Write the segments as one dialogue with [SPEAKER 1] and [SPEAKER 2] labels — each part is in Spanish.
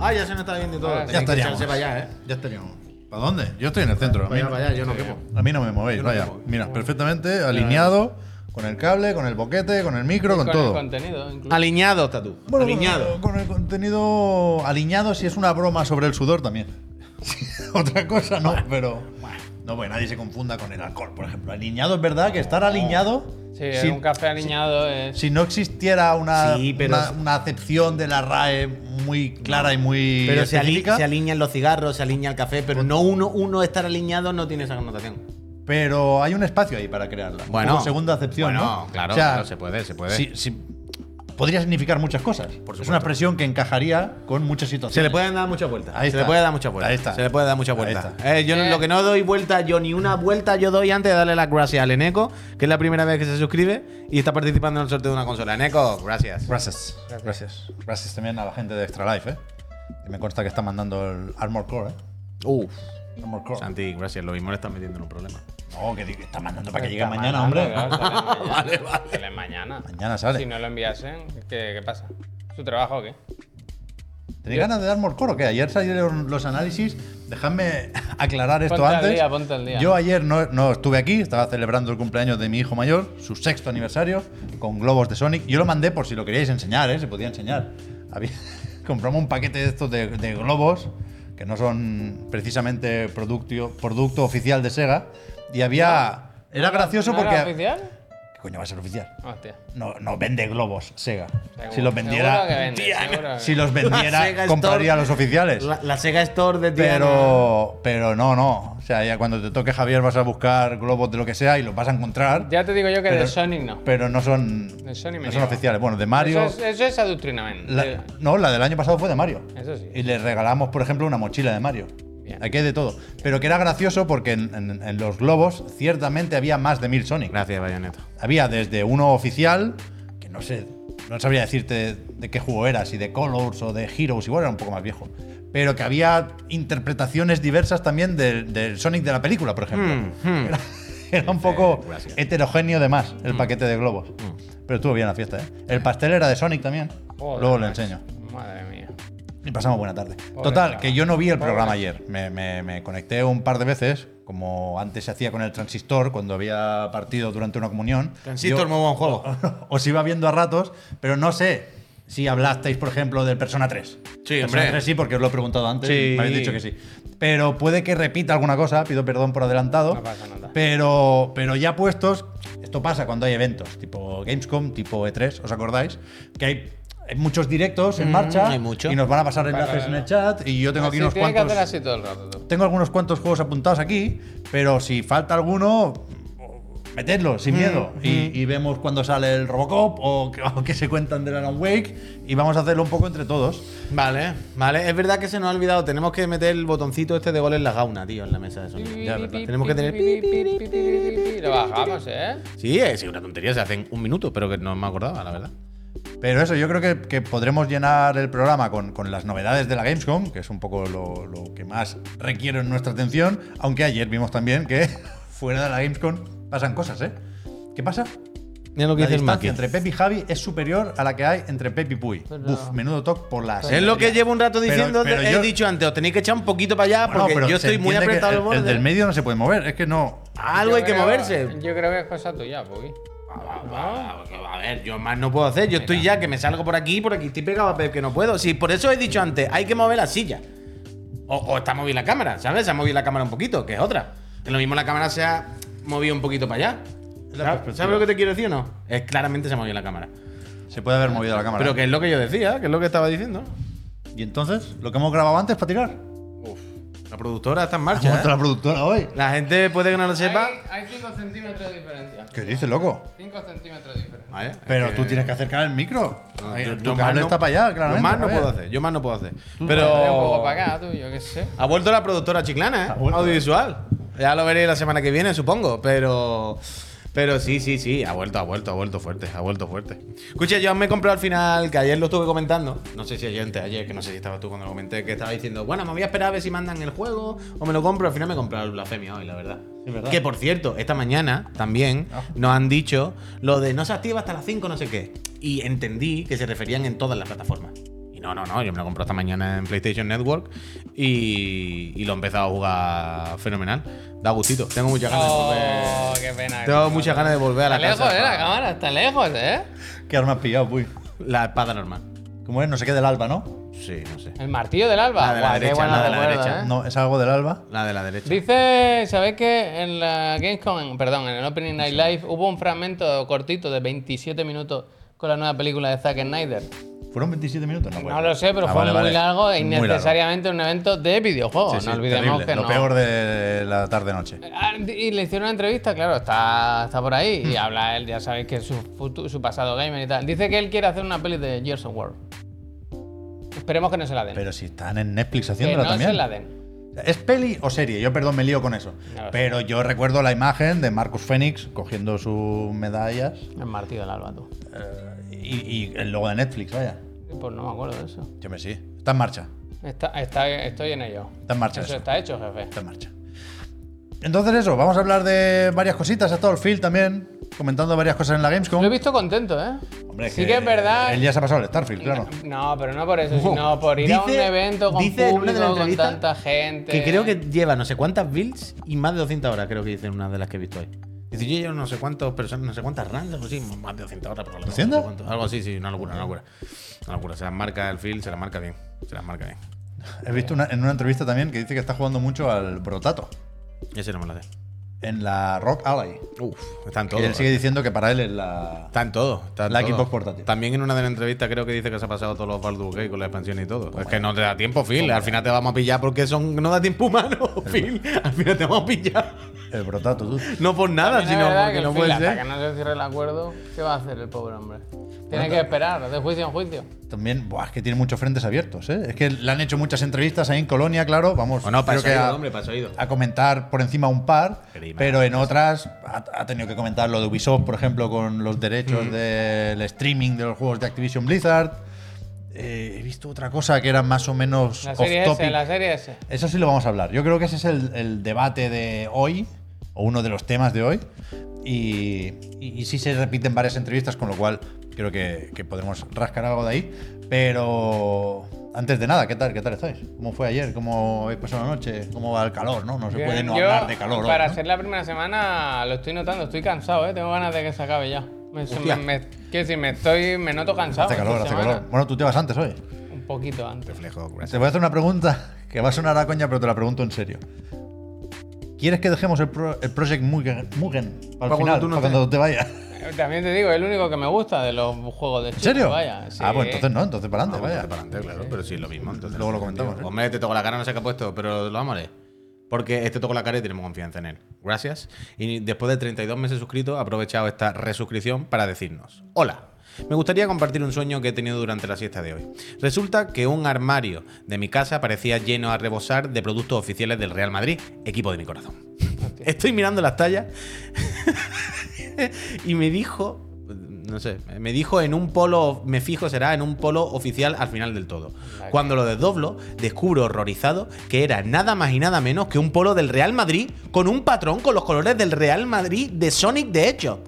[SPEAKER 1] Ah, ya se me está viendo y todo.
[SPEAKER 2] Ah,
[SPEAKER 1] Tenéis
[SPEAKER 2] ya
[SPEAKER 1] que
[SPEAKER 3] estaríamos.
[SPEAKER 1] echarse para allá, ¿eh? Ya estaríamos.
[SPEAKER 3] ¿Para dónde? Yo estoy en el centro.
[SPEAKER 1] Para allá,
[SPEAKER 3] a, mí,
[SPEAKER 1] para allá, yo no quemo.
[SPEAKER 3] a mí no me movéis,
[SPEAKER 1] Yo no
[SPEAKER 3] vaya.
[SPEAKER 1] me muevo.
[SPEAKER 3] Mira, perfectamente alineado con el cable, con el boquete, con el micro, con,
[SPEAKER 2] con el
[SPEAKER 3] todo.
[SPEAKER 2] contenido, incluso.
[SPEAKER 1] Alineado está tú.
[SPEAKER 3] Bueno,
[SPEAKER 1] Alineado.
[SPEAKER 3] Con el contenido alineado, si es una broma sobre el sudor también. Otra cosa no, pero. No, pues nadie se confunda con el alcohol, por ejemplo. Alineado es verdad que estar alineado.
[SPEAKER 2] Sí,
[SPEAKER 3] si,
[SPEAKER 2] un café aliñado es.
[SPEAKER 3] si no existiera una,
[SPEAKER 4] Sí, pero
[SPEAKER 3] una,
[SPEAKER 4] es-
[SPEAKER 3] una acepción de la RAE muy clara y muy.
[SPEAKER 4] Pero se, ali-
[SPEAKER 3] específica,
[SPEAKER 4] se alinean los cigarros, se alinea el café, pero no uno, uno estar alineado no tiene esa connotación.
[SPEAKER 3] Pero hay un espacio ahí para crearla.
[SPEAKER 4] Bueno.
[SPEAKER 3] Como segunda acepción,
[SPEAKER 4] Bueno,
[SPEAKER 3] ¿no?
[SPEAKER 4] claro,
[SPEAKER 3] O sea,
[SPEAKER 4] claro, se puede, se puede.
[SPEAKER 3] sí- sí, podría significar muchas cosas. es una expresión que encajaría con muchas situaciones.
[SPEAKER 4] Se le pueden dar muchas vueltas.
[SPEAKER 3] Ahí
[SPEAKER 4] se
[SPEAKER 3] está.
[SPEAKER 4] le puede dar muchas vueltas.
[SPEAKER 3] Ahí está.
[SPEAKER 4] Se le puede dar muchas
[SPEAKER 3] Ahí
[SPEAKER 4] vueltas.
[SPEAKER 3] está.
[SPEAKER 4] Eh, yo lo que no doy vuelta, yo ni una vuelta yo doy antes de darle las gracias al Eneco, que es la primera vez que se suscribe y está participando en el sorteo de una consola. Eneco, gracias.
[SPEAKER 3] Gracias. Gracias. Gracias también a la gente de Extra Life, ¿eh? Que me consta que está mandando el Armor Core, ¿eh?
[SPEAKER 4] Uf.
[SPEAKER 3] Armor Core.
[SPEAKER 4] Santi, gracias. Lo mismo le estás metiendo en un problema.
[SPEAKER 3] No, que digo, está mandando para que llegue
[SPEAKER 2] Está
[SPEAKER 3] mañana,
[SPEAKER 2] mandando,
[SPEAKER 3] hombre.
[SPEAKER 2] claro, sale mañana.
[SPEAKER 3] Vale, vale.
[SPEAKER 2] Sale mañana.
[SPEAKER 3] Mañana sale.
[SPEAKER 2] Si no lo enviasen, ¿qué, qué pasa? ¿Su trabajo o qué?
[SPEAKER 3] ¿Tenéis ganas de Armor Core o qué? Ayer salieron los análisis. Dejadme aclarar esto
[SPEAKER 2] Ponte al
[SPEAKER 3] antes.
[SPEAKER 2] día, ponte al día.
[SPEAKER 3] Yo ayer no, no estuve aquí, estaba celebrando el cumpleaños de mi hijo mayor, su sexto aniversario, con globos de Sonic. Yo lo mandé por si lo queríais enseñar, ¿eh? se podía enseñar. Había- compramos un paquete de estos de, de globos, que no son precisamente producto, producto oficial de Sega, y había... Era gracioso
[SPEAKER 2] ¿No
[SPEAKER 3] porque...
[SPEAKER 2] era oficial?
[SPEAKER 3] ¿Qué coño va a ser oficial?
[SPEAKER 2] Hostia.
[SPEAKER 3] No, no vende globos, Sega.
[SPEAKER 2] Seguro-
[SPEAKER 3] si los vendiera,
[SPEAKER 2] seguro que vende, seguro que
[SPEAKER 3] si los
[SPEAKER 4] La Sega
[SPEAKER 3] vendiera,
[SPEAKER 4] Store-
[SPEAKER 3] compraría los oficiales.
[SPEAKER 4] La, la Sega Store de Tiana.
[SPEAKER 3] Pero, pero no, no. O sea, ya cuando te toque Javier vas a buscar globos de lo que sea y los vas a encontrar.
[SPEAKER 2] Ya te digo yo que
[SPEAKER 3] Pero-
[SPEAKER 2] de Sonic no.
[SPEAKER 3] Pero no son,
[SPEAKER 2] De Sony me
[SPEAKER 3] no son
[SPEAKER 2] niego.
[SPEAKER 3] oficiales. Bueno, de Mario.
[SPEAKER 2] Eso es, eso es adoctrinamiento.
[SPEAKER 3] la-
[SPEAKER 2] Eh,
[SPEAKER 3] no, la del año pasado fue de Mario.
[SPEAKER 2] Eso sí.
[SPEAKER 3] Y le regalamos, por ejemplo, una mochila de Mario.
[SPEAKER 2] Bien.
[SPEAKER 3] Aquí hay de todo. Pero que era gracioso porque en, en- en los globos ciertamente había más de mil Sonic.
[SPEAKER 4] Gracias, Bayonetta.
[SPEAKER 3] Había desde uno oficial, que no sé, no sabría decirte de, de qué juego era, si de Colors o de Heroes, igual era un poco más viejo. Pero que había interpretaciones diversas también del, del Sonic de la película, por ejemplo.
[SPEAKER 4] Mm.
[SPEAKER 3] Era, era un poco
[SPEAKER 4] Gracias.
[SPEAKER 3] heterogéneo de más el paquete de globos. Pero estuvo bien la fiesta, ¿eh? El pastel era de Sonic también.
[SPEAKER 2] joder,
[SPEAKER 3] Luego lo
[SPEAKER 2] macho.
[SPEAKER 3] enseño.
[SPEAKER 2] Madre mía.
[SPEAKER 3] Y pasamos buena tarde. Total,
[SPEAKER 2] chaval.
[SPEAKER 3] que yo no vi el
[SPEAKER 2] Pobre.
[SPEAKER 3] programa ayer. Me, me- me conecté un par de veces, como antes se hacía con el transistor, cuando había partido durante una comunión.
[SPEAKER 4] Transistor,
[SPEAKER 3] Yo-
[SPEAKER 4] muy buen juego.
[SPEAKER 3] os iba viendo a ratos, pero no sé si hablasteis, por ejemplo, del Persona 3.
[SPEAKER 4] Sí,
[SPEAKER 3] Persona
[SPEAKER 4] hombre.
[SPEAKER 3] 3 sí, porque os lo he preguntado antes.
[SPEAKER 4] Sí.
[SPEAKER 3] y Me habéis dicho que sí. Pero puede que repita alguna cosa, pido perdón por adelantado.
[SPEAKER 2] No pasa nada.
[SPEAKER 3] Pero, pero ya puestos, esto pasa cuando hay eventos, tipo Gamescom, tipo E3, ¿os acordáis? Que hay, hay muchos directos en marcha
[SPEAKER 4] Mm, hay mucho.
[SPEAKER 3] y nos van a pasar enlaces
[SPEAKER 2] vale,
[SPEAKER 3] en el
[SPEAKER 2] no.
[SPEAKER 3] chat y yo tengo aquí
[SPEAKER 2] Así
[SPEAKER 3] unos
[SPEAKER 2] tiene que
[SPEAKER 3] cuantos
[SPEAKER 2] hacer así todo el rato tú.
[SPEAKER 3] tengo algunos cuantos juegos apuntados aquí, pero si falta alguno, metedlo sin miedo. y, y vemos cuándo sale el Robocop o que, o que se cuentan del Alan Wake y vamos a hacerlo un poco entre todos.
[SPEAKER 4] Vale, vale. Es verdad que se nos ha olvidado. Tenemos que meter el botoncito este de gol en la gauna, tío, en la mesa de sonido.
[SPEAKER 3] Ya, verdad.
[SPEAKER 4] Tenemos que tener-
[SPEAKER 2] Pi, pi, pi, pi, pi, pi, pi, pi. Lo bajamos, ¿eh?
[SPEAKER 4] Sí, es una tontería. Se hacen un minuto, pero que no me acordaba, la verdad.
[SPEAKER 3] Pero eso, yo creo que, que podremos llenar el programa con, con las novedades de la Gamescom, que es un poco lo, lo que más requiere nuestra atención, aunque ayer vimos también que fuera de la Gamescom pasan cosas, ¿eh? ¿Qué pasa?
[SPEAKER 4] Mira lo que
[SPEAKER 3] La
[SPEAKER 4] dice el
[SPEAKER 3] distancia
[SPEAKER 4] Maki.
[SPEAKER 3] entre Pepe y Javi es superior a la que hay entre Pepe y Puy. Buf, menudo toque por la
[SPEAKER 4] Es lo que
[SPEAKER 3] asimetría.
[SPEAKER 4] llevo un rato
[SPEAKER 3] Pero-
[SPEAKER 4] diciendo.
[SPEAKER 3] pero
[SPEAKER 4] he
[SPEAKER 3] yo-
[SPEAKER 4] dicho antes, os tenéis que echar un poquito para allá
[SPEAKER 2] Ah,
[SPEAKER 3] Bueno,
[SPEAKER 4] porque
[SPEAKER 3] pero
[SPEAKER 4] yo
[SPEAKER 3] se
[SPEAKER 4] estoy muy
[SPEAKER 3] entiende que
[SPEAKER 4] apretado al
[SPEAKER 3] el,
[SPEAKER 4] borde.
[SPEAKER 3] el del medio no se puede mover, es que no.
[SPEAKER 4] Algo
[SPEAKER 2] Yo
[SPEAKER 4] hay que
[SPEAKER 2] creo-
[SPEAKER 4] moverse.
[SPEAKER 2] Yo creo que es cosa tuya, Pugi.
[SPEAKER 4] Ah, pues, A ver, yo más no puedo hacer. Yo estoy ya que me salgo por aquí, por aquí estoy pegado a Pepe, que no puedo. Sí, por eso he dicho antes, hay que mover la silla. O, o está movida la cámara, ¿sabes? Se ha movido la cámara un poquito, que es otra. Que lo mismo la cámara se ha movido un poquito para allá. ¿Sabes, ¿Sabes lo que te quiero decir o no? Es, claramente se ha movido la cámara.
[SPEAKER 3] Se puede haber movido la cámara.
[SPEAKER 4] Pero que es lo que yo decía, que es lo que estaba diciendo.
[SPEAKER 3] ¿Y entonces? ¿Lo que hemos grabado antes para tirar?
[SPEAKER 4] La productora está en
[SPEAKER 3] Hemos
[SPEAKER 4] marcha.
[SPEAKER 3] montado
[SPEAKER 4] ¿eh?
[SPEAKER 3] la productora hoy.
[SPEAKER 4] La gente puede que no lo sepa.
[SPEAKER 2] Hay 5 centímetros de diferencia.
[SPEAKER 3] ¿Qué dices, loco?
[SPEAKER 2] 5 centímetros de diferencia.
[SPEAKER 4] Vale, es
[SPEAKER 3] Pero
[SPEAKER 4] que-
[SPEAKER 3] tú tienes que acercar el micro.
[SPEAKER 4] No,
[SPEAKER 3] Ay,
[SPEAKER 4] yo-
[SPEAKER 3] tu
[SPEAKER 4] yo más
[SPEAKER 3] cable
[SPEAKER 4] no-
[SPEAKER 3] está para allá, claramente.
[SPEAKER 4] Yo más no
[SPEAKER 3] Javier.
[SPEAKER 4] puedo hacer, yo más no puedo hacer.
[SPEAKER 2] Pero. Un poco
[SPEAKER 4] Pero.
[SPEAKER 2] para acá, tú, yo qué sé.
[SPEAKER 4] Ha vuelto la productora chiclana, ¿eh?
[SPEAKER 3] Ha vuelto.
[SPEAKER 4] Audiovisual. Ya lo veréis la semana que viene, supongo, pero. Pero sí, sí, sí, ha vuelto, ha vuelto, ha vuelto fuerte, ha vuelto fuerte. Escucha, yo me compré al final, que ayer lo estuve comentando, no sé si ayer, antes de ayer, que no sé si estabas tú cuando lo comenté, que estaba diciendo, bueno, me voy a esperar a ver si mandan el juego o me lo compro. Al final me he comprado el Blasfemia hoy, la verdad.
[SPEAKER 3] verdad.
[SPEAKER 4] Que por cierto, esta mañana también nos han dicho lo de no se activa hasta las 5, no sé qué. Y entendí que se referían en todas las plataformas. Y no, no, no, yo me lo compré esta mañana en PlayStation Network y, y lo he empezado a jugar fenomenal. Da gustito, tengo muchas ganas de volver.
[SPEAKER 2] Oh, qué pena.
[SPEAKER 4] Tengo muchas ganas de volver a la
[SPEAKER 2] Está lejos,
[SPEAKER 4] casa.
[SPEAKER 2] eh, la cámara, está lejos, eh.
[SPEAKER 3] ¿Qué arma has pillado, puy?
[SPEAKER 4] La espada normal.
[SPEAKER 3] ¿Cómo es? No sé qué del alba, ¿no?
[SPEAKER 4] Sí, no sé.
[SPEAKER 2] El martillo del alba.
[SPEAKER 4] La de la
[SPEAKER 2] Guau, qué
[SPEAKER 4] derecha,
[SPEAKER 2] buena
[SPEAKER 4] la de la
[SPEAKER 2] recuerdo,
[SPEAKER 4] derecha.
[SPEAKER 2] eh.
[SPEAKER 3] No, es algo del alba.
[SPEAKER 4] La de la derecha.
[SPEAKER 2] Dice, ¿sabéis que en la Gamescom, perdón, en el Opening Night Live hubo un fragmento cortito de 27 minutos con la nueva película de Zack Snyder?
[SPEAKER 3] ¿Fueron 27 minutos?
[SPEAKER 2] No
[SPEAKER 3] puede ser.
[SPEAKER 2] lo sé, pero
[SPEAKER 3] Ah,
[SPEAKER 2] fue
[SPEAKER 3] vale,
[SPEAKER 2] muy
[SPEAKER 3] vale.
[SPEAKER 2] largo e
[SPEAKER 3] Muy largo.
[SPEAKER 2] innecesariamente un evento de videojuegos.
[SPEAKER 3] Sí, sí,
[SPEAKER 2] no olvidemos
[SPEAKER 3] terrible.
[SPEAKER 2] que
[SPEAKER 3] Lo
[SPEAKER 2] no.
[SPEAKER 3] peor de la tarde-noche.
[SPEAKER 2] Ah, Y le hicieron una entrevista, claro, está, está por ahí y habla él, ya sabéis que es su, futu- su pasado gamer y tal. Dice que él quiere hacer una peli de Gears of War. Esperemos que no se la den.
[SPEAKER 3] Pero si están en Netflix
[SPEAKER 2] que
[SPEAKER 3] haciéndola
[SPEAKER 2] no
[SPEAKER 3] también.
[SPEAKER 2] se la den.
[SPEAKER 3] ¿Es peli o serie? Yo, perdón, me lío con eso.
[SPEAKER 2] Ya lo sé.
[SPEAKER 3] Pero yo recuerdo la imagen de Marcus Phoenix cogiendo sus medallas
[SPEAKER 2] El martillo del alba, tú.
[SPEAKER 3] eh, y, y el logo de Netflix, vaya.
[SPEAKER 2] Pues no me acuerdo de eso.
[SPEAKER 3] Yo me sí. Está en marcha.
[SPEAKER 2] Está, está- estoy en ello.
[SPEAKER 3] Está en marcha
[SPEAKER 2] Eso
[SPEAKER 3] eso.
[SPEAKER 2] está hecho, jefe.
[SPEAKER 3] Está en marcha. Entonces eso, vamos a hablar de varias cositas. Ha estado el Phil también comentando varias cosas en la Gamescom.
[SPEAKER 2] Lo he visto contento, ¿eh?
[SPEAKER 3] Hombre,
[SPEAKER 2] sí que es verdad.
[SPEAKER 3] Él ya se ha pasado el Starfield, claro.
[SPEAKER 2] No, pero no por eso, sino por ir a un
[SPEAKER 4] Dice-
[SPEAKER 2] evento con
[SPEAKER 4] dice en una de las
[SPEAKER 2] público, con
[SPEAKER 4] entrevistas
[SPEAKER 2] tanta gente.
[SPEAKER 4] Que creo que lleva no sé cuántas builds y más de 200 horas, creo que dicen una de las que he visto hoy. Dice, yo llevo no sé cuántas personas, no sé cuántas runs, algo así, más de 200 horas. Por
[SPEAKER 3] 200?
[SPEAKER 4] Algo así, sí, una locura, una locura. Una locura, se las marca el field, se las marca bien, se las marca bien.
[SPEAKER 3] He visto una- en una entrevista también que dice que está jugando mucho al Brotato
[SPEAKER 4] Ese no me lo hace.
[SPEAKER 3] en la Rock Alley.
[SPEAKER 4] Uf, están
[SPEAKER 3] Y
[SPEAKER 4] todos.
[SPEAKER 3] él sigue diciendo que para él es la...
[SPEAKER 4] Están todos. Están
[SPEAKER 3] La
[SPEAKER 4] todos.
[SPEAKER 3] Xbox portátil.
[SPEAKER 4] También en una de las entrevistas creo que dice que se ha pasado todos los Baldur's Gate con la expansión y todo. es que no te da tiempo, Phil. Al final te vamos a pillar porque son no da tiempo humano, Phil. Al final te vamos a pillar.
[SPEAKER 3] El Brotato, tú.
[SPEAKER 4] No por nada,
[SPEAKER 2] También es
[SPEAKER 4] sino
[SPEAKER 2] verdad
[SPEAKER 4] porque
[SPEAKER 2] que
[SPEAKER 4] no
[SPEAKER 2] el
[SPEAKER 4] puede
[SPEAKER 2] Phil, Hasta
[SPEAKER 4] ser.
[SPEAKER 2] que no se cierre el acuerdo, ¿qué va a hacer el pobre hombre? Tiene que esperar, de juicio en juicio.
[SPEAKER 3] También, buah, es que tiene muchos frentes abiertos, ¿eh? Es que le han hecho muchas entrevistas ahí en Colonia, claro. Vamos,
[SPEAKER 4] Bueno, para
[SPEAKER 3] creo
[SPEAKER 4] eso
[SPEAKER 3] que
[SPEAKER 4] ha ido,
[SPEAKER 3] a-
[SPEAKER 4] hombre, para eso ha ido.
[SPEAKER 3] a comentar por encima un par,
[SPEAKER 4] Grima.
[SPEAKER 3] pero en otras ha, ha tenido que comentar lo de Ubisoft, por ejemplo, con los
[SPEAKER 4] Mm.
[SPEAKER 3] derechos del streaming de los juegos de Activision Blizzard. Eh, he visto otra cosa que era más o menos
[SPEAKER 2] La
[SPEAKER 3] off
[SPEAKER 2] serie S,
[SPEAKER 3] topic.
[SPEAKER 2] la serie S.
[SPEAKER 3] Eso sí lo vamos a hablar. Yo creo que ese es el, el debate de hoy, o uno de los temas de hoy. Y, y, y sí se repiten varias entrevistas, con lo cual creo que, que podremos rascar algo de ahí. Pero antes de nada, ¿qué tal? ¿Qué tal estáis? ¿Cómo fue ayer? ¿Cómo habéis pasado la noche? ¿Cómo va el calor? No, no se puede
[SPEAKER 2] Bien,
[SPEAKER 3] no
[SPEAKER 2] yo,
[SPEAKER 3] hablar de calor. hoy,
[SPEAKER 2] Para
[SPEAKER 3] ¿no?
[SPEAKER 2] ser la primera semana lo estoy notando, estoy cansado, ¿eh? tengo ganas de que se acabe ya. Me, se-
[SPEAKER 4] Hostia.
[SPEAKER 2] me- quiero decir, me estoy, me noto cansado.
[SPEAKER 3] Hace calor,
[SPEAKER 2] esta
[SPEAKER 3] hace
[SPEAKER 2] semana.
[SPEAKER 3] calor. Bueno, tú te vas antes hoy.
[SPEAKER 2] Un poquito antes.
[SPEAKER 4] Reflejo,
[SPEAKER 3] Te voy a hacer una pregunta que va a sonar a coña, pero te la pregunto en serio. ¿Quieres que dejemos el, pro- el Project Mugen, Mugen
[SPEAKER 4] cuando
[SPEAKER 3] para el final,
[SPEAKER 4] tú no
[SPEAKER 3] para cuando te vayas?
[SPEAKER 2] Eh, También te digo, es el único que me gusta de los juegos de
[SPEAKER 3] ¿En
[SPEAKER 2] Chile.
[SPEAKER 3] serio?
[SPEAKER 2] Vaya, sí.
[SPEAKER 3] Ah, pues entonces no, entonces para
[SPEAKER 4] Ah,
[SPEAKER 3] adelante,
[SPEAKER 4] bueno,
[SPEAKER 3] vaya.
[SPEAKER 4] para adelante, claro, pero sí, lo mismo. Entonces,
[SPEAKER 3] Luego lo comentamos, ¿eh?
[SPEAKER 4] Hombre, este toco la cara, no sé qué ha puesto, pero lo amaré. Porque este toco la cara y tenemos confianza en él. Gracias. Y después de 32 meses suscritos, he aprovechado esta resuscripción para decirnos: Hola. Me gustaría compartir un sueño que he tenido durante la siesta de hoy. Resulta que un armario de mi casa parecía lleno a rebosar de productos oficiales del Real Madrid, equipo de mi corazón.
[SPEAKER 2] Hostia.
[SPEAKER 4] Estoy mirando las tallas y me dijo, no sé, me dijo en un polo, me fijo será en un polo oficial al final del todo.
[SPEAKER 2] Vale.
[SPEAKER 4] Cuando lo desdoblo, descubro horrorizado que era nada más y nada menos que un polo del Real Madrid con un patrón con los colores del Real Madrid de Sonic de hecho.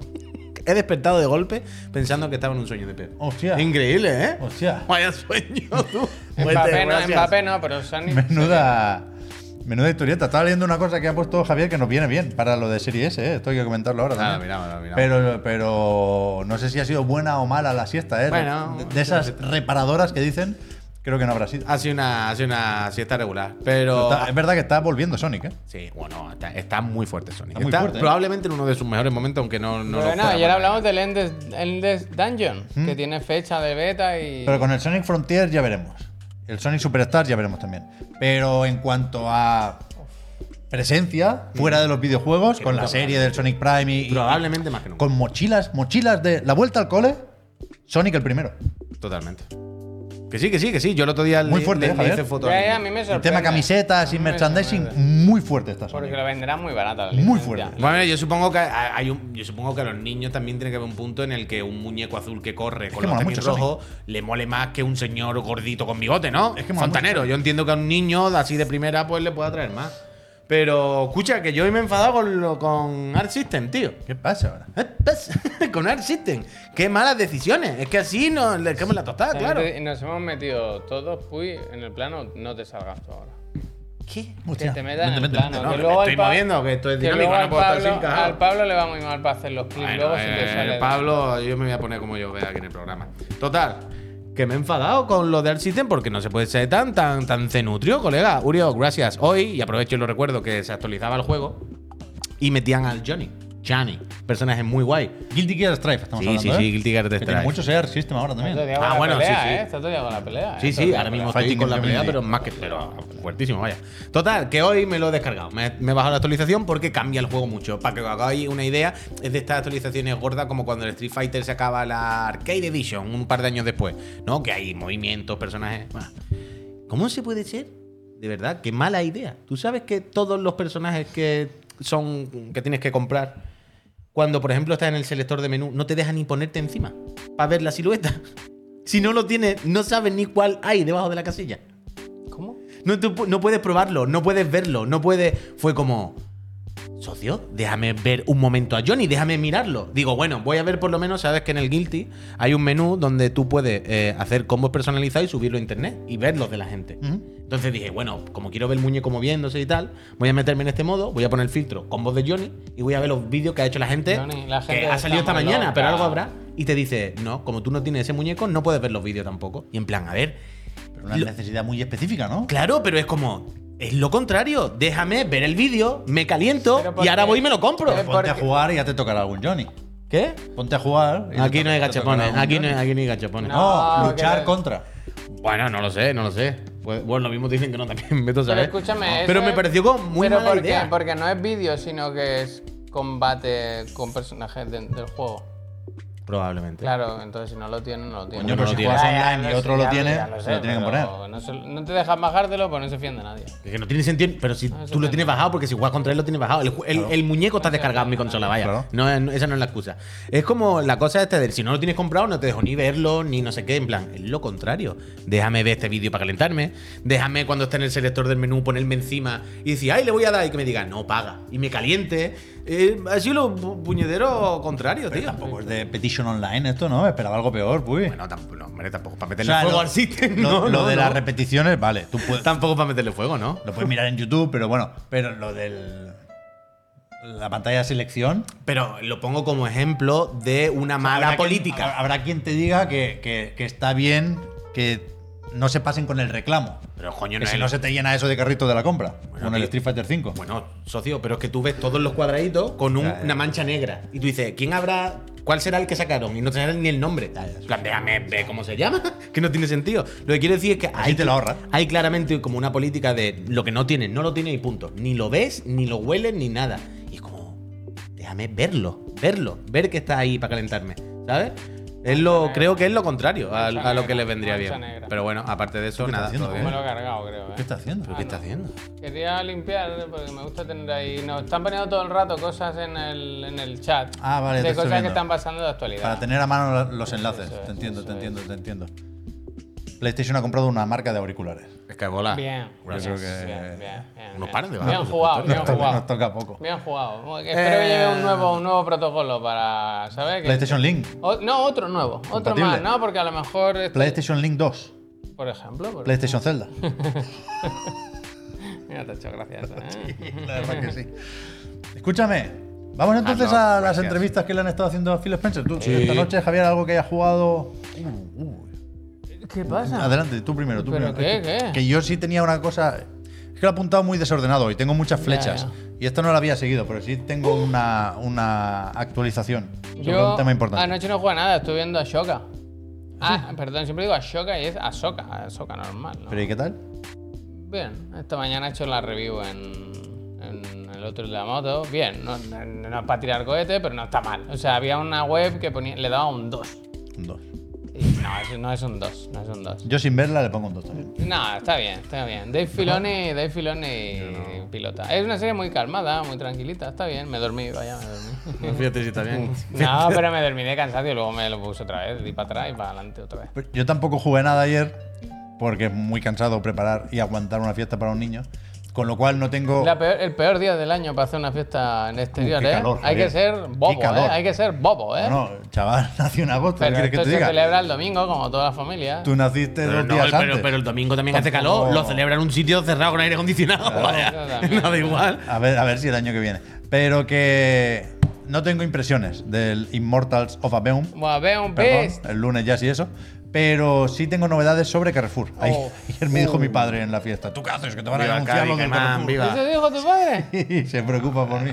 [SPEAKER 4] He despertado de golpe pensando que estaba en un sueño de Pep.
[SPEAKER 3] Hostia.
[SPEAKER 4] Increíble, ¿eh?
[SPEAKER 3] Hostia.
[SPEAKER 4] Vaya sueño, tú.
[SPEAKER 2] Mbappé no,
[SPEAKER 4] Gracias.
[SPEAKER 2] Mbappé no, pero Sonic.
[SPEAKER 3] Menuda. Menuda historieta. Estaba leyendo una cosa que ha puesto Javier que nos viene bien para lo de Serie S, ¿eh? Esto hay que comentarlo ahora
[SPEAKER 4] Nada,
[SPEAKER 3] también.
[SPEAKER 4] miramos, miramos.
[SPEAKER 3] Pero, pero no sé si ha sido buena o mala la siesta, ¿eh?
[SPEAKER 4] Bueno,
[SPEAKER 3] de, de esas reparadoras que dicen, creo que no habrá sido. Ah,
[SPEAKER 4] Ha sido una, ha sido una siesta regular, pero...
[SPEAKER 3] Está- es verdad que está volviendo Sonic, ¿eh?
[SPEAKER 4] Sí, bueno, está, está muy fuerte Sonic.
[SPEAKER 3] Está
[SPEAKER 4] Está,
[SPEAKER 3] muy fuerte, ¿eh?
[SPEAKER 4] probablemente en uno de sus mejores momentos, aunque no, no lo
[SPEAKER 2] bueno,
[SPEAKER 4] fuera.
[SPEAKER 2] ayer hablamos del Endless, Endless Dungeon, que tiene fecha de beta y.
[SPEAKER 3] ¿Mm? Pero con el Sonic Frontier ya veremos. El Sonic Superstars ya veremos también. Pero en cuanto a presencia fuera de los videojuegos, con la serie del Sonic Prime y, y-
[SPEAKER 4] Probablemente más que nunca.
[SPEAKER 3] con mochilas, mochilas de la vuelta al cole, Sonic el primero.
[SPEAKER 4] Totalmente. Que sí, que sí, que sí. Yo el otro día
[SPEAKER 3] Muy
[SPEAKER 4] le,
[SPEAKER 3] fuerte,
[SPEAKER 4] le-
[SPEAKER 3] ¿eh,
[SPEAKER 4] le
[SPEAKER 3] Javier?
[SPEAKER 4] hice foto. a
[SPEAKER 2] Ya,
[SPEAKER 4] Nico.
[SPEAKER 2] ya, a mí me
[SPEAKER 3] El
[SPEAKER 2] sorprende.
[SPEAKER 3] tema camisetas
[SPEAKER 2] A
[SPEAKER 3] y
[SPEAKER 2] mí me sorprende.
[SPEAKER 3] merchandising muy fuerte está
[SPEAKER 2] Porque
[SPEAKER 3] Sonic.
[SPEAKER 2] lo venderán muy barata. la
[SPEAKER 3] Muy
[SPEAKER 2] licencia.
[SPEAKER 3] fuerte.
[SPEAKER 4] Bueno, yo supongo que a- hay un, yo supongo que a los niños también tiene que haber un punto en el que un muñeco azul que corre con
[SPEAKER 3] que
[SPEAKER 4] los
[SPEAKER 3] mola
[SPEAKER 4] tenis
[SPEAKER 3] mucho Sonic.
[SPEAKER 4] rojos le mole más que un señor gordito con bigote, ¿no?
[SPEAKER 3] Es que mola
[SPEAKER 4] fontanero. Yo entiendo que a un niño así de primera pues le puede atraer más. Pero escucha, que yo hoy me he enfadado con, lo- con Art System, tío.
[SPEAKER 3] ¿Qué pasa ahora?
[SPEAKER 4] Eh, pes, con Art System. Qué malas decisiones. Es que así nos le echamos la tostada, claro.
[SPEAKER 2] Entonces, Nos hemos metido todos, Puy, en el plano, no te salgas tú ahora.
[SPEAKER 4] ¿Qué?
[SPEAKER 2] Que te metas en
[SPEAKER 3] vente,
[SPEAKER 2] el
[SPEAKER 3] vente,
[SPEAKER 2] plano.
[SPEAKER 3] vente,
[SPEAKER 4] no,
[SPEAKER 2] que
[SPEAKER 4] me
[SPEAKER 2] luego
[SPEAKER 4] estoy
[SPEAKER 2] al Pa-
[SPEAKER 4] moviendo, que esto es dinámico,
[SPEAKER 2] luego
[SPEAKER 4] no
[SPEAKER 2] al
[SPEAKER 4] puedo estar
[SPEAKER 2] Pablo,
[SPEAKER 4] sin cajado.
[SPEAKER 2] al Pablo le va muy mal para hacer los clips.
[SPEAKER 4] Bueno,
[SPEAKER 2] luego si te
[SPEAKER 4] eh,
[SPEAKER 2] sale de-
[SPEAKER 4] Pablo, yo me voy a poner como yo vea aquí en el programa. Total, que me he enfadado con lo de Art System porque no se puede ser tan, tan, tan cenutrio, colega. Urio, gracias. Hoy, y aprovecho y lo recuerdo, que se actualizaba el juego y metían al Johnny. Johnny, personaje muy guay.
[SPEAKER 3] Guilty Gear Strife, estamos
[SPEAKER 4] Sí, sí,
[SPEAKER 3] hablando.
[SPEAKER 4] sí,
[SPEAKER 3] ¿eh?
[SPEAKER 4] Guilty Gear
[SPEAKER 3] Que tiene
[SPEAKER 4] Strife.
[SPEAKER 3] mucho SEAR System ahora
[SPEAKER 2] Está
[SPEAKER 3] también.
[SPEAKER 2] todo el día con
[SPEAKER 4] Ah,
[SPEAKER 2] la
[SPEAKER 4] bueno,
[SPEAKER 2] pelea,
[SPEAKER 4] sí, sí.
[SPEAKER 2] ¿eh? Está todo el día con la pelea.
[SPEAKER 4] Sí,
[SPEAKER 2] eh, todo el
[SPEAKER 4] sí,
[SPEAKER 2] día
[SPEAKER 4] ahora
[SPEAKER 2] con la
[SPEAKER 4] mismo
[SPEAKER 3] Fighting
[SPEAKER 4] estoy con la
[SPEAKER 3] Community.
[SPEAKER 4] pelea, pero más que. Pero fuertísimo, vaya. Total, que hoy me lo he descargado. Me, me he bajado la actualización porque cambia el juego mucho. Para que os hagáis una idea, es de estas actualizaciones gordas como cuando el Street Fighter se acaba la Arcade Edition un par de años después, ¿no? Que hay movimientos, personajes. Bah. ¿Cómo se puede ser? De verdad, qué mala idea. Tú sabes que todos los personajes que son que tienes que comprar cuando por ejemplo estás en el selector de menú no te deja ni ponerte encima para ver la silueta. Si no lo tienes, no sabes ni cuál hay debajo de la casilla.
[SPEAKER 2] ¿Cómo?
[SPEAKER 4] No, te pu- no puedes probarlo, no puedes verlo, no puedes. Fue como. Socio, déjame ver un momento a Johnny, déjame mirarlo. Digo, bueno, voy a ver por lo menos, sabes que en el Guilty hay un menú donde tú puedes eh, hacer combos personalizados y subirlo a internet y ver los de la gente. Entonces dije, bueno, como quiero ver el muñeco moviéndose y tal, voy a meterme en este modo, voy a poner el filtro combos de Johnny y voy a ver los vídeos que ha hecho la gente,
[SPEAKER 2] Johnny, la gente
[SPEAKER 4] que ha salido
[SPEAKER 2] está
[SPEAKER 4] esta
[SPEAKER 2] muy
[SPEAKER 4] mañana,
[SPEAKER 2] loca.
[SPEAKER 4] pero algo habrá. Y te dice, no, como tú no tienes ese muñeco, no puedes ver los vídeos tampoco. Y en plan, a ver,
[SPEAKER 3] Pero una
[SPEAKER 4] Lo-
[SPEAKER 3] necesidad muy específica, ¿no?
[SPEAKER 4] Claro, pero es como. Es lo contrario. Déjame ver el vídeo, me caliento
[SPEAKER 2] Pero
[SPEAKER 4] y ahora
[SPEAKER 2] porque-
[SPEAKER 4] voy y me lo compro.
[SPEAKER 2] pero
[SPEAKER 3] Ponte a
[SPEAKER 2] porque-
[SPEAKER 3] jugar y ya te tocará algún Johnny.
[SPEAKER 4] ¿Qué?
[SPEAKER 3] Ponte a jugar. y te
[SPEAKER 4] Aquí
[SPEAKER 3] to-
[SPEAKER 4] no hay
[SPEAKER 3] te tocará
[SPEAKER 4] gachapones.
[SPEAKER 3] algún
[SPEAKER 4] Aquí no,
[SPEAKER 3] Johnny.
[SPEAKER 4] aquí no hay gachapones.
[SPEAKER 2] No.
[SPEAKER 3] No,
[SPEAKER 2] que
[SPEAKER 3] luchar
[SPEAKER 2] no.
[SPEAKER 3] contra.
[SPEAKER 4] Bueno, no lo sé, no lo sé. Pues, bueno, lo mismo dicen que no también. Vete a
[SPEAKER 2] Pero
[SPEAKER 4] saber.
[SPEAKER 2] escúchame. eso
[SPEAKER 4] Ah, Pero me
[SPEAKER 2] es-
[SPEAKER 4] pareció como muy
[SPEAKER 2] ¿Pero
[SPEAKER 4] mala
[SPEAKER 2] por qué?
[SPEAKER 4] idea.
[SPEAKER 2] Porque no es vídeo, sino que es combate con personajes de- del juego.
[SPEAKER 4] Probablemente.
[SPEAKER 2] Claro, entonces si no lo tienen, no lo tienen.
[SPEAKER 3] Coño,
[SPEAKER 4] pero si
[SPEAKER 3] juegas
[SPEAKER 2] Ya, ya,
[SPEAKER 3] online y
[SPEAKER 2] lo
[SPEAKER 3] otro
[SPEAKER 2] sé,
[SPEAKER 3] lo
[SPEAKER 2] ya,
[SPEAKER 3] tiene,
[SPEAKER 2] ya
[SPEAKER 3] lo tienen que
[SPEAKER 2] pero
[SPEAKER 3] poner.
[SPEAKER 2] No, se- no te dejas bajártelo porque no se fían de nadie.
[SPEAKER 4] Es que no tiene sentido, pero si
[SPEAKER 2] Ah, eso
[SPEAKER 4] tú lo
[SPEAKER 2] es
[SPEAKER 4] tienes
[SPEAKER 2] verdad.
[SPEAKER 4] bajado, porque si juegas contra él lo tienes bajado. El, ju- el- el muñeco está descargado en mi consola, vaya.
[SPEAKER 3] Claro.
[SPEAKER 4] No, es- no- esa no es la excusa. Es como la cosa esta de si no lo tienes comprado, no te dejo ni verlo, ni no sé qué. En plan, es lo contrario. Déjame ver este vídeo para calentarme. Déjame cuando esté en el selector del menú ponerme encima y decir, ay, le voy a dar y que me diga, no, paga. Y me caliente. Eh, ha sido lo pu- puñedero contrario, tío.
[SPEAKER 3] Tampoco es de petition online esto, ¿no? Esperaba algo peor, pues.
[SPEAKER 4] Bueno, tampoco, no, hombre, tampoco para
[SPEAKER 3] O
[SPEAKER 4] meterle
[SPEAKER 3] sea,
[SPEAKER 4] fuego
[SPEAKER 3] lo-
[SPEAKER 4] al system.
[SPEAKER 3] lo-
[SPEAKER 4] no,
[SPEAKER 3] lo
[SPEAKER 4] no,
[SPEAKER 3] de
[SPEAKER 4] no.
[SPEAKER 3] las repeticiones, vale. Tú puedes,
[SPEAKER 4] Tampoco para meterle fuego, ¿no?
[SPEAKER 3] lo puedes mirar en YouTube, pero bueno. Pero lo del. La pantalla de selección.
[SPEAKER 4] Pero lo pongo como ejemplo de una mala
[SPEAKER 3] habrá quien-
[SPEAKER 4] política.
[SPEAKER 3] habrá- habrá quien te diga que, que- que está bien que no se pasen con el reclamo.
[SPEAKER 4] pero coño,
[SPEAKER 3] Que
[SPEAKER 4] no
[SPEAKER 3] si
[SPEAKER 4] es.
[SPEAKER 3] no se te llena eso de carrito de la compra.
[SPEAKER 4] Bueno,
[SPEAKER 3] con el
[SPEAKER 4] tío.
[SPEAKER 3] Street Fighter 5.
[SPEAKER 4] Pues Bueno, socio, pero es que tú ves todos los cuadraditos con un-
[SPEAKER 3] Ya, ya.
[SPEAKER 4] una mancha negra. Y tú dices, ¿quién habrá.? ¿Cuál será el que sacaron? Y no te sale ni el nombre. En plan, déjame ver cómo se llama. que no tiene sentido. Lo que quiero decir es que hay,
[SPEAKER 3] te lo ahorras.
[SPEAKER 4] hay claramente como una política de lo que no tienes, no lo tienes y punto. Ni lo ves, ni lo hueles, ni nada. Y es como, déjame verlo, verlo, ver que está ahí para calentarme. ¿Sabes? Es lo, creo que es lo contrario a,
[SPEAKER 2] Mancha
[SPEAKER 4] a lo que
[SPEAKER 2] negra,
[SPEAKER 4] les vendría
[SPEAKER 2] mancha
[SPEAKER 4] bien.
[SPEAKER 2] negra.
[SPEAKER 4] Pero bueno, aparte de eso,
[SPEAKER 3] ¿Qué está
[SPEAKER 4] nada.
[SPEAKER 3] haciendo,
[SPEAKER 4] todo
[SPEAKER 3] eh?
[SPEAKER 2] Me
[SPEAKER 4] bien.
[SPEAKER 2] lo he cargado, creo. ¿eh?
[SPEAKER 3] ¿Qué está haciendo?
[SPEAKER 4] ¿Qué está haciendo?
[SPEAKER 2] Quería limpiar ¿eh? porque me gusta tener ahí. Nos están poniendo todo el rato cosas en el, en el chat.
[SPEAKER 3] Ah, vale, te
[SPEAKER 2] De
[SPEAKER 3] estoy
[SPEAKER 2] cosas que
[SPEAKER 3] viendo.
[SPEAKER 2] están pasando de actualidad.
[SPEAKER 3] Para tener a mano la- los enlaces.
[SPEAKER 2] Eso es,
[SPEAKER 3] te entiendo,
[SPEAKER 2] eso
[SPEAKER 3] te
[SPEAKER 2] es.
[SPEAKER 3] entiendo, te entiendo. PlayStation ha comprado una marca de auriculares.
[SPEAKER 4] Es que bola.
[SPEAKER 2] Bien.
[SPEAKER 3] Ah, Yo creo que-
[SPEAKER 2] Bien, bien, bien,
[SPEAKER 4] Unos
[SPEAKER 2] bien.
[SPEAKER 4] pares de
[SPEAKER 2] Bien
[SPEAKER 4] bajos,
[SPEAKER 2] jugado,
[SPEAKER 4] los
[SPEAKER 2] bien
[SPEAKER 3] Nos toca,
[SPEAKER 2] jugado.
[SPEAKER 3] nos toca poco.
[SPEAKER 2] Bien jugado. Espero que lleve un nuevo, un nuevo protocolo para. ¿Sabes? Que-
[SPEAKER 3] Eh, PlayStation Link.
[SPEAKER 2] O- no, otro nuevo. Otro
[SPEAKER 3] Compatible.
[SPEAKER 2] más, ¿no? Porque a lo mejor. este-
[SPEAKER 3] PlayStation Link 2.
[SPEAKER 2] Por ejemplo. por-
[SPEAKER 3] PlayStation Zelda.
[SPEAKER 2] Mira, te ha hecho gracia esa, ¿eh?
[SPEAKER 3] La verdad que sí. Escúchame. Vamos
[SPEAKER 2] Ah,
[SPEAKER 3] entonces
[SPEAKER 2] pues
[SPEAKER 4] no,
[SPEAKER 3] a las
[SPEAKER 4] gracias.
[SPEAKER 3] entrevistas que le han estado haciendo a Phil Spencer. Tú,
[SPEAKER 4] Sí.
[SPEAKER 3] esta noche, Javier, algo que haya jugado. Uh, uh.
[SPEAKER 2] ¿Qué pasa?
[SPEAKER 3] Adelante, tú primero, tú
[SPEAKER 2] ¿Pero
[SPEAKER 3] primero.
[SPEAKER 2] qué,
[SPEAKER 3] Es que-
[SPEAKER 2] qué?
[SPEAKER 3] Que yo sí tenía una cosa. Es que lo he apuntado muy desordenado y tengo muchas flechas.
[SPEAKER 2] ya.
[SPEAKER 3] Y esto no lo había seguido, pero sí tengo una, una actualización sobre
[SPEAKER 2] Yo
[SPEAKER 3] un tema importante.
[SPEAKER 2] Anoche no juega nada, estuve viendo a Shoka. Ah, perdón, siempre digo a Shoka y es a Soka, a Soka normal. ¿no?
[SPEAKER 3] ¿Pero y qué tal?
[SPEAKER 2] Bien, esta mañana he hecho la review en, en el otro de la moto. Bien, no, no- no es para tirar cohete, pero no está mal. O sea, había una web que ponía, le daba un 2.
[SPEAKER 3] Un 2.
[SPEAKER 2] Y no, es- no es un 2, no es un 2.
[SPEAKER 3] Yo sin verla le pongo un 2 también.
[SPEAKER 2] No, está bien, está bien. Dave Filoni, Dave Filoni pilota. Es una serie muy calmada, muy tranquilita, está bien. Me dormí, vaya, me dormí.
[SPEAKER 4] Fíjate si está bien.
[SPEAKER 2] No, pero me dormí de cansado y luego me lo puse otra vez, di para atrás y para adelante otra vez.
[SPEAKER 3] Pero Yo tampoco jugué nada ayer porque es muy cansado preparar y aguantar una fiesta para un niño. Con lo cual no tengo.
[SPEAKER 2] La peor- el peor día del año para hacer una fiesta en exterior,
[SPEAKER 3] Oh. qué
[SPEAKER 2] ¿eh?
[SPEAKER 3] calor,
[SPEAKER 2] Hay que
[SPEAKER 3] Javier.
[SPEAKER 2] ser bobo,
[SPEAKER 3] Qué
[SPEAKER 2] ¿eh?
[SPEAKER 3] calor.
[SPEAKER 2] Hay que ser bobo, ¿eh?
[SPEAKER 3] No, chaval, nació en agosto. ¿Qué
[SPEAKER 2] Pero
[SPEAKER 3] quieres que
[SPEAKER 2] esto
[SPEAKER 3] te
[SPEAKER 2] se
[SPEAKER 3] diga?
[SPEAKER 2] celebra el domingo, como toda la familia.
[SPEAKER 3] Tú naciste
[SPEAKER 4] Pero,
[SPEAKER 3] dos
[SPEAKER 4] no,
[SPEAKER 3] días
[SPEAKER 4] pero-
[SPEAKER 3] antes.
[SPEAKER 4] pero el domingo también hace
[SPEAKER 3] Tampoco-
[SPEAKER 4] calor. Lo celebra en un sitio cerrado con aire acondicionado. vaya.
[SPEAKER 2] Eso también.
[SPEAKER 4] Nada igual.
[SPEAKER 3] A ver, a ver si el año que viene. Pero que no tengo impresiones del Immortals of Abeum.
[SPEAKER 2] Bueno, ve un
[SPEAKER 3] Perdón,
[SPEAKER 2] pez.
[SPEAKER 3] el lunes ya sí eso. Pero sí tengo novedades sobre Carrefour. Ahí-
[SPEAKER 2] Oh.
[SPEAKER 3] Ayer me dijo mi padre en la fiesta, ¿tú qué haces? Que te van a
[SPEAKER 4] Viva
[SPEAKER 3] denunciar
[SPEAKER 4] Cádiz,
[SPEAKER 3] los del
[SPEAKER 4] que man,
[SPEAKER 3] Carrefour".
[SPEAKER 4] viva.
[SPEAKER 2] ¿Eso dijo tu padre?
[SPEAKER 3] Y se preocupa por mí.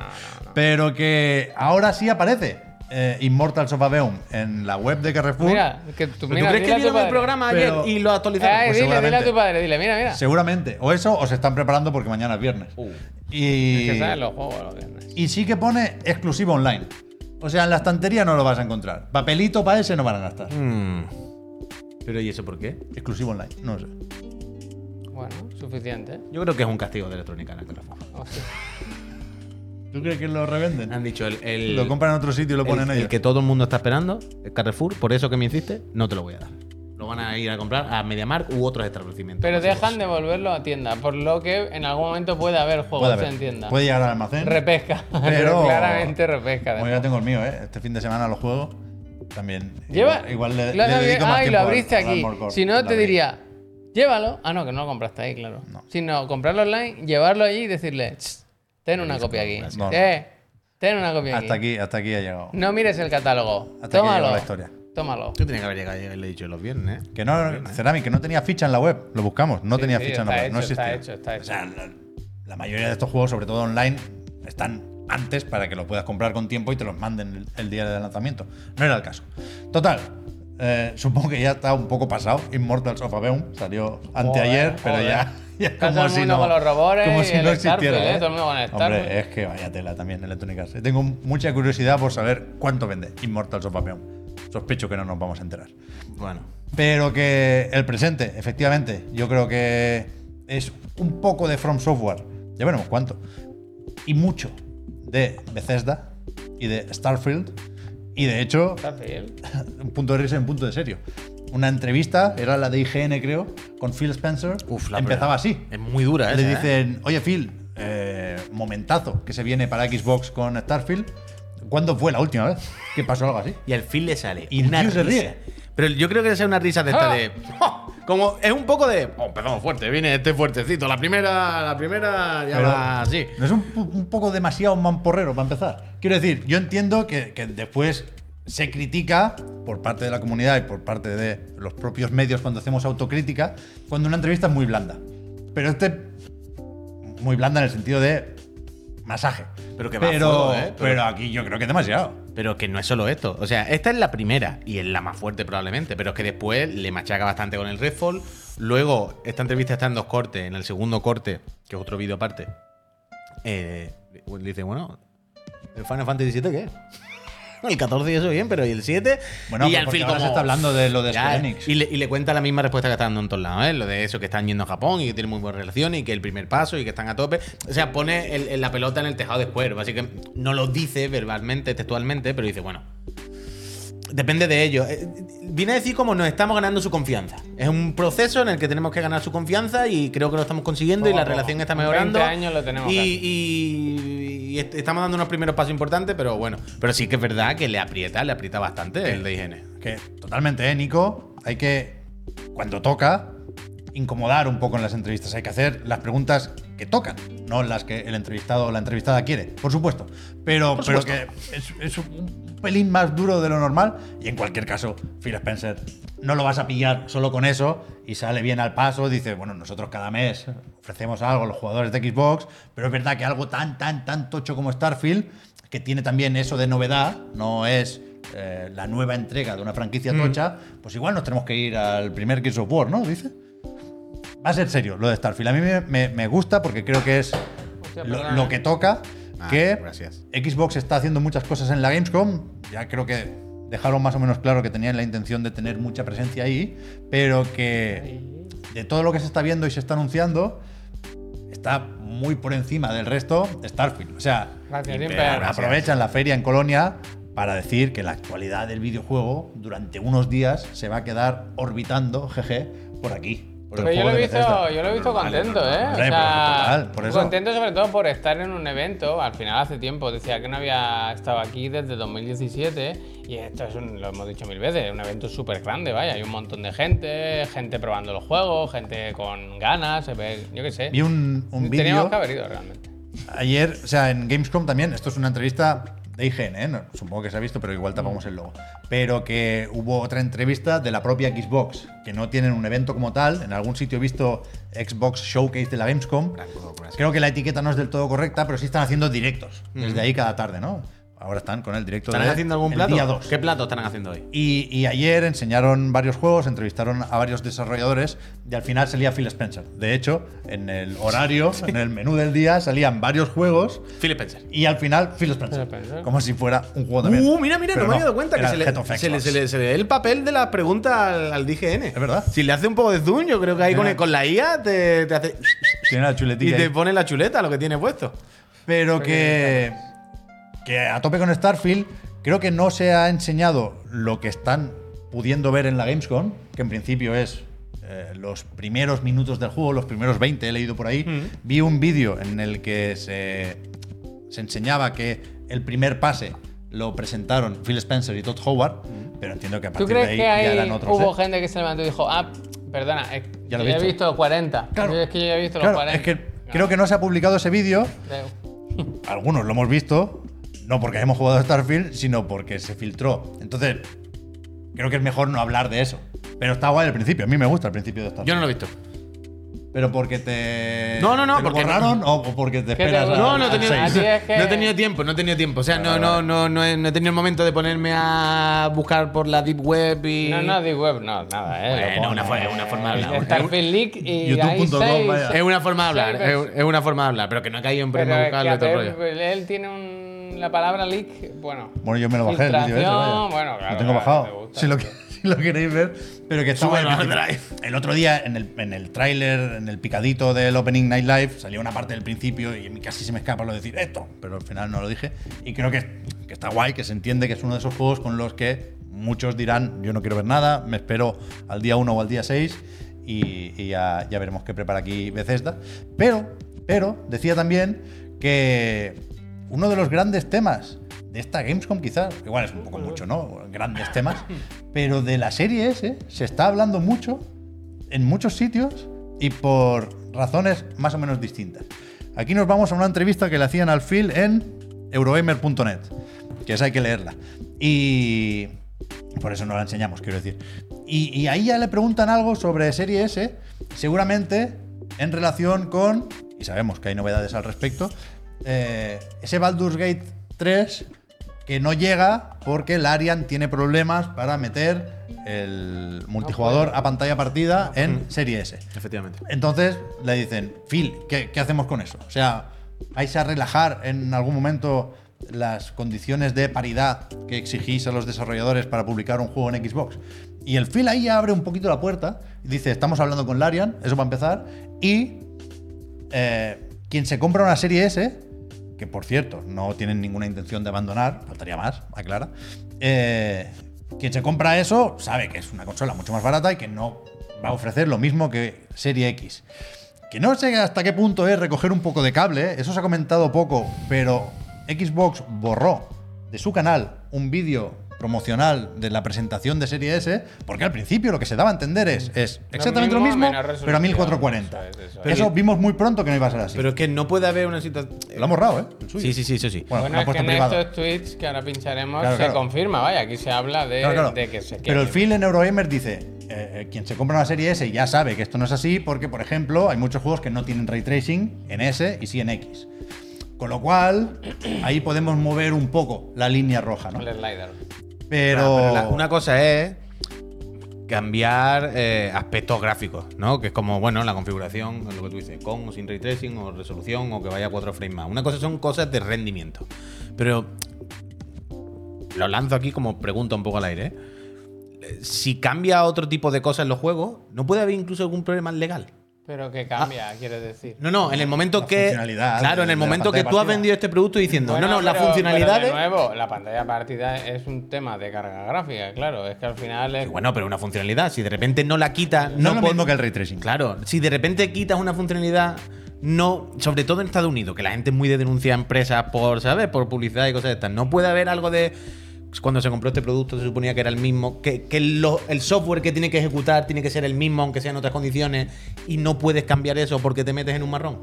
[SPEAKER 3] Pero que ahora sí aparece eh, Immortals of Abeum en la web de Carrefour.
[SPEAKER 2] Mira, que tú,
[SPEAKER 4] ¿Pero
[SPEAKER 2] mira,
[SPEAKER 4] ¿Tú crees que
[SPEAKER 2] dile a tu
[SPEAKER 4] vieron el
[SPEAKER 2] padre.
[SPEAKER 4] programa
[SPEAKER 3] Pero-
[SPEAKER 4] ayer y lo actualizaron?
[SPEAKER 2] Ay,
[SPEAKER 3] Pues
[SPEAKER 2] dile, dile a
[SPEAKER 3] seguramente.
[SPEAKER 2] tu padre, dile, mira, mira.
[SPEAKER 3] Seguramente. O eso, o se están preparando porque mañana es viernes.
[SPEAKER 4] Uh.
[SPEAKER 2] Es
[SPEAKER 3] Y,
[SPEAKER 2] que saben los juegos los viernes.
[SPEAKER 3] y sí que pone exclusivo online. O sea, en la estantería no lo vas a encontrar. Papelito para ese no van a gastar.
[SPEAKER 4] Mm. Pero ¿y eso por qué?
[SPEAKER 3] Exclusivo online, no sé.
[SPEAKER 2] Bueno, suficiente. ¿eh?
[SPEAKER 4] Yo creo que es un castigo de electrónica en el Carrefour.
[SPEAKER 2] Hostia.
[SPEAKER 3] ¿Tú crees que lo revenden?
[SPEAKER 4] Han dicho el, el-
[SPEAKER 3] Lo compran en otro sitio y lo
[SPEAKER 4] el-
[SPEAKER 3] ponen
[SPEAKER 4] el
[SPEAKER 3] ellos.
[SPEAKER 4] que todo el mundo está esperando, el Carrefour, por eso que me hiciste, no te lo voy a dar. Lo van a ir a comprar a MediaMark u otros establecimientos.
[SPEAKER 2] Pero
[SPEAKER 3] Pues
[SPEAKER 4] Así es.
[SPEAKER 2] dejan de volverlo a tienda, por lo que en algún momento puede haber juegos
[SPEAKER 3] puede,
[SPEAKER 2] en
[SPEAKER 3] haber.
[SPEAKER 2] tienda.
[SPEAKER 3] Puede llegar al almacén.
[SPEAKER 2] Repesca.
[SPEAKER 3] Pero-
[SPEAKER 2] Claramente repesca.
[SPEAKER 3] Como yo ya tengo el mío, ¿eh? Este fin de semana lo juego. También.
[SPEAKER 2] Lleva.
[SPEAKER 3] Igual, igual le,
[SPEAKER 2] lo has
[SPEAKER 3] le
[SPEAKER 2] abri-
[SPEAKER 3] dedico más
[SPEAKER 2] Ay, lo
[SPEAKER 3] tiempo al-
[SPEAKER 2] abriste
[SPEAKER 3] al
[SPEAKER 2] aquí.
[SPEAKER 3] Armored Core.
[SPEAKER 2] Si no,
[SPEAKER 3] Lo
[SPEAKER 2] te
[SPEAKER 3] abrí.
[SPEAKER 2] diría, llévalo. Ah, no, que no lo compraste ahí, claro. Sino comprarlo online, llevarlo allí y decirle, "Tss, ten una copia aquí.
[SPEAKER 3] gracias.
[SPEAKER 2] Eh, ten una copia
[SPEAKER 3] Hasta aquí, hasta aquí ha llegado.
[SPEAKER 2] No mires el catálogo.
[SPEAKER 3] Hasta aquí
[SPEAKER 2] Tómalo.
[SPEAKER 3] llegó la historia.
[SPEAKER 2] Tómalo.
[SPEAKER 4] Tú tenías que haber llegado y haberle dicho los viernes, ¿eh?
[SPEAKER 3] Que no, Ceramic, que no tenía ficha en la web. Lo buscamos, no
[SPEAKER 2] Sí,
[SPEAKER 3] tenía
[SPEAKER 2] sí,
[SPEAKER 3] ficha en la
[SPEAKER 2] está
[SPEAKER 3] web. no
[SPEAKER 2] hecho,
[SPEAKER 3] existía.
[SPEAKER 2] está hecho, está hecho.
[SPEAKER 3] O sea, la, la mayoría de estos juegos, sobre todo online, están antes para que los puedas comprar con tiempo y te los manden el, el día del lanzamiento. No era el caso. Total. eh, supongo que ya está un poco pasado. Immortals of Aveum salió anteayer, pero
[SPEAKER 2] joder.
[SPEAKER 3] ya, ya
[SPEAKER 2] Está todo el mundo con los robores y el Starfield, ¿eh? Todo el mundo con el Starfield.
[SPEAKER 3] Hombre, es que vaya tela también Electronic Arts. Tengo mucha curiosidad por saber cuánto vende Immortals of Aveum. Sospecho que no nos vamos a enterar.
[SPEAKER 4] Bueno.
[SPEAKER 3] Pero que el presente, efectivamente, yo creo que es un poco de From Software. Ya veremos cuánto. Y mucho de Bethesda y de Starfield. Y de hecho,
[SPEAKER 2] Está fiel.
[SPEAKER 3] un punto de risa y un punto de serio. Una entrevista, era la de IGN creo, con Phil Spencer.
[SPEAKER 4] Uf, la
[SPEAKER 3] Empezaba
[SPEAKER 4] primera.
[SPEAKER 3] así.
[SPEAKER 4] Es muy dura, ¿eh?
[SPEAKER 3] Le dicen, oye Phil, eh, momentazo que se viene para Xbox con Starfield. ¿Cuándo fue la última vez que pasó algo así?
[SPEAKER 4] Y al fin le sale.
[SPEAKER 3] Y el
[SPEAKER 4] una
[SPEAKER 3] tío se
[SPEAKER 4] risa.
[SPEAKER 3] ríe.
[SPEAKER 4] Pero yo creo que debe ser una risa de esta
[SPEAKER 2] ¡Ah!
[SPEAKER 4] de. Como es un poco de. Oh, empezamos fuerte, viene este fuertecito. La primera, la primera ya
[SPEAKER 3] Pero
[SPEAKER 4] va así.
[SPEAKER 3] ¿No es un, po- un poco demasiado mamporrero para empezar? Quiero decir, yo entiendo que, que después se critica por parte de la comunidad y por parte de los propios medios cuando hacemos autocrítica, cuando una entrevista es muy blanda. Pero este, muy blanda en el sentido de masaje.
[SPEAKER 4] Pero que va a
[SPEAKER 3] pero,
[SPEAKER 4] fuego, ¿eh? Pero-
[SPEAKER 3] pero aquí yo creo que es demasiado.
[SPEAKER 4] Pero que no es solo esto. O sea, esta es la primera y es la más fuerte probablemente. Pero es que después le machaca bastante con el Redfall. Luego, esta entrevista está en dos cortes. En el segundo corte, que es otro vídeo aparte, eh, le dice, bueno, ¿el Final Fantasy VII qué? El 14 y eso bien, pero ¿y el 7?
[SPEAKER 3] Bueno,
[SPEAKER 4] y
[SPEAKER 3] pero
[SPEAKER 4] al
[SPEAKER 3] porque
[SPEAKER 4] fin
[SPEAKER 3] ahora se
[SPEAKER 4] como-
[SPEAKER 3] está hablando de lo de
[SPEAKER 4] Ya,
[SPEAKER 3] Square Enix.
[SPEAKER 4] Y le, y le cuenta la misma respuesta que está dando en todos lados, ¿eh? Lo de eso, que están yendo a Japón y que tienen muy buenas relaciones y que el primer paso y que están a tope. O sea, pone el- el- la pelota en el tejado de Square. Así que no lo dice verbalmente, textualmente, pero dice, bueno. Depende de ellos. Eh, Viene a decir como nos estamos ganando su confianza. Es un proceso en el que tenemos que ganar su confianza y creo que lo estamos consiguiendo y
[SPEAKER 2] Poco a
[SPEAKER 4] la
[SPEAKER 2] poco.
[SPEAKER 4] relación está
[SPEAKER 2] En
[SPEAKER 4] mejorando.
[SPEAKER 2] 20 años lo tenemos
[SPEAKER 4] Y,
[SPEAKER 2] casi.
[SPEAKER 4] y- y est- estamos dando unos primeros pasos importantes, pero bueno. Pero sí que es verdad que le aprieta, le aprieta bastante el de higiene.
[SPEAKER 3] Que totalmente, ¿eh, Nico? Hay que, cuando toca, incomodar un poco en las entrevistas. Hay que hacer las preguntas que tocan, no las que el entrevistado o la entrevistada quiere, por supuesto. Pero, pero que es, es un pelín más duro de lo normal. Y en cualquier caso, Phil Spencer, no lo vas a pillar solo con eso y sale bien al paso. Dice, bueno, nosotros cada mes ofrecemos algo a los jugadores de Xbox, pero es verdad que algo tan, tan, tan tocho como Starfield, que tiene también eso de novedad, no es eh, la nueva entrega de una franquicia tocha, pues igual nos tenemos que ir al primer Gears of War, ¿no? Dice. Va a ser serio lo de Starfield. A mí me, me- me gusta porque creo que es
[SPEAKER 2] Hostia,
[SPEAKER 3] lo,
[SPEAKER 2] perdona,
[SPEAKER 3] lo
[SPEAKER 2] eh.
[SPEAKER 3] que toca.
[SPEAKER 4] Ah,
[SPEAKER 3] que
[SPEAKER 4] gracias.
[SPEAKER 3] Xbox está haciendo muchas cosas en la Gamescom. Ya creo que dejaron más o menos claro que tenían la intención de tener mucha presencia ahí. Pero que de todo lo que se está viendo y se está anunciando, está muy por encima del resto Starfield. O sea,
[SPEAKER 2] Gracias,
[SPEAKER 4] Imperio,
[SPEAKER 2] Imper.
[SPEAKER 4] gracias.
[SPEAKER 3] aprovechan la feria en Colonia para decir que la actualidad del videojuego durante unos días se va a quedar orbitando, jeje, por aquí. por el
[SPEAKER 2] Pero yo lo,
[SPEAKER 3] juego
[SPEAKER 2] he
[SPEAKER 3] de
[SPEAKER 2] visto,
[SPEAKER 3] Bethesda.
[SPEAKER 2] yo lo he visto contento, ¿eh?
[SPEAKER 3] Hombre,
[SPEAKER 2] o sea,
[SPEAKER 3] pues, total, por eso.
[SPEAKER 2] Contento sobre todo por estar en un evento. Al final hace tiempo decía que no había estado aquí desde 2017 y esto es un, lo hemos dicho mil veces, un evento súper grande, vaya. Hay un montón de gente, gente probando los juegos, gente con ganas, se ve- yo qué sé.
[SPEAKER 3] Vi un, un
[SPEAKER 2] Teníamos
[SPEAKER 3] vídeo
[SPEAKER 2] que haber ido realmente.
[SPEAKER 3] ayer, o sea, en Gamescom también, esto es una entrevista de IGN, ¿eh? No, supongo que se ha visto, pero igual
[SPEAKER 2] Mm.
[SPEAKER 3] tapamos el logo. Pero que hubo otra entrevista de la propia Xbox, que no tienen un evento como tal, en algún sitio he visto Xbox Showcase de la Gamescom. Creo que la etiqueta no es del todo correcta, pero sí están haciendo directos,
[SPEAKER 2] Mm.
[SPEAKER 3] desde ahí cada tarde, ¿no? Ahora están con el directo
[SPEAKER 4] ¿Están
[SPEAKER 3] de
[SPEAKER 4] haciendo algún
[SPEAKER 3] el
[SPEAKER 4] plato?
[SPEAKER 3] día 2.
[SPEAKER 4] ¿Qué plato están haciendo hoy?
[SPEAKER 3] Y, y ayer enseñaron varios juegos, entrevistaron a varios desarrolladores y al final salía Phil Spencer. De hecho, en el horario, en el menú del día, salían varios juegos
[SPEAKER 4] Philip Spencer.
[SPEAKER 3] y al final Phil Spencer.
[SPEAKER 2] Phil Spencer.
[SPEAKER 3] Como si fuera un juego también.
[SPEAKER 4] Uh, mira, mira,
[SPEAKER 3] Pero
[SPEAKER 4] no me había dado cuenta que
[SPEAKER 3] era
[SPEAKER 4] se le,
[SPEAKER 3] Head of
[SPEAKER 4] se, le,
[SPEAKER 3] Xbox.
[SPEAKER 4] se le- se le dé el papel de las preguntas al, al DGN. Es
[SPEAKER 3] verdad.
[SPEAKER 4] Si le hace un poco de zoom, yo creo que ahí con, con la IA te, te hace.
[SPEAKER 3] Tiene la
[SPEAKER 4] Y
[SPEAKER 3] chuletilla.
[SPEAKER 4] te
[SPEAKER 3] ahí.
[SPEAKER 4] pone la chuleta lo que tiene puesto.
[SPEAKER 2] Pues
[SPEAKER 3] Pero que, que a tope con Starfield, creo que no se ha enseñado lo que están pudiendo ver en la Gamescom, que en principio es eh, los primeros minutos del juego, los primeros 20, he leído por ahí.
[SPEAKER 2] Mm.
[SPEAKER 3] Vi un vídeo en el que se, se enseñaba que el primer pase lo presentaron Phil Spencer y Todd Howard, pero entiendo que a
[SPEAKER 2] Mm. ¿Tú
[SPEAKER 3] partir
[SPEAKER 2] crees
[SPEAKER 3] de ahí
[SPEAKER 2] que
[SPEAKER 3] ya
[SPEAKER 2] hay,
[SPEAKER 3] eran otros.
[SPEAKER 2] hubo
[SPEAKER 3] ¿eh?
[SPEAKER 2] gente que se levantó y dijo, ah, perdona, es que
[SPEAKER 3] Ya lo he
[SPEAKER 2] yo he
[SPEAKER 3] visto.
[SPEAKER 2] visto 40?
[SPEAKER 3] Claro.
[SPEAKER 2] Yo es que yo ya he visto los
[SPEAKER 3] Claro,
[SPEAKER 2] 40.
[SPEAKER 3] es que creo que no se ha publicado ese vídeo,
[SPEAKER 2] Creo.
[SPEAKER 3] algunos lo hemos visto, no porque hemos jugado a Starfield, sino porque se filtró. Entonces, creo que es mejor no hablar de eso. Pero está guay al principio, a mí me gusta el principio de Starfield.
[SPEAKER 4] Yo no lo he visto.
[SPEAKER 3] Pero porque te.
[SPEAKER 4] No, no, no,
[SPEAKER 3] ¿Te lo
[SPEAKER 4] porque no-
[SPEAKER 3] borraron o o porque te
[SPEAKER 2] ¿Qué te
[SPEAKER 3] esperas? a-
[SPEAKER 4] No, no he
[SPEAKER 3] al
[SPEAKER 4] tenido,
[SPEAKER 2] A
[SPEAKER 3] seis?
[SPEAKER 2] ti es que-
[SPEAKER 4] no he tenido tiempo, no he tenido tiempo. O sea, no,
[SPEAKER 3] Vale,
[SPEAKER 4] no, no, no, he, no he tenido el momento de ponerme a buscar por la Deep Web y.
[SPEAKER 2] No, no, de web, no, nada, eh.
[SPEAKER 4] Bueno,
[SPEAKER 2] Lo
[SPEAKER 4] una
[SPEAKER 2] pongo.
[SPEAKER 4] fue- una forma de hablar.
[SPEAKER 2] Eh, Starfield Leak y
[SPEAKER 3] YouTube.com,
[SPEAKER 2] ahí seis-
[SPEAKER 3] vaya.
[SPEAKER 4] Es una forma de hablar,
[SPEAKER 2] Sí,
[SPEAKER 4] es,
[SPEAKER 2] pero-
[SPEAKER 4] es una forma de hablar, pero que no he caído en
[SPEAKER 2] Pero
[SPEAKER 4] prenda
[SPEAKER 2] es que
[SPEAKER 4] buscarlo y todo el
[SPEAKER 2] hacer-
[SPEAKER 4] rollo.
[SPEAKER 2] él tiene un, la palabra leak, bueno.
[SPEAKER 3] Bueno, yo me lo bajé el vídeo ese,
[SPEAKER 2] filtración,
[SPEAKER 3] vaya.
[SPEAKER 2] bueno, claro.
[SPEAKER 3] Lo tengo
[SPEAKER 2] claro, te
[SPEAKER 3] bajado.
[SPEAKER 2] gusta.
[SPEAKER 3] Si lo, que- si lo queréis ver, pero que está
[SPEAKER 4] Súbelo
[SPEAKER 3] guay.
[SPEAKER 4] al drive.
[SPEAKER 3] El otro día en el, en el tráiler, en el picadito del Opening Night Live, salió una parte del principio y a mí casi se me escapa lo de decir esto, pero al final no lo dije. Y creo que, que está guay, que se entiende que es uno de esos juegos con los que muchos dirán, yo no quiero ver nada, me espero al día 1 o al día 6 y, y ya, ya veremos qué prepara aquí Bethesda. Pero, pero, decía también que uno de los grandes temas de esta Gamescom quizás, igual es un poco mucho, ¿no? Grandes temas, pero de la serie S se está hablando mucho en muchos sitios y por razones más o menos distintas. Aquí nos vamos a una entrevista que le hacían al Phil en eurogamer.net, que esa hay que leerla. Y por eso no la enseñamos, quiero decir. Y, y ahí ya le preguntan algo sobre Serie S, seguramente en relación con, y sabemos que hay novedades al respecto, eh, ese Baldur's Gate 3 que no llega porque el Arian tiene problemas para meter el multijugador a pantalla partida en Serie S.
[SPEAKER 4] Efectivamente.
[SPEAKER 3] Entonces le dicen, Phil, ¿qué, qué hacemos con eso? O sea, ¿vais a relajar en algún momento las condiciones de paridad que exigís a los desarrolladores para publicar un juego en Xbox? Y el Phil ahí abre un poquito la puerta y dice, estamos hablando con Larian, eso va a empezar, y eh, quien se compra una serie S, que por cierto, no tienen ninguna intención de abandonar, faltaría más, aclara. eh, quien se compra eso sabe que es una consola mucho más barata y que no va a ofrecer lo mismo que Serie X. Que no sé hasta qué punto es recoger un poco de cable, ¿eh? eso se ha comentado poco, pero Xbox borró de su canal un vídeo promocional de la presentación de Serie S, porque al principio lo que se daba a entender es, es exactamente lo
[SPEAKER 2] mismo,
[SPEAKER 3] mismo,
[SPEAKER 2] menos
[SPEAKER 3] pero a
[SPEAKER 2] resolución.
[SPEAKER 3] 1440.
[SPEAKER 2] Eso es, eso
[SPEAKER 3] Eso vimos muy pronto que no iba a ser así.
[SPEAKER 4] Pero es que no puede haber una situación.
[SPEAKER 3] Lo ha borrado, ¿eh? El suyo.
[SPEAKER 4] Sí, sí, sí, eso sí.
[SPEAKER 3] Bueno,
[SPEAKER 2] Bueno,
[SPEAKER 3] lo ha
[SPEAKER 2] es que
[SPEAKER 3] puesto
[SPEAKER 2] en
[SPEAKER 3] privado.
[SPEAKER 2] estos tweets que ahora pincharemos
[SPEAKER 3] Claro,
[SPEAKER 2] se
[SPEAKER 3] claro.
[SPEAKER 2] confirma, vaya, aquí se habla de,
[SPEAKER 3] Claro, claro.
[SPEAKER 2] de que se
[SPEAKER 3] Pero el
[SPEAKER 2] que-
[SPEAKER 3] Phil en Eurogamer dice: eh, eh, quien se compra una serie S ya sabe que esto no es así, porque, por ejemplo, hay muchos juegos que no tienen ray tracing en S y sí en X. Con lo cual, ahí podemos mover un poco la línea roja, ¿no?
[SPEAKER 2] el slider.
[SPEAKER 3] Pero.
[SPEAKER 4] Pero la- una cosa es cambiar eh, aspectos gráficos, ¿no? Que es como, bueno, la configuración, lo que tú dices, con o sin ray tracing o resolución o que vaya a 4 frames más. Una cosa son cosas de rendimiento. Pero lo lanzo aquí como pregunta un poco al aire. ¿eh? Eh, Si cambia otro tipo de cosas en los juegos, ¿no puede haber incluso algún problema legal?
[SPEAKER 2] Pero que cambia,
[SPEAKER 3] Ah.
[SPEAKER 2] quieres decir.
[SPEAKER 4] No, no, en el momento
[SPEAKER 3] La
[SPEAKER 4] que.
[SPEAKER 3] funcionalidad
[SPEAKER 4] Claro,
[SPEAKER 3] de-
[SPEAKER 4] en el
[SPEAKER 3] de la
[SPEAKER 4] momento que
[SPEAKER 3] pantalla
[SPEAKER 4] tú has
[SPEAKER 3] partida.
[SPEAKER 4] vendido este producto diciendo,
[SPEAKER 2] Bueno,
[SPEAKER 4] no, no, las
[SPEAKER 2] pero-
[SPEAKER 4] funcionalidades.
[SPEAKER 2] pero de nuevo, la pantalla partida es un tema de carga gráfica, claro. Es que al final es.
[SPEAKER 4] Sí, Bueno, pero una funcionalidad, si de repente no la quitas.
[SPEAKER 3] No, es lo
[SPEAKER 4] pod-
[SPEAKER 3] mismo que el ray tracing.
[SPEAKER 4] Claro, si de repente quitas una funcionalidad, no, sobre todo en Estados Unidos, que la gente es muy de denuncia a empresas por, ¿sabes? Por publicidad y cosas de estas. No puede haber algo de. Cuando se compró este producto se suponía que era el mismo, que, que lo- el software que tiene que ejecutar tiene que ser el mismo, aunque sea en otras condiciones, y no puedes cambiar eso porque te metes en un marrón.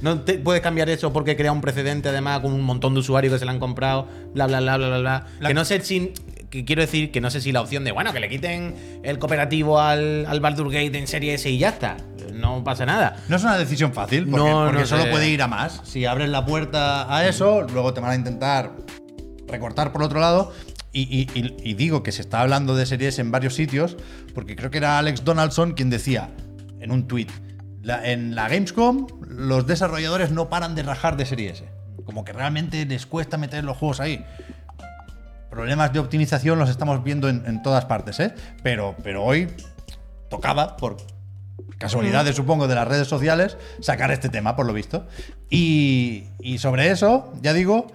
[SPEAKER 4] No te- puedes cambiar eso porque crea un precedente, además, con un montón de usuarios que se la han comprado, bla, bla, bla, bla, bla. bla.
[SPEAKER 3] La-
[SPEAKER 4] Que no sé si. Que quiero decir que no sé si la opción de, bueno, que le quiten el cooperativo al, al Baldur Gate en serie S y ya está. No pasa nada.
[SPEAKER 3] No es una decisión fácil, porque,
[SPEAKER 4] No,
[SPEAKER 3] porque
[SPEAKER 4] no
[SPEAKER 3] solo
[SPEAKER 4] sé.
[SPEAKER 3] puede ir a más. Si abres la puerta a eso, luego te van a intentar recortar por otro lado. Y, y- y- y digo que se está hablando de series en varios sitios, porque creo que era Alex Donaldson quien decía en un tweet en la Gamescom los desarrolladores no paran de rajar de series. Como que realmente les cuesta meter los juegos ahí. Problemas de optimización los estamos viendo en, en todas partes, ¿eh? Pero, pero hoy tocaba, por casualidades supongo de las redes sociales, sacar este tema, por lo visto. Y, y sobre eso, ya digo,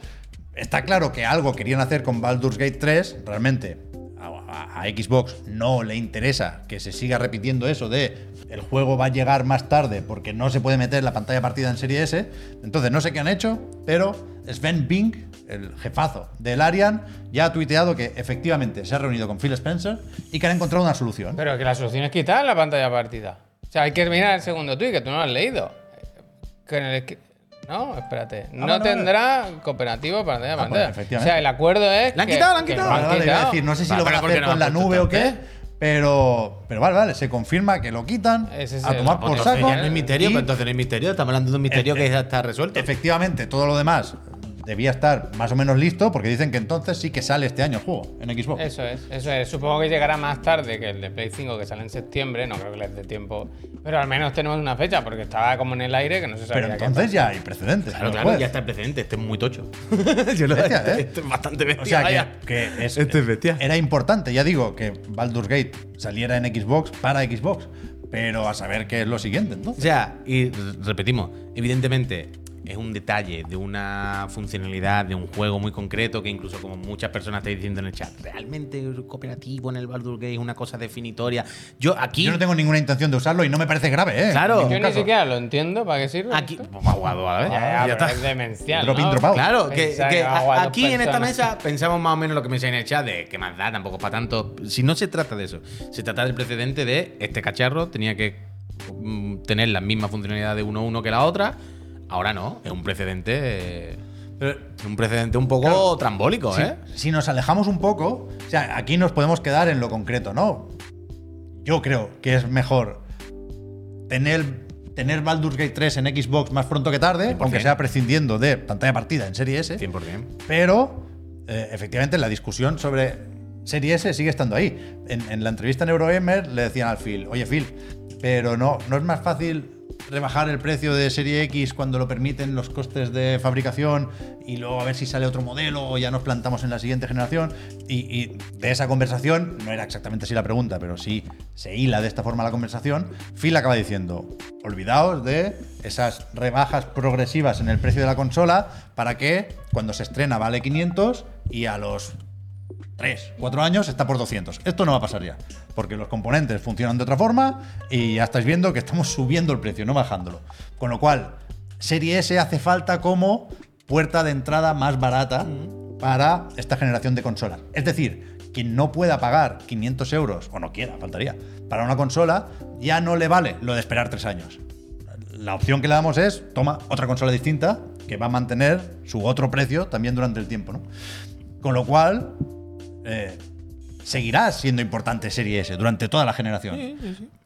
[SPEAKER 3] está claro que algo querían hacer con Baldur's Gate 3, realmente. A, a- a Xbox no le interesa que se siga repitiendo eso de el juego va a llegar más tarde porque no se puede meter la pantalla partida en Serie S. Entonces no sé qué han hecho, pero Sven Bing, el jefazo del Arian, ya ha tuiteado que efectivamente se ha reunido con Phil Spencer y que han encontrado una solución.
[SPEAKER 2] Pero que la solución es quitar la pantalla partida. O sea, hay que mirar el segundo tweet que tú no lo has leído. Que en el que- No, espérate. No
[SPEAKER 3] Ah, vale, vale.
[SPEAKER 2] tendrá cooperativo pantalla
[SPEAKER 3] pues,
[SPEAKER 2] partida. o
[SPEAKER 3] efectivamente.
[SPEAKER 2] sea, el acuerdo es.
[SPEAKER 4] ¿La han
[SPEAKER 2] que-
[SPEAKER 4] quitado? ¿La han
[SPEAKER 2] que
[SPEAKER 4] quitado?
[SPEAKER 2] lo han
[SPEAKER 3] Ah, Vale, vale, iba a
[SPEAKER 2] quitado.
[SPEAKER 3] decir, no sé si
[SPEAKER 4] Vale,
[SPEAKER 3] lo van a
[SPEAKER 4] porque
[SPEAKER 3] hacer
[SPEAKER 4] no
[SPEAKER 3] con
[SPEAKER 4] me
[SPEAKER 3] la
[SPEAKER 4] han puesto
[SPEAKER 3] nube o qué,
[SPEAKER 4] tanto,
[SPEAKER 3] pero, pero vale, vale, se confirma que lo quitan,
[SPEAKER 2] Ese es
[SPEAKER 3] a
[SPEAKER 2] el-
[SPEAKER 3] tomar por
[SPEAKER 2] Pues
[SPEAKER 4] Entonces
[SPEAKER 3] saco.
[SPEAKER 4] ya no es misterio,
[SPEAKER 3] y,
[SPEAKER 4] pues entonces no es misterio. Estamos hablando de un misterio que ya está resuelto.
[SPEAKER 3] efectivamente, todo lo demás debía estar más o menos listo, porque dicen que entonces sí que sale este año el juego en Xbox.
[SPEAKER 2] Eso es, eso es. Supongo que llegará más tarde que el de Play 5 que sale en septiembre. No creo que les dé tiempo. Pero al menos tenemos una fecha porque estaba como en el aire que no se sabía.
[SPEAKER 3] pero
[SPEAKER 2] qué
[SPEAKER 3] entonces ya hay precedentes.
[SPEAKER 4] Claro,
[SPEAKER 3] no
[SPEAKER 4] claro,
[SPEAKER 3] puedes.
[SPEAKER 4] ya está el precedente. Este es muy tocho. Yo lo-
[SPEAKER 3] Bestia, ¿eh?
[SPEAKER 4] Este es bastante bestia.
[SPEAKER 3] O sea
[SPEAKER 4] vaya.
[SPEAKER 3] que, que es-
[SPEAKER 4] Este es bestia.
[SPEAKER 3] era importante, ya digo, que Baldur's Gate saliera en Xbox para Xbox, pero a saber qué es lo siguiente
[SPEAKER 4] O
[SPEAKER 3] entonces.
[SPEAKER 4] sea, y r- repetimos, evidentemente es un detalle de una funcionalidad de un juego muy concreto que incluso como muchas personas estáis diciendo en el chat, realmente el cooperativo en el Baldur's Gate es una cosa definitoria. Yo aquí
[SPEAKER 3] Yo no tengo ninguna intención de usarlo y no me parece grave, ¿eh?
[SPEAKER 4] Claro.
[SPEAKER 2] pasa.
[SPEAKER 3] En
[SPEAKER 2] Yo
[SPEAKER 3] ningún
[SPEAKER 2] ni
[SPEAKER 3] caso.
[SPEAKER 2] siquiera lo entiendo para qué sirve.
[SPEAKER 4] aquí
[SPEAKER 2] esto?
[SPEAKER 4] Pues, aguado, a la vez.
[SPEAKER 2] Ya, ya,
[SPEAKER 4] Ya
[SPEAKER 2] pero
[SPEAKER 4] está.
[SPEAKER 2] es demencial.
[SPEAKER 3] Drop in,
[SPEAKER 2] ¿no?
[SPEAKER 3] drop out.
[SPEAKER 4] Claro, que,
[SPEAKER 2] Pensaba
[SPEAKER 4] que
[SPEAKER 2] que
[SPEAKER 4] a-
[SPEAKER 2] hago a dos
[SPEAKER 4] aquí en esta
[SPEAKER 2] personas.
[SPEAKER 4] mesa pensamos más o menos lo que me enseña en el chat de que más da, tampoco para tanto. Si no se trata de eso, se trata del precedente de este cacharro tenía que mm, tener las mismas funcionalidades de uno a uno que la otra. Ahora no, es un precedente. eh, un precedente un poco trambólico,
[SPEAKER 3] si,
[SPEAKER 4] ¿eh?
[SPEAKER 3] si nos alejamos un poco, o sea, aquí nos podemos quedar en lo concreto, ¿no? Yo creo que es mejor tener, tener Baldur's Gate 3 en Xbox más pronto que tarde,
[SPEAKER 4] 100%.
[SPEAKER 3] aunque sea prescindiendo de pantalla partida en Serie S,
[SPEAKER 4] 100%.
[SPEAKER 3] pero eh, efectivamente la discusión sobre Serie S sigue estando ahí. En, en la entrevista en Eurogamer le decían al Phil, oye Phil, pero no, no es más fácil rebajar el precio de Serie X cuando lo permiten los costes de fabricación y luego a ver si sale otro modelo o ya nos plantamos en la siguiente generación. Y, y de esa conversación, no era exactamente así la pregunta, pero sí se hila de esta forma la conversación, Phil acaba diciendo, olvidaos de esas rebajas progresivas en el precio de la consola para que cuando se estrena vale 500 y a los 3, 4 años está por 200. Esto no va a pasar ya, porque los componentes funcionan de otra forma y ya estáis viendo que estamos subiendo el precio, no bajándolo. Con lo cual, Serie S hace falta como puerta de entrada más barata para esta generación de consolas. Es decir, quien no pueda pagar 500 euros, o no quiera, faltaría, para una consola, ya no le vale lo de esperar 3 años la opción que le damos es toma otra consola distinta que va a mantener su otro precio también durante el tiempo, ¿no? Con lo cual eh, seguirá siendo importante Serie S durante toda la generación.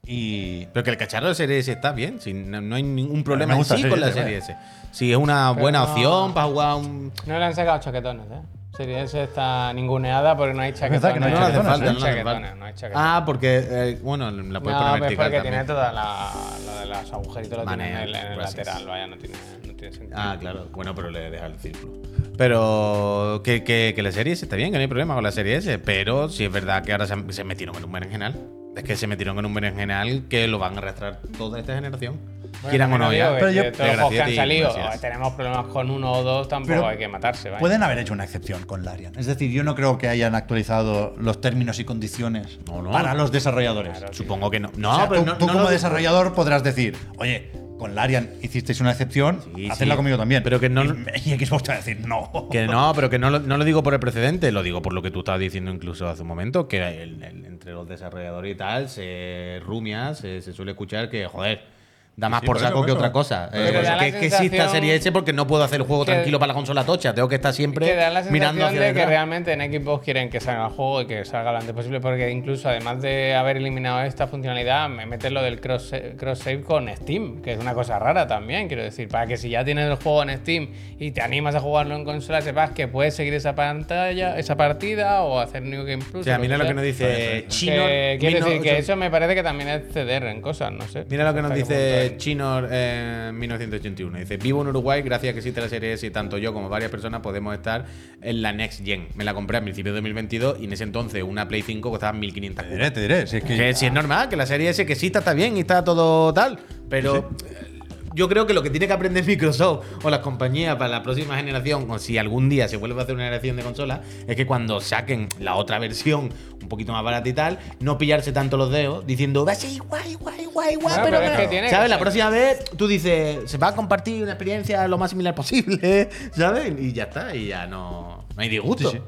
[SPEAKER 3] Y
[SPEAKER 4] Pero que el cacharro de Serie S está bien, si no, no hay ningún problema en
[SPEAKER 3] gusta
[SPEAKER 4] sí
[SPEAKER 3] la
[SPEAKER 4] con la
[SPEAKER 3] Serie
[SPEAKER 4] Serie S. Si es una buena
[SPEAKER 2] no-
[SPEAKER 4] opción para jugar un.
[SPEAKER 2] No le han sacado chaquetones, ¿eh? Sería esa está ninguneada porque no hay chaquetones.
[SPEAKER 3] verdad que no hay chaquetones,
[SPEAKER 2] No hay
[SPEAKER 3] ¿eh?
[SPEAKER 2] chaquetones, no hay chaquetones.
[SPEAKER 4] Ah, porque eh, bueno, la puedes
[SPEAKER 2] no,
[SPEAKER 4] poner
[SPEAKER 2] pues
[SPEAKER 4] vertical
[SPEAKER 2] porque
[SPEAKER 4] también.
[SPEAKER 2] tiene toda la, lo de los agujeritos lo tiene en
[SPEAKER 4] Manera,
[SPEAKER 2] el, en el
[SPEAKER 3] pues
[SPEAKER 4] gracias.
[SPEAKER 2] lateral, vaya, no tiene, no tiene sentido.
[SPEAKER 4] Ah, claro. Bueno, pero le deja el círculo. Pero que, que- que la serie S está bien, que no hay problema con la serie S. Pero sí es verdad que ahora se, han- se metieron en un berenjenal. Es que se metieron en un berenjenal que lo van a arrastrar toda esta generación.
[SPEAKER 2] Bueno,
[SPEAKER 4] quieran o no
[SPEAKER 2] también
[SPEAKER 4] ya.
[SPEAKER 2] digo
[SPEAKER 3] Pero
[SPEAKER 2] que
[SPEAKER 3] yo-
[SPEAKER 2] de todos los juegos que
[SPEAKER 4] Gracias a
[SPEAKER 2] han
[SPEAKER 4] ti,
[SPEAKER 2] salido,
[SPEAKER 4] gracias.
[SPEAKER 2] oh, tenemos problemas con uno o dos, tampoco
[SPEAKER 3] Pero-
[SPEAKER 2] hay que matarse, ¿vale?
[SPEAKER 3] Pueden haber hecho una excepción con Larian. Es decir, yo no creo que hayan actualizado los términos y condiciones
[SPEAKER 4] No, no.
[SPEAKER 3] para los desarrolladores.
[SPEAKER 4] Supongo que no. No,
[SPEAKER 3] O sea,
[SPEAKER 4] pero
[SPEAKER 3] tú,
[SPEAKER 4] no-
[SPEAKER 3] tú
[SPEAKER 4] no
[SPEAKER 3] como
[SPEAKER 4] lo-
[SPEAKER 3] desarrollador podrás decir, oye, con Larian hicisteis una excepción,
[SPEAKER 4] Sí,
[SPEAKER 3] hacedla
[SPEAKER 4] sí.
[SPEAKER 3] conmigo también.
[SPEAKER 4] Pero que no-
[SPEAKER 3] Y, y Xbox te va a decir, no.
[SPEAKER 4] Que no, pero que no lo, no lo digo por el precedente, lo digo por lo que tú estabas diciendo incluso hace un momento, que el- el- entre los desarrolladores y tal se rumia, se, se suele escuchar que, joder, da más
[SPEAKER 3] sí,
[SPEAKER 4] por
[SPEAKER 3] por eso,
[SPEAKER 4] saco
[SPEAKER 3] por
[SPEAKER 4] que
[SPEAKER 3] eso.
[SPEAKER 4] otra cosa.
[SPEAKER 2] Pero
[SPEAKER 4] Eh,
[SPEAKER 2] me da la
[SPEAKER 4] que, que exista
[SPEAKER 2] sensación
[SPEAKER 4] Serie S porque no puedo hacer el juego
[SPEAKER 2] que-
[SPEAKER 4] tranquilo para la consola tocha, tengo que estar siempre
[SPEAKER 2] que da la sensación
[SPEAKER 4] mirando hacia
[SPEAKER 2] de que
[SPEAKER 4] detrás.
[SPEAKER 2] realmente en Xbox quieren que salga el juego y que salga lo antes posible porque incluso además de haber eliminado esta funcionalidad me meten lo del cross cross save con Steam que es una cosa rara también quiero decir para que si ya tienes el juego en Steam y te animas a jugarlo en consola sepas que puedes seguir esa pantalla esa partida o hacer New Game Plus
[SPEAKER 4] O sea, mira lo que nos dice Chino.
[SPEAKER 2] quiero decir que eso me parece que también es ceder en cosas no sé
[SPEAKER 4] Mira lo que
[SPEAKER 2] Hasta
[SPEAKER 4] nos
[SPEAKER 2] qué
[SPEAKER 4] dice eh,
[SPEAKER 2] punto es.
[SPEAKER 4] Chinor en 1981. Dice, vivo en Uruguay gracias a que existe la serie S y tanto yo como varias personas podemos estar en la Next Gen. Me la compré a principios de 2022 y en ese entonces una Play 5 costaba 1.500
[SPEAKER 3] Te
[SPEAKER 4] euros.
[SPEAKER 3] diré, te diré. Si es que,
[SPEAKER 4] Que si es normal, que la serie S que exista está bien y está todo tal, pero... eh, Yo creo que lo que tiene que aprender Microsoft o las compañías para la próxima generación, o si algún día se vuelve a hacer una generación de consolas, es que cuando saquen la otra versión un poquito más barata y tal, no pillarse tanto los dedos diciendo, va a ser igual, igual, igual, igual, pero,
[SPEAKER 2] Bueno, pero es
[SPEAKER 4] no".
[SPEAKER 2] que tiene que
[SPEAKER 4] ¿Sabes? La
[SPEAKER 2] ser.
[SPEAKER 4] próxima vez tú dices, se va a compartir una experiencia lo más similar posible, ¿sabes? Y ya está, y ya no, no hay disgusto.
[SPEAKER 3] Sí,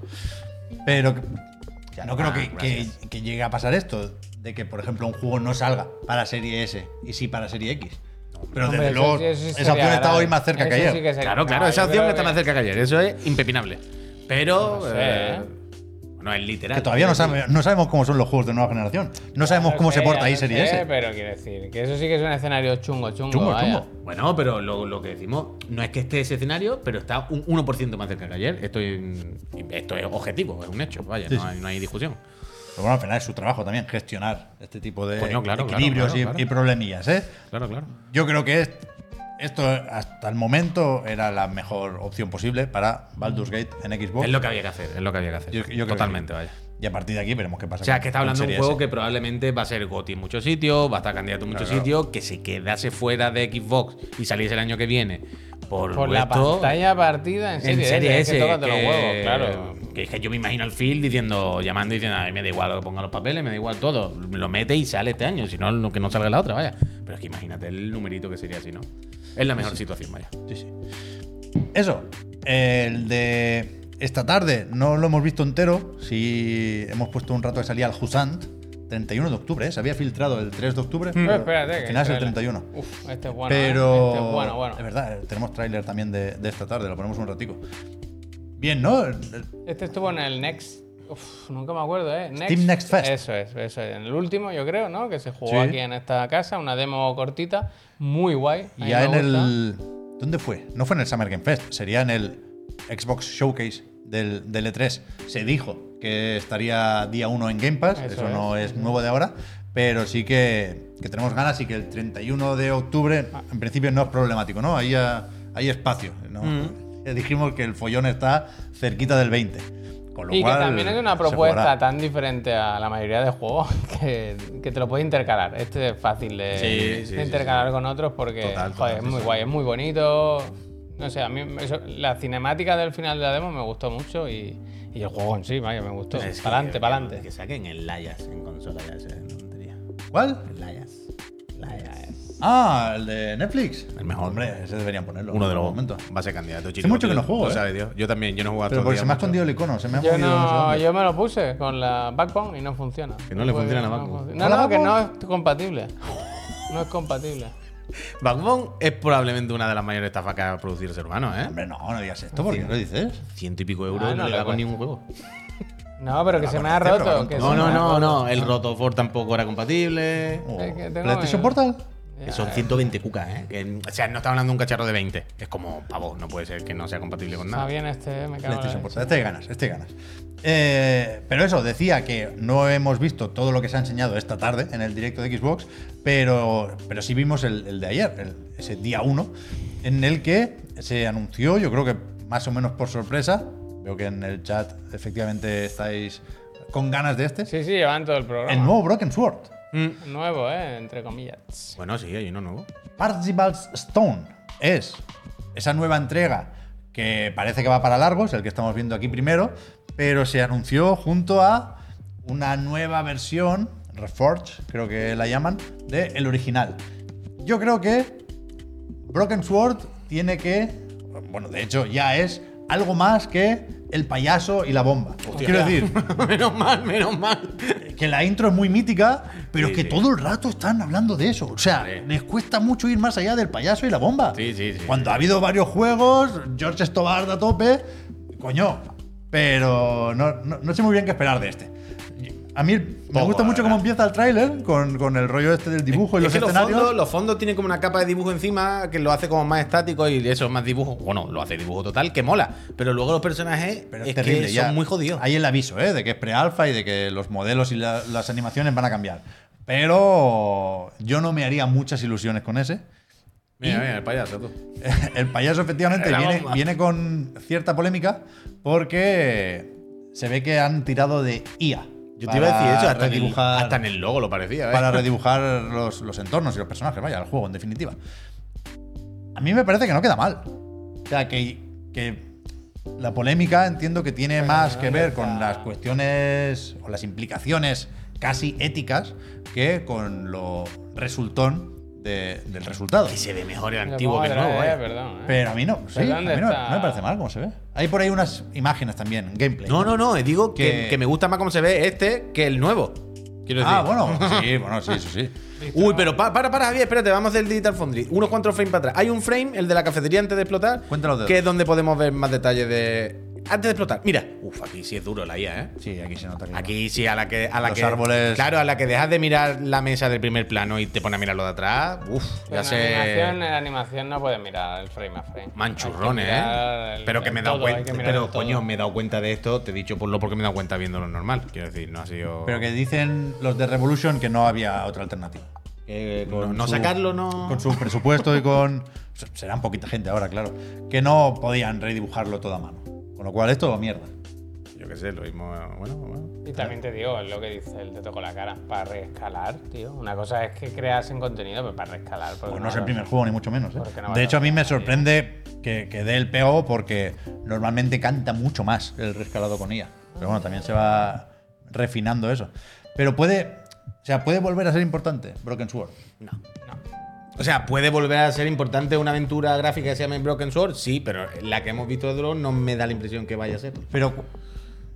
[SPEAKER 3] Pero
[SPEAKER 4] Ya
[SPEAKER 3] no
[SPEAKER 4] está,
[SPEAKER 3] creo que, que-
[SPEAKER 4] Ah, gracias.
[SPEAKER 3] que llegue a pasar esto, de que, por ejemplo, un juego no salga para serie S y sí para serie X. Pero
[SPEAKER 2] Hombre,
[SPEAKER 3] desde
[SPEAKER 2] eso
[SPEAKER 3] luego,
[SPEAKER 2] sí- eso sí
[SPEAKER 3] esa
[SPEAKER 2] sería
[SPEAKER 3] opción está
[SPEAKER 2] grave.
[SPEAKER 3] hoy más cerca
[SPEAKER 2] Eso
[SPEAKER 3] que ayer.
[SPEAKER 2] sí sería-
[SPEAKER 4] Claro, claro,
[SPEAKER 2] No,
[SPEAKER 4] esa
[SPEAKER 2] yo
[SPEAKER 4] opción
[SPEAKER 2] creo
[SPEAKER 4] está
[SPEAKER 2] que-
[SPEAKER 4] más cerca que ayer. Eso es impepinable. Pero.
[SPEAKER 2] No sé,
[SPEAKER 4] eh,
[SPEAKER 2] ¿eh?
[SPEAKER 4] no es literal.
[SPEAKER 3] Que todavía no, sabe- no sabemos cómo son los juegos de nueva generación. No sabemos cómo se
[SPEAKER 2] Ok,
[SPEAKER 3] porta
[SPEAKER 2] ya
[SPEAKER 3] ahí
[SPEAKER 2] lo
[SPEAKER 3] Serie
[SPEAKER 2] sé,
[SPEAKER 3] S.
[SPEAKER 2] Pero quiero decir que eso sí que es un escenario chungo, chungo.
[SPEAKER 3] Chungo,
[SPEAKER 2] vaya.
[SPEAKER 3] chungo.
[SPEAKER 4] Bueno, pero lo, lo que decimos no es que esté ese escenario, pero está un 1% más cerca que ayer. Esto, es- esto es objetivo, es un hecho. Vaya,
[SPEAKER 3] Sí,
[SPEAKER 4] no,
[SPEAKER 3] sí.
[SPEAKER 4] hay, no hay discusión.
[SPEAKER 3] Pero bueno, al final es su trabajo también gestionar este tipo de
[SPEAKER 4] Coño, claro, claro,
[SPEAKER 3] equilibrios
[SPEAKER 4] claro,
[SPEAKER 3] y-
[SPEAKER 4] claro.
[SPEAKER 3] Y, problemillas. ¿eh?
[SPEAKER 4] Claro, claro.
[SPEAKER 3] Yo creo que es- esto hasta el momento era la mejor opción posible para Baldur's Gate en Xbox.
[SPEAKER 4] Es lo que había que hacer, es lo que había que hacer.
[SPEAKER 3] Yo- yo creo que
[SPEAKER 4] Totalmente,
[SPEAKER 3] sí.
[SPEAKER 4] vaya.
[SPEAKER 3] Y a partir de aquí veremos qué pasa.
[SPEAKER 4] O sea,
[SPEAKER 3] con-
[SPEAKER 4] que está
[SPEAKER 3] con
[SPEAKER 4] hablando de un
[SPEAKER 3] Serie
[SPEAKER 4] juego
[SPEAKER 3] S.
[SPEAKER 4] que probablemente va a ser GOTY en muchos sitios, va a estar candidato en muchos sitios, que se quedase fuera de Xbox y saliese el año que viene. Por,
[SPEAKER 2] Por la
[SPEAKER 4] vuestro-
[SPEAKER 2] pantalla partida en serie,
[SPEAKER 4] en serie
[SPEAKER 2] es
[SPEAKER 4] S.
[SPEAKER 2] que tócate los
[SPEAKER 4] que-
[SPEAKER 2] huevos, claro.
[SPEAKER 3] Mm.
[SPEAKER 4] Que es que yo me imagino al Phil diciendo, llamando y diciendo, a mí me da igual lo que ponga los papeles, me da igual todo. Lo mete y sale este año, si no, no- que no salga la otra, vaya. Pero es que imagínate el numerito que sería así, ¿no? Es la mejor situación, vaya.
[SPEAKER 3] Sí, sí. Eso, el de esta tarde no lo hemos visto entero. Sí, hemos puesto un rato que salía al Husant. 31 de octubre, ¿eh? se había filtrado el 3 de octubre.
[SPEAKER 2] Pero
[SPEAKER 3] pero
[SPEAKER 2] espérate.
[SPEAKER 3] Al
[SPEAKER 2] que
[SPEAKER 3] final es el
[SPEAKER 2] espérate.
[SPEAKER 3] 31.
[SPEAKER 2] Uf, este es bueno.
[SPEAKER 3] pero
[SPEAKER 2] eh, Este es bueno, bueno.
[SPEAKER 3] es verdad, tenemos tráiler también de, de esta tarde, lo ponemos un ratico. Bien, ¿no?
[SPEAKER 2] Este estuvo en el Next. Uf, nunca me acuerdo, ¿eh? Next,
[SPEAKER 3] Steam Next Fest.
[SPEAKER 2] Eso es, eso es. En el último, yo creo, ¿no? Que se jugó
[SPEAKER 3] Sí.
[SPEAKER 2] aquí en esta casa, una demo cortita, muy guay. a mí
[SPEAKER 3] Ya
[SPEAKER 2] me
[SPEAKER 3] en
[SPEAKER 2] gusta.
[SPEAKER 3] el ¿dónde fue? No fue en el Summer Game Fest, sería en el Xbox Showcase del, del E3. Se dijo que estaría día 1 en Game Pass,
[SPEAKER 2] Eso
[SPEAKER 3] eso, no es nuevo de ahora, pero sí que, que tenemos ganas y que el 31 de octubre
[SPEAKER 2] Ah.
[SPEAKER 3] en principio no es problemático, ¿no? Ahí ah, hay espacio, ¿no?
[SPEAKER 2] Mm.
[SPEAKER 3] Ya Dijimos que el follón está cerquita del 20. Con lo
[SPEAKER 2] Y
[SPEAKER 3] cual,
[SPEAKER 2] que también es
[SPEAKER 3] se
[SPEAKER 2] una propuesta
[SPEAKER 3] jugará.
[SPEAKER 2] tan diferente a la mayoría de juegos que, que te lo puedes intercalar. Este es fácil de,
[SPEAKER 4] Sí,
[SPEAKER 2] de
[SPEAKER 4] sí, sí,
[SPEAKER 2] intercalar con otros porque joder,
[SPEAKER 3] Total, total,
[SPEAKER 2] es
[SPEAKER 3] sí,
[SPEAKER 2] muy
[SPEAKER 3] sí.
[SPEAKER 2] guay, es muy bonito. No sé, a mí eso- la cinemática del final de la demo me gustó mucho y, y el juego en sí, vaya, me gustó.
[SPEAKER 4] Es que-
[SPEAKER 2] Pa'lante,
[SPEAKER 4] que-
[SPEAKER 2] pa'lante.
[SPEAKER 4] Que saquen el Layas en consola, ya se tontería.
[SPEAKER 3] ¿Cuál?
[SPEAKER 4] El Layas. Layas. eh,
[SPEAKER 3] Ah, el de Netflix.
[SPEAKER 4] El mejor.
[SPEAKER 3] Hombre, ese deberían ponerlo.
[SPEAKER 4] Uno de
[SPEAKER 3] en
[SPEAKER 4] los
[SPEAKER 3] algún momento.
[SPEAKER 4] Va a ser candidato, chicos.
[SPEAKER 3] mucho que
[SPEAKER 4] Tú-
[SPEAKER 3] no juego,
[SPEAKER 4] tú
[SPEAKER 3] ¿eh?
[SPEAKER 4] sabes, Dios. Yo también, yo no he jugado
[SPEAKER 3] Pero
[SPEAKER 4] estos
[SPEAKER 3] porque
[SPEAKER 4] días
[SPEAKER 3] se me ha
[SPEAKER 4] mucho.
[SPEAKER 3] escondido el icono, se me ha
[SPEAKER 2] Yo,
[SPEAKER 3] movido no sé
[SPEAKER 2] no,
[SPEAKER 3] dónde.
[SPEAKER 2] yo me lo puse con la Backbone y no funciona.
[SPEAKER 4] Que no le
[SPEAKER 2] puede-
[SPEAKER 4] funciona la
[SPEAKER 2] No,
[SPEAKER 4] Backbone.
[SPEAKER 2] funciona.
[SPEAKER 3] ¿Con
[SPEAKER 2] no,
[SPEAKER 3] la
[SPEAKER 2] no, que no
[SPEAKER 3] Backbone?
[SPEAKER 2] es compatible. No es compatible.
[SPEAKER 4] Backbone es probablemente una de las mayores estafas que ha producido el ser humano, ¿eh?
[SPEAKER 3] Hombre, no, no digas esto, porque no lo dices.
[SPEAKER 4] Ciento y pico euros
[SPEAKER 2] Ah,
[SPEAKER 4] no,
[SPEAKER 2] no,
[SPEAKER 4] le
[SPEAKER 2] lo
[SPEAKER 4] da con
[SPEAKER 2] que-
[SPEAKER 4] ningún juego.
[SPEAKER 2] No, pero que se me ha
[SPEAKER 3] conocí, pero
[SPEAKER 2] roto.
[SPEAKER 3] no-
[SPEAKER 2] que se
[SPEAKER 4] No,
[SPEAKER 2] me
[SPEAKER 4] no,
[SPEAKER 2] ha
[SPEAKER 4] no,
[SPEAKER 2] roto.
[SPEAKER 4] no. El Rotofor tampoco era compatible.
[SPEAKER 3] Oh.
[SPEAKER 2] Es que tengo miedo.
[SPEAKER 3] ¿PlayStation Portal?
[SPEAKER 4] Que son 120 cucas, ¿eh? Que, o sea, no está hablando de un cacharro de 20. Es como, pavo, no puede ser que no sea compatible con
[SPEAKER 2] Está
[SPEAKER 4] nada.
[SPEAKER 2] bien este, me cago en la
[SPEAKER 3] PlayStation
[SPEAKER 2] leche.
[SPEAKER 3] Portal. Este ganas, este ganas. Eh, pero eso, decía que no hemos visto todo lo que se ha enseñado esta tarde en el directo de Xbox, pero, pero sí vimos el, el de ayer, el- ese día 1, en el que se anunció, yo creo que más o menos por sorpresa, veo que en el chat efectivamente estáis con ganas de este.
[SPEAKER 2] Sí, sí, llevan todo el programa.
[SPEAKER 3] El nuevo Broken Sword.
[SPEAKER 2] Nuevo, ¿eh? Entre comillas.
[SPEAKER 4] Mm. Bueno, sí, hay uno nuevo.
[SPEAKER 3] Parzibal's Stone es esa nueva entrega que parece que va para largo, es el que estamos viendo aquí primero, pero se anunció junto a una nueva versión, Reforged, creo que la llaman, del el original. Yo creo que Broken Sword tiene que, bueno, de hecho ya es algo más que el payaso y la bomba. Quiero decir,
[SPEAKER 4] menos mal, menos mal.
[SPEAKER 3] que la intro es muy mítica, pero
[SPEAKER 4] Sí,
[SPEAKER 3] que
[SPEAKER 4] sí.
[SPEAKER 3] todo el rato están hablando de eso. O sea,
[SPEAKER 4] Sí.
[SPEAKER 3] les cuesta mucho ir más allá del payaso y la bomba.
[SPEAKER 4] Sí, sí, sí.
[SPEAKER 3] Cuando ha habido varios juegos, George Stobart a tope, coño. Pero no, no- no sé muy bien qué esperar de este. A mí me
[SPEAKER 4] Poco,
[SPEAKER 3] gusta
[SPEAKER 4] la
[SPEAKER 3] mucho cómo
[SPEAKER 4] verdad.
[SPEAKER 3] empieza el tráiler, con, con el rollo este del dibujo y
[SPEAKER 4] Es
[SPEAKER 3] los
[SPEAKER 4] que los
[SPEAKER 3] escenarios.
[SPEAKER 4] fondos, los fondos tienen como una capa de dibujo encima que lo hace como más estático y eso es más dibujo. Bueno, lo hace dibujo total, que mola. Pero luego los personajes
[SPEAKER 3] Pero
[SPEAKER 4] es,
[SPEAKER 3] es, terrible,
[SPEAKER 4] que
[SPEAKER 3] ya.
[SPEAKER 4] son muy jodidos.
[SPEAKER 3] Hay el aviso, ¿eh? De que es pre-alfa y de que los modelos y la- las animaciones van a cambiar. Pero yo no me haría muchas ilusiones con ese.
[SPEAKER 4] Mira, mira, el payaso tú.
[SPEAKER 3] El payaso efectivamente
[SPEAKER 4] La
[SPEAKER 3] viene,
[SPEAKER 4] bomba.
[SPEAKER 3] viene con cierta polémica porque se ve que han tirado de IA.
[SPEAKER 4] Yo te iba a decir eso, hasta, en el-
[SPEAKER 3] redibujar,
[SPEAKER 4] hasta en el logo lo parecía. ¿eh?
[SPEAKER 3] para redibujar los, los entornos y los personajes, vaya, el juego en definitiva. A mí me parece que no queda mal. O sea, que, que la polémica entiendo que tiene más que ver con las cuestiones o las implicaciones casi éticas que con lo resultón de- del resultado.
[SPEAKER 4] Que se ve mejor el
[SPEAKER 2] Lo
[SPEAKER 4] antiguo
[SPEAKER 2] pongo
[SPEAKER 4] que el
[SPEAKER 2] otra
[SPEAKER 4] nuevo,
[SPEAKER 2] vez,
[SPEAKER 4] ¿eh?
[SPEAKER 2] Perdón, ¿eh?
[SPEAKER 3] Pero a mí no, sí,
[SPEAKER 2] ¿Pero
[SPEAKER 3] a mí
[SPEAKER 2] dónde
[SPEAKER 3] no,
[SPEAKER 2] está?
[SPEAKER 3] no me parece mal como se ve. Hay por ahí unas imágenes también, gameplay.
[SPEAKER 4] No, no, no. Digo que,
[SPEAKER 3] Que-
[SPEAKER 4] que me gusta más cómo se ve este que el nuevo. Quiero decir.
[SPEAKER 3] Ah, bueno, sí, bueno, sí, eso sí.
[SPEAKER 4] Uy, pero pa- para, para, Javier, espérate, vamos del Digital Foundry. Unos cuantos frames para atrás. Hay un frame, el de la cafetería antes de explotar,
[SPEAKER 3] Cuéntalo de-
[SPEAKER 4] que es donde podemos ver más detalles de. Antes de explotar, mira. Uf, aquí sí es duro la IA, ¿eh?
[SPEAKER 3] Sí, aquí se nota que no.
[SPEAKER 4] Aquí sí, a la que. A la
[SPEAKER 3] Los
[SPEAKER 4] que-
[SPEAKER 3] árboles.
[SPEAKER 4] Claro, a la que dejas de mirar la mesa del primer plano y te pones a mirar lo de atrás. Uf, ya
[SPEAKER 2] Pero en
[SPEAKER 4] sé.
[SPEAKER 2] animación, en animación no puedes mirar el frame a frame.
[SPEAKER 4] Manchurrones,
[SPEAKER 2] Hay que mirar
[SPEAKER 4] ¿eh?
[SPEAKER 2] el-
[SPEAKER 4] Pero que
[SPEAKER 2] el
[SPEAKER 4] me he dado
[SPEAKER 2] todo, hay que
[SPEAKER 4] cuenta.
[SPEAKER 2] mirar
[SPEAKER 4] Pero
[SPEAKER 2] el todo.
[SPEAKER 4] coño, me he dado cuenta de esto. Te he dicho por lo porque me he dado cuenta viéndolo normal. Quiero decir, no ha sido.
[SPEAKER 3] Pero que dicen los de Revolution que no había otra alternativa.
[SPEAKER 4] que no, no
[SPEAKER 3] su-
[SPEAKER 4] sacarlo, no.
[SPEAKER 3] Con su presupuesto y con. Serán poquita gente ahora, claro. Que no podían redibujarlo todo a mano. Con lo cual, esto mierda.
[SPEAKER 4] Yo qué sé, lo mismo. Bueno, bueno.
[SPEAKER 2] Y también te digo, es lo que dice el te tocó la cara, para reescalar, tío. Una cosa es que creasen contenido, pero para reescalar. porque
[SPEAKER 3] Pues no es el
[SPEAKER 2] lo-
[SPEAKER 3] primer juego, ni mucho menos. ¿eh?
[SPEAKER 2] Porque no va
[SPEAKER 3] de
[SPEAKER 2] a
[SPEAKER 3] hecho, a mí me
[SPEAKER 2] cambiar,
[SPEAKER 3] sorprende que, que dé el PO porque normalmente canta mucho más el rescalado con ella. Pero bueno, también se va refinando eso. Pero puede. O sea, puede volver a ser importante Broken Sword.
[SPEAKER 4] No. O sea, puede volver a ser importante una aventura gráfica que se llame Broken Sword, sí, pero la que hemos visto de Drone no me da la impresión que vaya a ser.
[SPEAKER 3] Pero cu-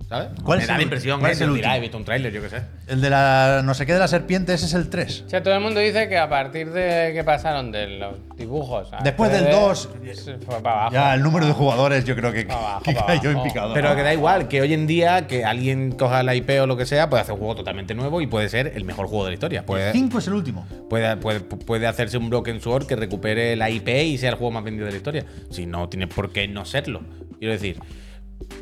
[SPEAKER 4] ¿Sabes?
[SPEAKER 3] ¿Cuál
[SPEAKER 4] me
[SPEAKER 3] es
[SPEAKER 4] da
[SPEAKER 3] el-
[SPEAKER 4] la impresión,
[SPEAKER 3] cuál
[SPEAKER 4] eh,
[SPEAKER 3] es el
[SPEAKER 4] me dirá,
[SPEAKER 3] último?
[SPEAKER 4] he visto un tráiler, yo qué sé.
[SPEAKER 3] el de la no sé qué de la serpiente, ese es el 3.
[SPEAKER 2] O sea, todo el mundo dice que a partir de que pasaron de los dibujos. a
[SPEAKER 3] Después del
[SPEAKER 2] 3D,
[SPEAKER 3] dos,
[SPEAKER 2] se fue para abajo.
[SPEAKER 3] Ya, el número de jugadores yo creo que,
[SPEAKER 2] Pa' abajo,
[SPEAKER 3] que
[SPEAKER 2] pa'
[SPEAKER 3] cayó en
[SPEAKER 2] abajo.
[SPEAKER 3] picado.
[SPEAKER 4] Pero que da igual, que hoy en día que alguien coja la IP o lo que sea, puede hacer un juego totalmente nuevo y puede ser el mejor juego de la historia. Puede,
[SPEAKER 3] 5 es el último.
[SPEAKER 4] puede, puede, puede hacerse un Broken Sword que recupere la IP y sea el juego más vendido de la historia. Si no, tiene por qué no serlo. Quiero decir.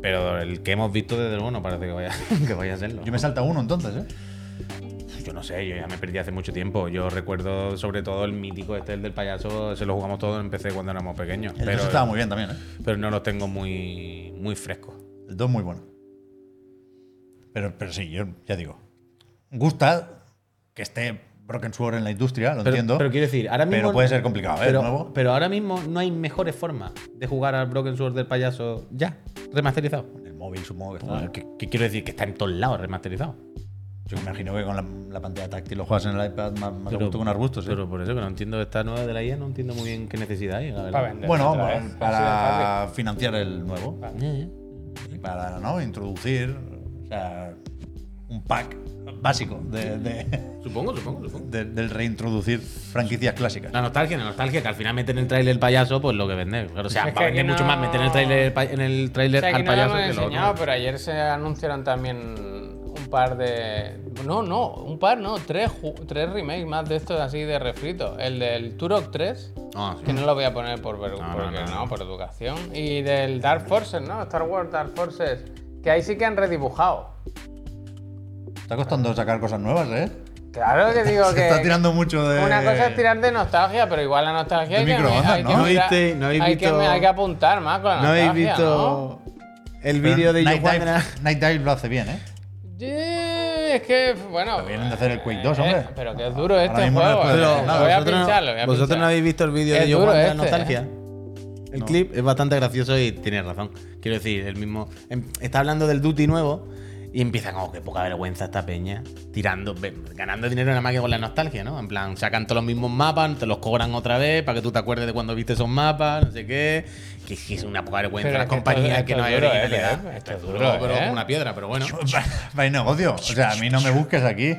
[SPEAKER 4] Pero el que hemos visto desde luego no parece que vaya, que vaya a serlo.
[SPEAKER 3] Yo me salta uno entonces, ¿eh?
[SPEAKER 4] Yo no sé, yo ya me perdí hace mucho tiempo. Yo recuerdo sobre todo el mítico este, el del payaso, se lo jugamos todo en PC cuando éramos pequeños.
[SPEAKER 3] El 2
[SPEAKER 4] pero,
[SPEAKER 3] estaba muy bien también, ¿eh?
[SPEAKER 4] pero no los tengo muy, muy frescos.
[SPEAKER 3] El 2 muy bueno. Pero, pero sí, yo ya digo. Gusta que esté Broken Sword en la industria, lo
[SPEAKER 4] Pero,
[SPEAKER 3] entiendo.
[SPEAKER 4] pero
[SPEAKER 3] Pero,
[SPEAKER 4] quiero decir, ahora mismo.
[SPEAKER 3] puede ser complicado, ¿eh? De
[SPEAKER 4] pero,
[SPEAKER 3] nuevo.
[SPEAKER 4] pero ahora mismo no hay mejores formas de jugar al Broken Sword del payaso ya, remasterizado.
[SPEAKER 3] el móvil supongo que está.
[SPEAKER 2] Ah.
[SPEAKER 4] ¿Qué, qué quiero decir? Pues, Que está en todos lados remasterizado.
[SPEAKER 3] Yo me imagino que con la, la pantalla táctil lo juegas en el iPad más, más a
[SPEAKER 4] Pero-
[SPEAKER 3] gusto que un arbusto, ¿sí?
[SPEAKER 4] Pero por eso que no entiendo esta nueva de la IA, no entiendo muy bien qué necesidad hay, la verdad.
[SPEAKER 2] Para vender.
[SPEAKER 3] bueno,
[SPEAKER 2] otra
[SPEAKER 3] para,
[SPEAKER 2] vez.
[SPEAKER 3] para financiar el nuevo.
[SPEAKER 4] Eh, eh.
[SPEAKER 3] Y para ¿no? introducir o sea, un pack básico de- de,
[SPEAKER 4] Supongo, supongo, supongo.
[SPEAKER 3] de- del reintroducir franquicias clásicas.
[SPEAKER 4] La nostalgia, la nostalgia, que al final meten en el tráiler el payaso, pues lo que vende. Claro, o sea,
[SPEAKER 2] Es que
[SPEAKER 4] va a vender
[SPEAKER 2] aquí
[SPEAKER 4] mucho
[SPEAKER 2] no-
[SPEAKER 4] más meter en el tráiler pa- en el tráiler
[SPEAKER 2] O sea, que
[SPEAKER 4] al
[SPEAKER 2] no lo
[SPEAKER 4] payaso
[SPEAKER 2] hemos
[SPEAKER 4] que lo otro.
[SPEAKER 2] enseñado, pero ayer se anunciaron también un par de. No, no, un par, no, tres, ju- tres remakes más de estos así de refrito. El del Turok 3,
[SPEAKER 4] Ah, sí.
[SPEAKER 2] que no lo voy a poner por, ver-
[SPEAKER 4] No, no,
[SPEAKER 2] porque
[SPEAKER 4] no,
[SPEAKER 2] no,
[SPEAKER 4] no.
[SPEAKER 2] por educación. Y del Dark Forces, ¿no? Star Wars Dark Forces, que ahí sí que han redibujado.
[SPEAKER 3] Está costando sacar cosas nuevas, ¿eh?
[SPEAKER 2] Claro que digo
[SPEAKER 3] Se
[SPEAKER 2] que.
[SPEAKER 3] está tirando mucho de.
[SPEAKER 2] Una cosa es tirar de nostalgia, pero igual la nostalgia
[SPEAKER 3] De
[SPEAKER 2] hay que,
[SPEAKER 3] microondas,
[SPEAKER 2] hay que
[SPEAKER 3] ¿no?
[SPEAKER 4] ¿No
[SPEAKER 2] mirar-
[SPEAKER 4] viste- no habéis
[SPEAKER 2] hay que-
[SPEAKER 4] visto-
[SPEAKER 2] hay que apuntar más con la nostalgia, ¿no?
[SPEAKER 4] el
[SPEAKER 3] Pero Night Dive, Night Dive lo hace bien, ¿eh?
[SPEAKER 2] Yeah, es que, bueno.
[SPEAKER 3] vienen de hacer el Quake 2, hombre.
[SPEAKER 2] eh, pero que es duro
[SPEAKER 3] Ahora
[SPEAKER 2] este
[SPEAKER 3] mismo no
[SPEAKER 2] juego.
[SPEAKER 3] les puedes
[SPEAKER 2] eh.
[SPEAKER 3] decir nada.
[SPEAKER 2] Voy a
[SPEAKER 4] vosotros,
[SPEAKER 2] pincharlo, voy a
[SPEAKER 4] vosotros
[SPEAKER 2] pinchar.
[SPEAKER 4] no habéis visto el vídeo
[SPEAKER 2] Es
[SPEAKER 4] de Yo
[SPEAKER 2] duro
[SPEAKER 4] Juan de la
[SPEAKER 2] este,
[SPEAKER 4] Nostalgia.
[SPEAKER 2] eh.
[SPEAKER 4] El clip es bastante gracioso y tienes razón. Quiero decir, el mismo. em- Está hablando del Duty nuevo y empiezan, oh, qué poca vergüenza esta peña. Tirando, ve- ganando dinero nada más que con la nostalgia, ¿no? En plan, sacan todos los mismos mapas, te los cobran otra vez para que tú te acuerdes de cuando viste esos mapas, no sé qué. Que sí, es una poca vergüenza
[SPEAKER 2] Pero
[SPEAKER 4] las
[SPEAKER 2] es que esto-
[SPEAKER 4] compañías que
[SPEAKER 2] esto
[SPEAKER 4] no
[SPEAKER 2] es
[SPEAKER 4] hay
[SPEAKER 2] duro,
[SPEAKER 4] originalidad.
[SPEAKER 2] ¿eh?
[SPEAKER 4] Esto es duro, pero
[SPEAKER 2] ¿eh?
[SPEAKER 4] como una piedra, pero bueno.
[SPEAKER 3] Hay negocio. O sea, a mí no me busques aquí,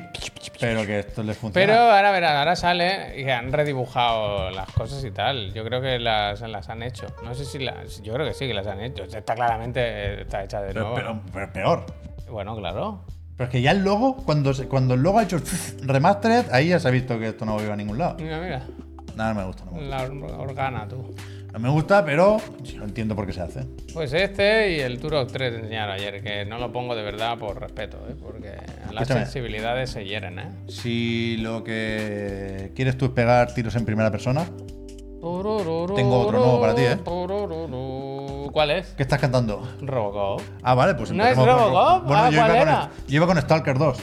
[SPEAKER 3] pero que esto les funciona.
[SPEAKER 2] Pero ahora verás, ahora sale y han redibujado las cosas y tal. Yo creo que las, las han hecho. No sé si las. Yo creo que sí que las han hecho. Está claramente eh, está hecha de
[SPEAKER 3] Pero,
[SPEAKER 2] nuevo.
[SPEAKER 3] pero- pero peor.
[SPEAKER 2] bueno, claro.
[SPEAKER 3] Pero es que ya el logo, cuando, se- cuando el logo ha hecho remastered, ahí ya se ha visto que esto no iba a ningún lado.
[SPEAKER 2] Mira, mira.
[SPEAKER 3] Nada, no me gusta. No me gusta,
[SPEAKER 2] La or- organa, tú.
[SPEAKER 3] No me gusta, pero lo entiendo por qué se hace.
[SPEAKER 2] Pues este y el Turok 3 te enseñaron ayer, que no lo pongo de verdad por respeto, ¿eh? porque las
[SPEAKER 3] Escúchame.
[SPEAKER 2] sensibilidades se hieren, ¿eh?
[SPEAKER 3] Si lo que quieres tú es pegar tiros en primera persona,
[SPEAKER 2] Tengo
[SPEAKER 3] otro nuevo para ti, ¿eh?
[SPEAKER 2] ¿Cuál es?
[SPEAKER 3] ¿qué estás cantando?
[SPEAKER 2] Robocop.
[SPEAKER 3] Ah, vale, pues
[SPEAKER 2] ¿No es
[SPEAKER 3] empecemos con
[SPEAKER 2] Robocop?
[SPEAKER 3] Ro- Bueno,
[SPEAKER 2] Ah,
[SPEAKER 3] yo, iba
[SPEAKER 2] ¿cuál
[SPEAKER 3] con,
[SPEAKER 2] era? Oh.
[SPEAKER 3] yo iba con Stalker 2,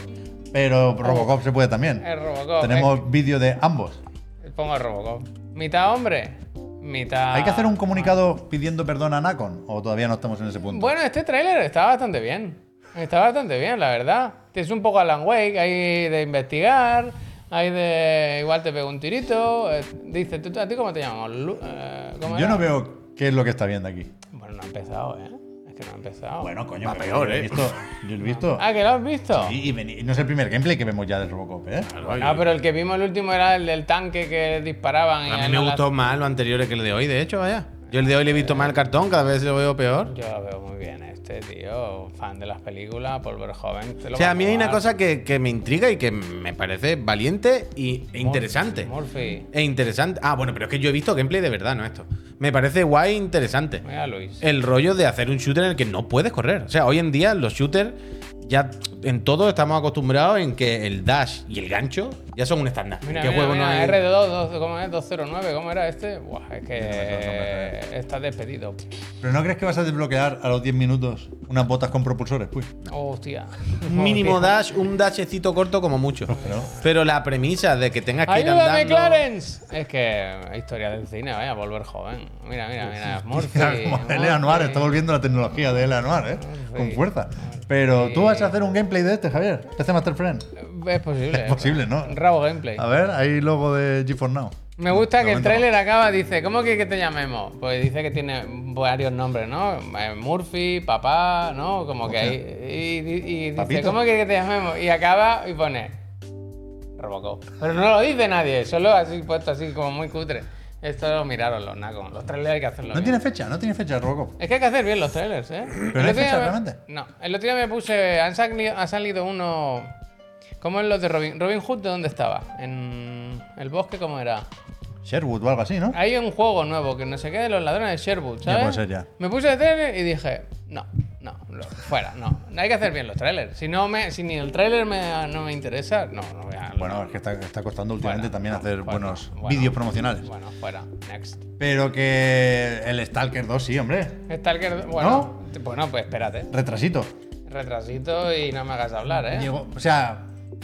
[SPEAKER 3] pero Robocop se puede también.
[SPEAKER 2] Es Robocop.
[SPEAKER 3] Tenemos vídeo de ambos.
[SPEAKER 2] eh. Pongo Robocop. Mitad hombre, mitad.
[SPEAKER 3] ¿Hay que hacer un comunicado pidiendo perdón a Nacon? ¿O todavía no estamos en ese punto?
[SPEAKER 2] Bueno, este tráiler está bastante bien. Está bastante bien, la verdad. Es un poco Alan Wake, hay de investigar, hay de. Igual te pega un tirito. eh, Dice, ¿tú- ¿a ti cómo te llamamos? Lu- eh, ¿cómo
[SPEAKER 3] yo
[SPEAKER 2] era?
[SPEAKER 3] no veo qué es lo que está viendo aquí.
[SPEAKER 2] Bueno, no ha empezado, ¿eh? Es que no ha empezado.
[SPEAKER 3] Bueno, coño, pero yo lo he visto- Yo lo he visto.
[SPEAKER 2] Ah, que lo has visto.
[SPEAKER 3] Y, y veni- no es el primer gameplay que vemos ya del Robocop, ¿eh?
[SPEAKER 2] No, pero el que vimos el último era el del tanque que disparaban. y
[SPEAKER 4] A mí
[SPEAKER 2] ahí
[SPEAKER 4] me
[SPEAKER 2] no la-
[SPEAKER 4] gustó más lo anterior que el de hoy, de hecho, vaya. Yo el de hoy le he visto más el cartón, cada vez lo veo peor.
[SPEAKER 2] Yo lo veo muy bien este, tío. Fan de las películas, Polver Joven. te lo
[SPEAKER 4] O sea,
[SPEAKER 2] va
[SPEAKER 4] a mí hay una
[SPEAKER 2] jugar.
[SPEAKER 4] cosa que, que me intriga y que me parece valiente y, e interesante.
[SPEAKER 2] Morphy.
[SPEAKER 4] E interesante. Ah, bueno, pero es que yo he visto gameplay de verdad, no esto. Me parece guay e interesante.
[SPEAKER 2] Mira, Luis.
[SPEAKER 4] El rollo de hacer un shooter en el que no puedes correr. O sea, hoy en día los shooters ya en todo estamos acostumbrados en que el dash y el gancho ya son un estándar.
[SPEAKER 2] Mira,
[SPEAKER 4] ¿Qué
[SPEAKER 2] mira,
[SPEAKER 4] juego no
[SPEAKER 2] mira,
[SPEAKER 4] hay?
[SPEAKER 2] R2, dos- ¿cómo es? 209, ¿cómo era este? Buah, es que estás despedido.
[SPEAKER 3] ¿Pero no crees que vas a desbloquear a los 10 minutos unas botas con propulsores? Pues.
[SPEAKER 2] Oh, hostia.
[SPEAKER 4] Mínimo
[SPEAKER 2] Hostia.
[SPEAKER 4] dash, un dashecito corto como mucho.
[SPEAKER 3] Pero-
[SPEAKER 4] Pero, la premisa de que tengas que ir
[SPEAKER 2] ¡Ayúdame,
[SPEAKER 4] andando.
[SPEAKER 2] Clarence! Es que historia del cine, vaya, volver joven. Mira, mira, mira. Morphy.
[SPEAKER 3] Como L. Anuar, está volviendo la tecnología de L. Anuar, ¿eh? Con fuerza. Pero tú vas a hacer un gameplay de este, Javier. PC Master Friend.
[SPEAKER 2] Es posible.
[SPEAKER 3] Es posible, ¿no?
[SPEAKER 2] Rabo gameplay.
[SPEAKER 3] A ver, ahí logo de GeForce Now.
[SPEAKER 2] Me gusta que el
[SPEAKER 3] momento no.
[SPEAKER 2] tráiler acaba, dice, ¿cómo que, que te llamemos? Pues dice que tiene varios nombres, ¿no? Eh, Murphy, papá, ¿no? Como que ahí. Y, di- y dice,
[SPEAKER 3] Papito.
[SPEAKER 2] ¿cómo que, que te llamemos? Y acaba y pone. Robocop. Pero no lo dice nadie, solo así puesto así como muy cutre. Esto lo miraron los nacos. Los trailers hay que hacerlo.
[SPEAKER 3] No
[SPEAKER 2] bien.
[SPEAKER 3] tiene fecha, no tiene fecha el Robocop.
[SPEAKER 2] Es que hay que hacer bien los trailers, ¿eh?
[SPEAKER 3] no
[SPEAKER 2] El otro
[SPEAKER 3] hay
[SPEAKER 2] día
[SPEAKER 3] fecha,
[SPEAKER 2] me-
[SPEAKER 3] realmente.
[SPEAKER 2] No, el otro día me puse. Han salido, ha salido uno. ¿Cómo es los de Robin? Robin Hood, ¿de dónde estaba? ¿En el bosque cómo era?
[SPEAKER 3] Sherwood o algo así, ¿no?
[SPEAKER 2] Hay un juego nuevo que no sé qué de los ladrones de Sherwood,
[SPEAKER 3] Ya
[SPEAKER 2] ¿sabes?
[SPEAKER 3] puede ser, ya.
[SPEAKER 2] Me puse de tele y dije, no, no, lo- fuera, no. Hay que hacer bien los trailers. Si no me, si ni el trailer me, no me interesa, no, no voy a.
[SPEAKER 3] Bueno, es que está, está costando últimamente
[SPEAKER 2] Bueno,
[SPEAKER 3] también hacer
[SPEAKER 2] bueno,
[SPEAKER 3] buenos
[SPEAKER 2] bueno,
[SPEAKER 3] vídeos promocionales.
[SPEAKER 2] Bueno, fuera. Next.
[SPEAKER 3] Pero que el Stalker 2 sí, hombre.
[SPEAKER 2] Stalker, bueno, t- bueno, pues espérate.
[SPEAKER 3] Retrasito.
[SPEAKER 2] Retrasito y no me hagas hablar, ¿eh?
[SPEAKER 3] Llegó- o sea,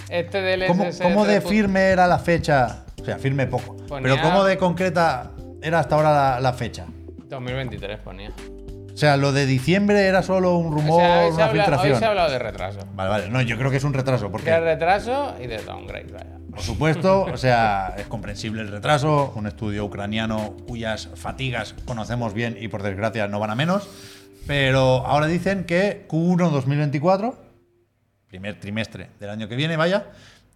[SPEAKER 2] Este del
[SPEAKER 3] ¿Cómo,
[SPEAKER 2] SS
[SPEAKER 3] cómo de
[SPEAKER 2] 3.0.
[SPEAKER 3] firme era la fecha? O sea, firme poco.
[SPEAKER 2] Ponía-
[SPEAKER 3] Pero ¿cómo de concreta era hasta ahora la, la fecha?
[SPEAKER 2] 2023 ponía.
[SPEAKER 3] O sea, lo de diciembre era solo un
[SPEAKER 2] O
[SPEAKER 3] rumor,
[SPEAKER 2] sea, hoy, se habla-
[SPEAKER 3] una
[SPEAKER 2] hoy
[SPEAKER 3] filtración.
[SPEAKER 2] se ha hablado de retraso.
[SPEAKER 3] Vale, vale. No, yo creo que es un retraso.
[SPEAKER 2] De
[SPEAKER 3] Porque,
[SPEAKER 2] retraso y de downgrade, vaya.
[SPEAKER 3] por supuesto, o sea, es comprensible el retraso. Un estudio ucraniano cuyas fatigas conocemos bien y por desgracia no van a menos. Pero ahora dicen que Q1 2024, primer trimestre del año que viene, vaya.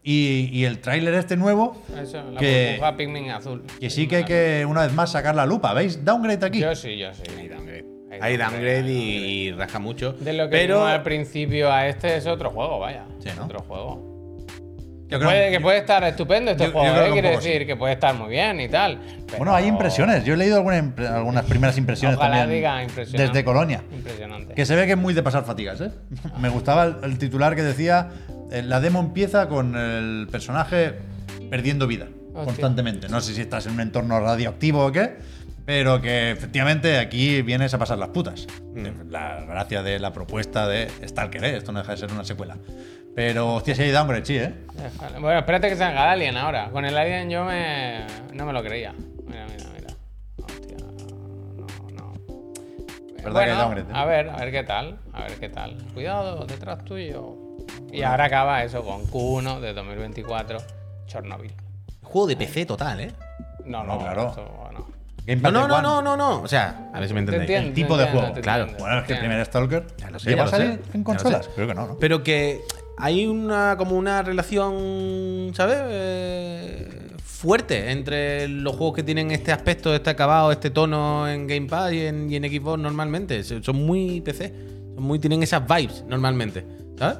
[SPEAKER 3] Y, y el tráiler este nuevo,
[SPEAKER 2] Eso, la
[SPEAKER 3] Que-
[SPEAKER 2] burbuja Pikmin azul.
[SPEAKER 3] Que sí que hay que una vez más sacar la lupa, ¿veis? Downgrade aquí.
[SPEAKER 2] Yo sí, yo sí.
[SPEAKER 4] Hay downgrade.
[SPEAKER 2] Hay
[SPEAKER 4] Hay
[SPEAKER 2] downgrade,
[SPEAKER 4] downgrade y, y rasca mucho.
[SPEAKER 2] De lo que
[SPEAKER 4] pero
[SPEAKER 2] vimos al principio a este es otro juego, vaya.
[SPEAKER 3] Sí,
[SPEAKER 2] Es
[SPEAKER 3] ¿no?
[SPEAKER 2] Otro juego.
[SPEAKER 3] Yo creo-
[SPEAKER 2] Puede, que puede estar estupendo este
[SPEAKER 3] yo- yo
[SPEAKER 2] juego,
[SPEAKER 3] creo
[SPEAKER 2] ¿eh?
[SPEAKER 3] que un
[SPEAKER 2] Quiere
[SPEAKER 3] poco sí.
[SPEAKER 2] decir que puede estar muy bien y tal. pero-
[SPEAKER 3] Bueno, hay impresiones. Yo he leído alguna impre- algunas primeras impresiones
[SPEAKER 2] Ojalá
[SPEAKER 3] también
[SPEAKER 2] diga impresionante.
[SPEAKER 3] desde Colonia.
[SPEAKER 2] Impresionante.
[SPEAKER 3] Que se ve que es muy de pasar fatigas, ¿eh? Me gustaba el, el titular que decía, eh, la demo empieza con el personaje perdiendo vida
[SPEAKER 2] Hostia.
[SPEAKER 3] constantemente. No sé si estás en un entorno radioactivo o qué, pero que efectivamente aquí vienes a
[SPEAKER 4] Mm.
[SPEAKER 3] pasar las putas. La gracia de la propuesta de Stalker, ¿eh? Esto no deja de ser una secuela. Pero hostia, si hay downgrade, sí, ¿eh?
[SPEAKER 2] Déjalo. Bueno, espérate que salga el Alien ahora. Con el Alien yo me... no me lo creía. Mira, mira, mira. Hostia. No, no.
[SPEAKER 3] Verdad que hay downgrade, ¿eh?
[SPEAKER 2] a ver, a ver qué tal. A ver qué tal. Cuidado, detrás tuyo. Y ahora acaba eso con Q1 de 2024, Chernobyl.
[SPEAKER 4] Juego de PC total, ¿eh?
[SPEAKER 2] No,
[SPEAKER 3] No,
[SPEAKER 2] no,
[SPEAKER 3] claro.
[SPEAKER 2] esto, no.
[SPEAKER 3] Gamepad
[SPEAKER 4] No, no,
[SPEAKER 3] de
[SPEAKER 4] no,
[SPEAKER 3] One.
[SPEAKER 4] no, no, no. O sea, a ver si me
[SPEAKER 2] Te
[SPEAKER 4] entendéis.
[SPEAKER 2] entiendo,
[SPEAKER 3] tipo
[SPEAKER 2] te
[SPEAKER 3] de
[SPEAKER 2] entiendo,
[SPEAKER 3] juego,
[SPEAKER 2] te
[SPEAKER 4] claro.
[SPEAKER 2] entiendo,
[SPEAKER 3] Bueno, es
[SPEAKER 2] te
[SPEAKER 3] que el
[SPEAKER 2] entiendo.
[SPEAKER 3] primer Stalker.
[SPEAKER 4] Ya lo sé,
[SPEAKER 3] ¿Llegó
[SPEAKER 4] ya
[SPEAKER 3] a
[SPEAKER 4] lo
[SPEAKER 3] salir
[SPEAKER 4] sé, ya
[SPEAKER 3] en
[SPEAKER 4] lo
[SPEAKER 3] consolas?
[SPEAKER 4] sé.
[SPEAKER 3] Creo que no, ¿no?
[SPEAKER 4] Pero que hay una como una relación, ¿sabes? Eh, fuerte entre los juegos que tienen este aspecto, este acabado, este tono en Gamepad y en, y en Xbox normalmente. Se- Son muy PC. Son muy, tienen esas vibes normalmente. ¿Sabes?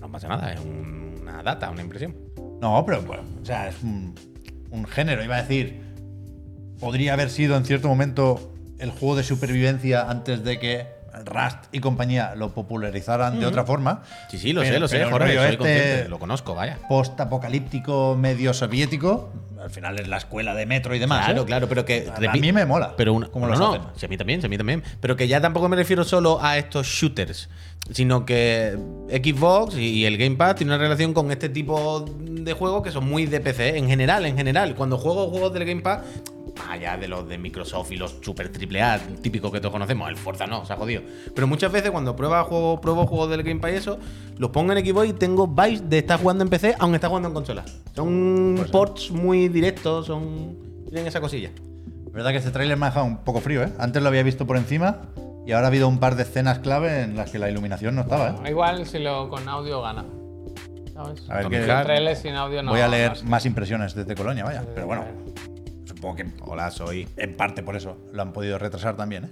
[SPEAKER 4] No pasa nada, es un- una data, una impresión.
[SPEAKER 3] No, pero bueno, o sea, es un, un género. Iba a decir, podría haber sido en cierto momento el juego de supervivencia antes de que Rust y compañía lo popularizaran de otra forma.
[SPEAKER 4] Sí, sí, lo
[SPEAKER 3] Pero-
[SPEAKER 4] sé, lo sé,
[SPEAKER 3] pero el
[SPEAKER 4] Jorge,
[SPEAKER 3] rollo
[SPEAKER 4] soy
[SPEAKER 3] este
[SPEAKER 4] consciente, lo conozco, vaya.
[SPEAKER 3] Post-apocalíptico medio soviético. Al final es la escuela de metro y demás.
[SPEAKER 4] Claro,
[SPEAKER 3] ¿eh?
[SPEAKER 4] claro, pero que.
[SPEAKER 3] A, a mí me mola.
[SPEAKER 4] Pero una,
[SPEAKER 3] como
[SPEAKER 4] no,
[SPEAKER 3] los
[SPEAKER 4] no,
[SPEAKER 3] hacen.
[SPEAKER 4] sí, a mí también, sí, a mí también. Pero que ya tampoco me refiero solo a estos shooters, sino que Xbox y el Game Pass tienen una relación con este tipo de juegos que son muy de PC en general, en general. Cuando juego juegos del Game Pass, más allá de los de Microsoft y los super triple A típicos que todos conocemos, el Forza no, se ha jodido. Pero muchas veces cuando prueba juego, pruebo juegos del Game Pass y eso, los pongo en Xbox y tengo vibes de estar jugando en PC, aunque está jugando en consola. Son ports muy directos, son tienen esa cosilla.
[SPEAKER 3] verdad que este tráiler me ha dejado un poco frío, ¿eh? Antes lo había visto por encima y ahora ha habido un par de escenas clave en las que la iluminación no estaba, ¿eh?
[SPEAKER 2] Igual si lo con audio gana. ¿Sabes?
[SPEAKER 3] A ver
[SPEAKER 4] Tom
[SPEAKER 3] qué-
[SPEAKER 4] Hanks.
[SPEAKER 2] Trailer sin audio Este no. Eh.
[SPEAKER 3] Voy a
[SPEAKER 2] no
[SPEAKER 3] leer
[SPEAKER 2] sé.
[SPEAKER 3] más impresiones desde Colonia, vaya. Pero bueno,
[SPEAKER 4] Supongo que. Hola, soy.
[SPEAKER 3] en parte por eso lo han podido retrasar también, ¿eh?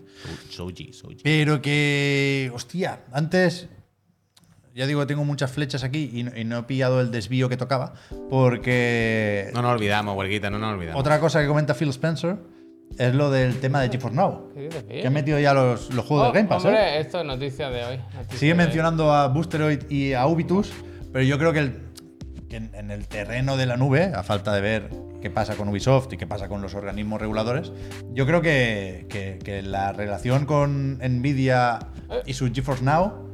[SPEAKER 4] Soji, Soji.
[SPEAKER 3] Pero que, hostia, antes, ya digo, tengo muchas flechas aquí y no, y no he pillado el desvío que tocaba, porque
[SPEAKER 4] No nos olvidamos, huelguita, no nos olvidamos.
[SPEAKER 3] otra cosa que comenta Phil Spencer es lo del tema de GeForce Now,
[SPEAKER 2] ¿Qué dices, Phil?
[SPEAKER 3] que han metido ya los, los juegos
[SPEAKER 2] Oh,
[SPEAKER 3] de Game Pass. ¿eh?
[SPEAKER 2] Hombre, esto es noticia de hoy. noticia de
[SPEAKER 3] Sigue
[SPEAKER 2] hoy.
[SPEAKER 3] mencionando a Boosteroid y a Ubitus, pero yo creo que, el- que en, en el terreno de la nube, a falta de ver qué pasa con Ubisoft y qué pasa con los organismos reguladores, yo creo que, que- que la relación con Nvidia
[SPEAKER 2] Eh.
[SPEAKER 3] y su GeForce Now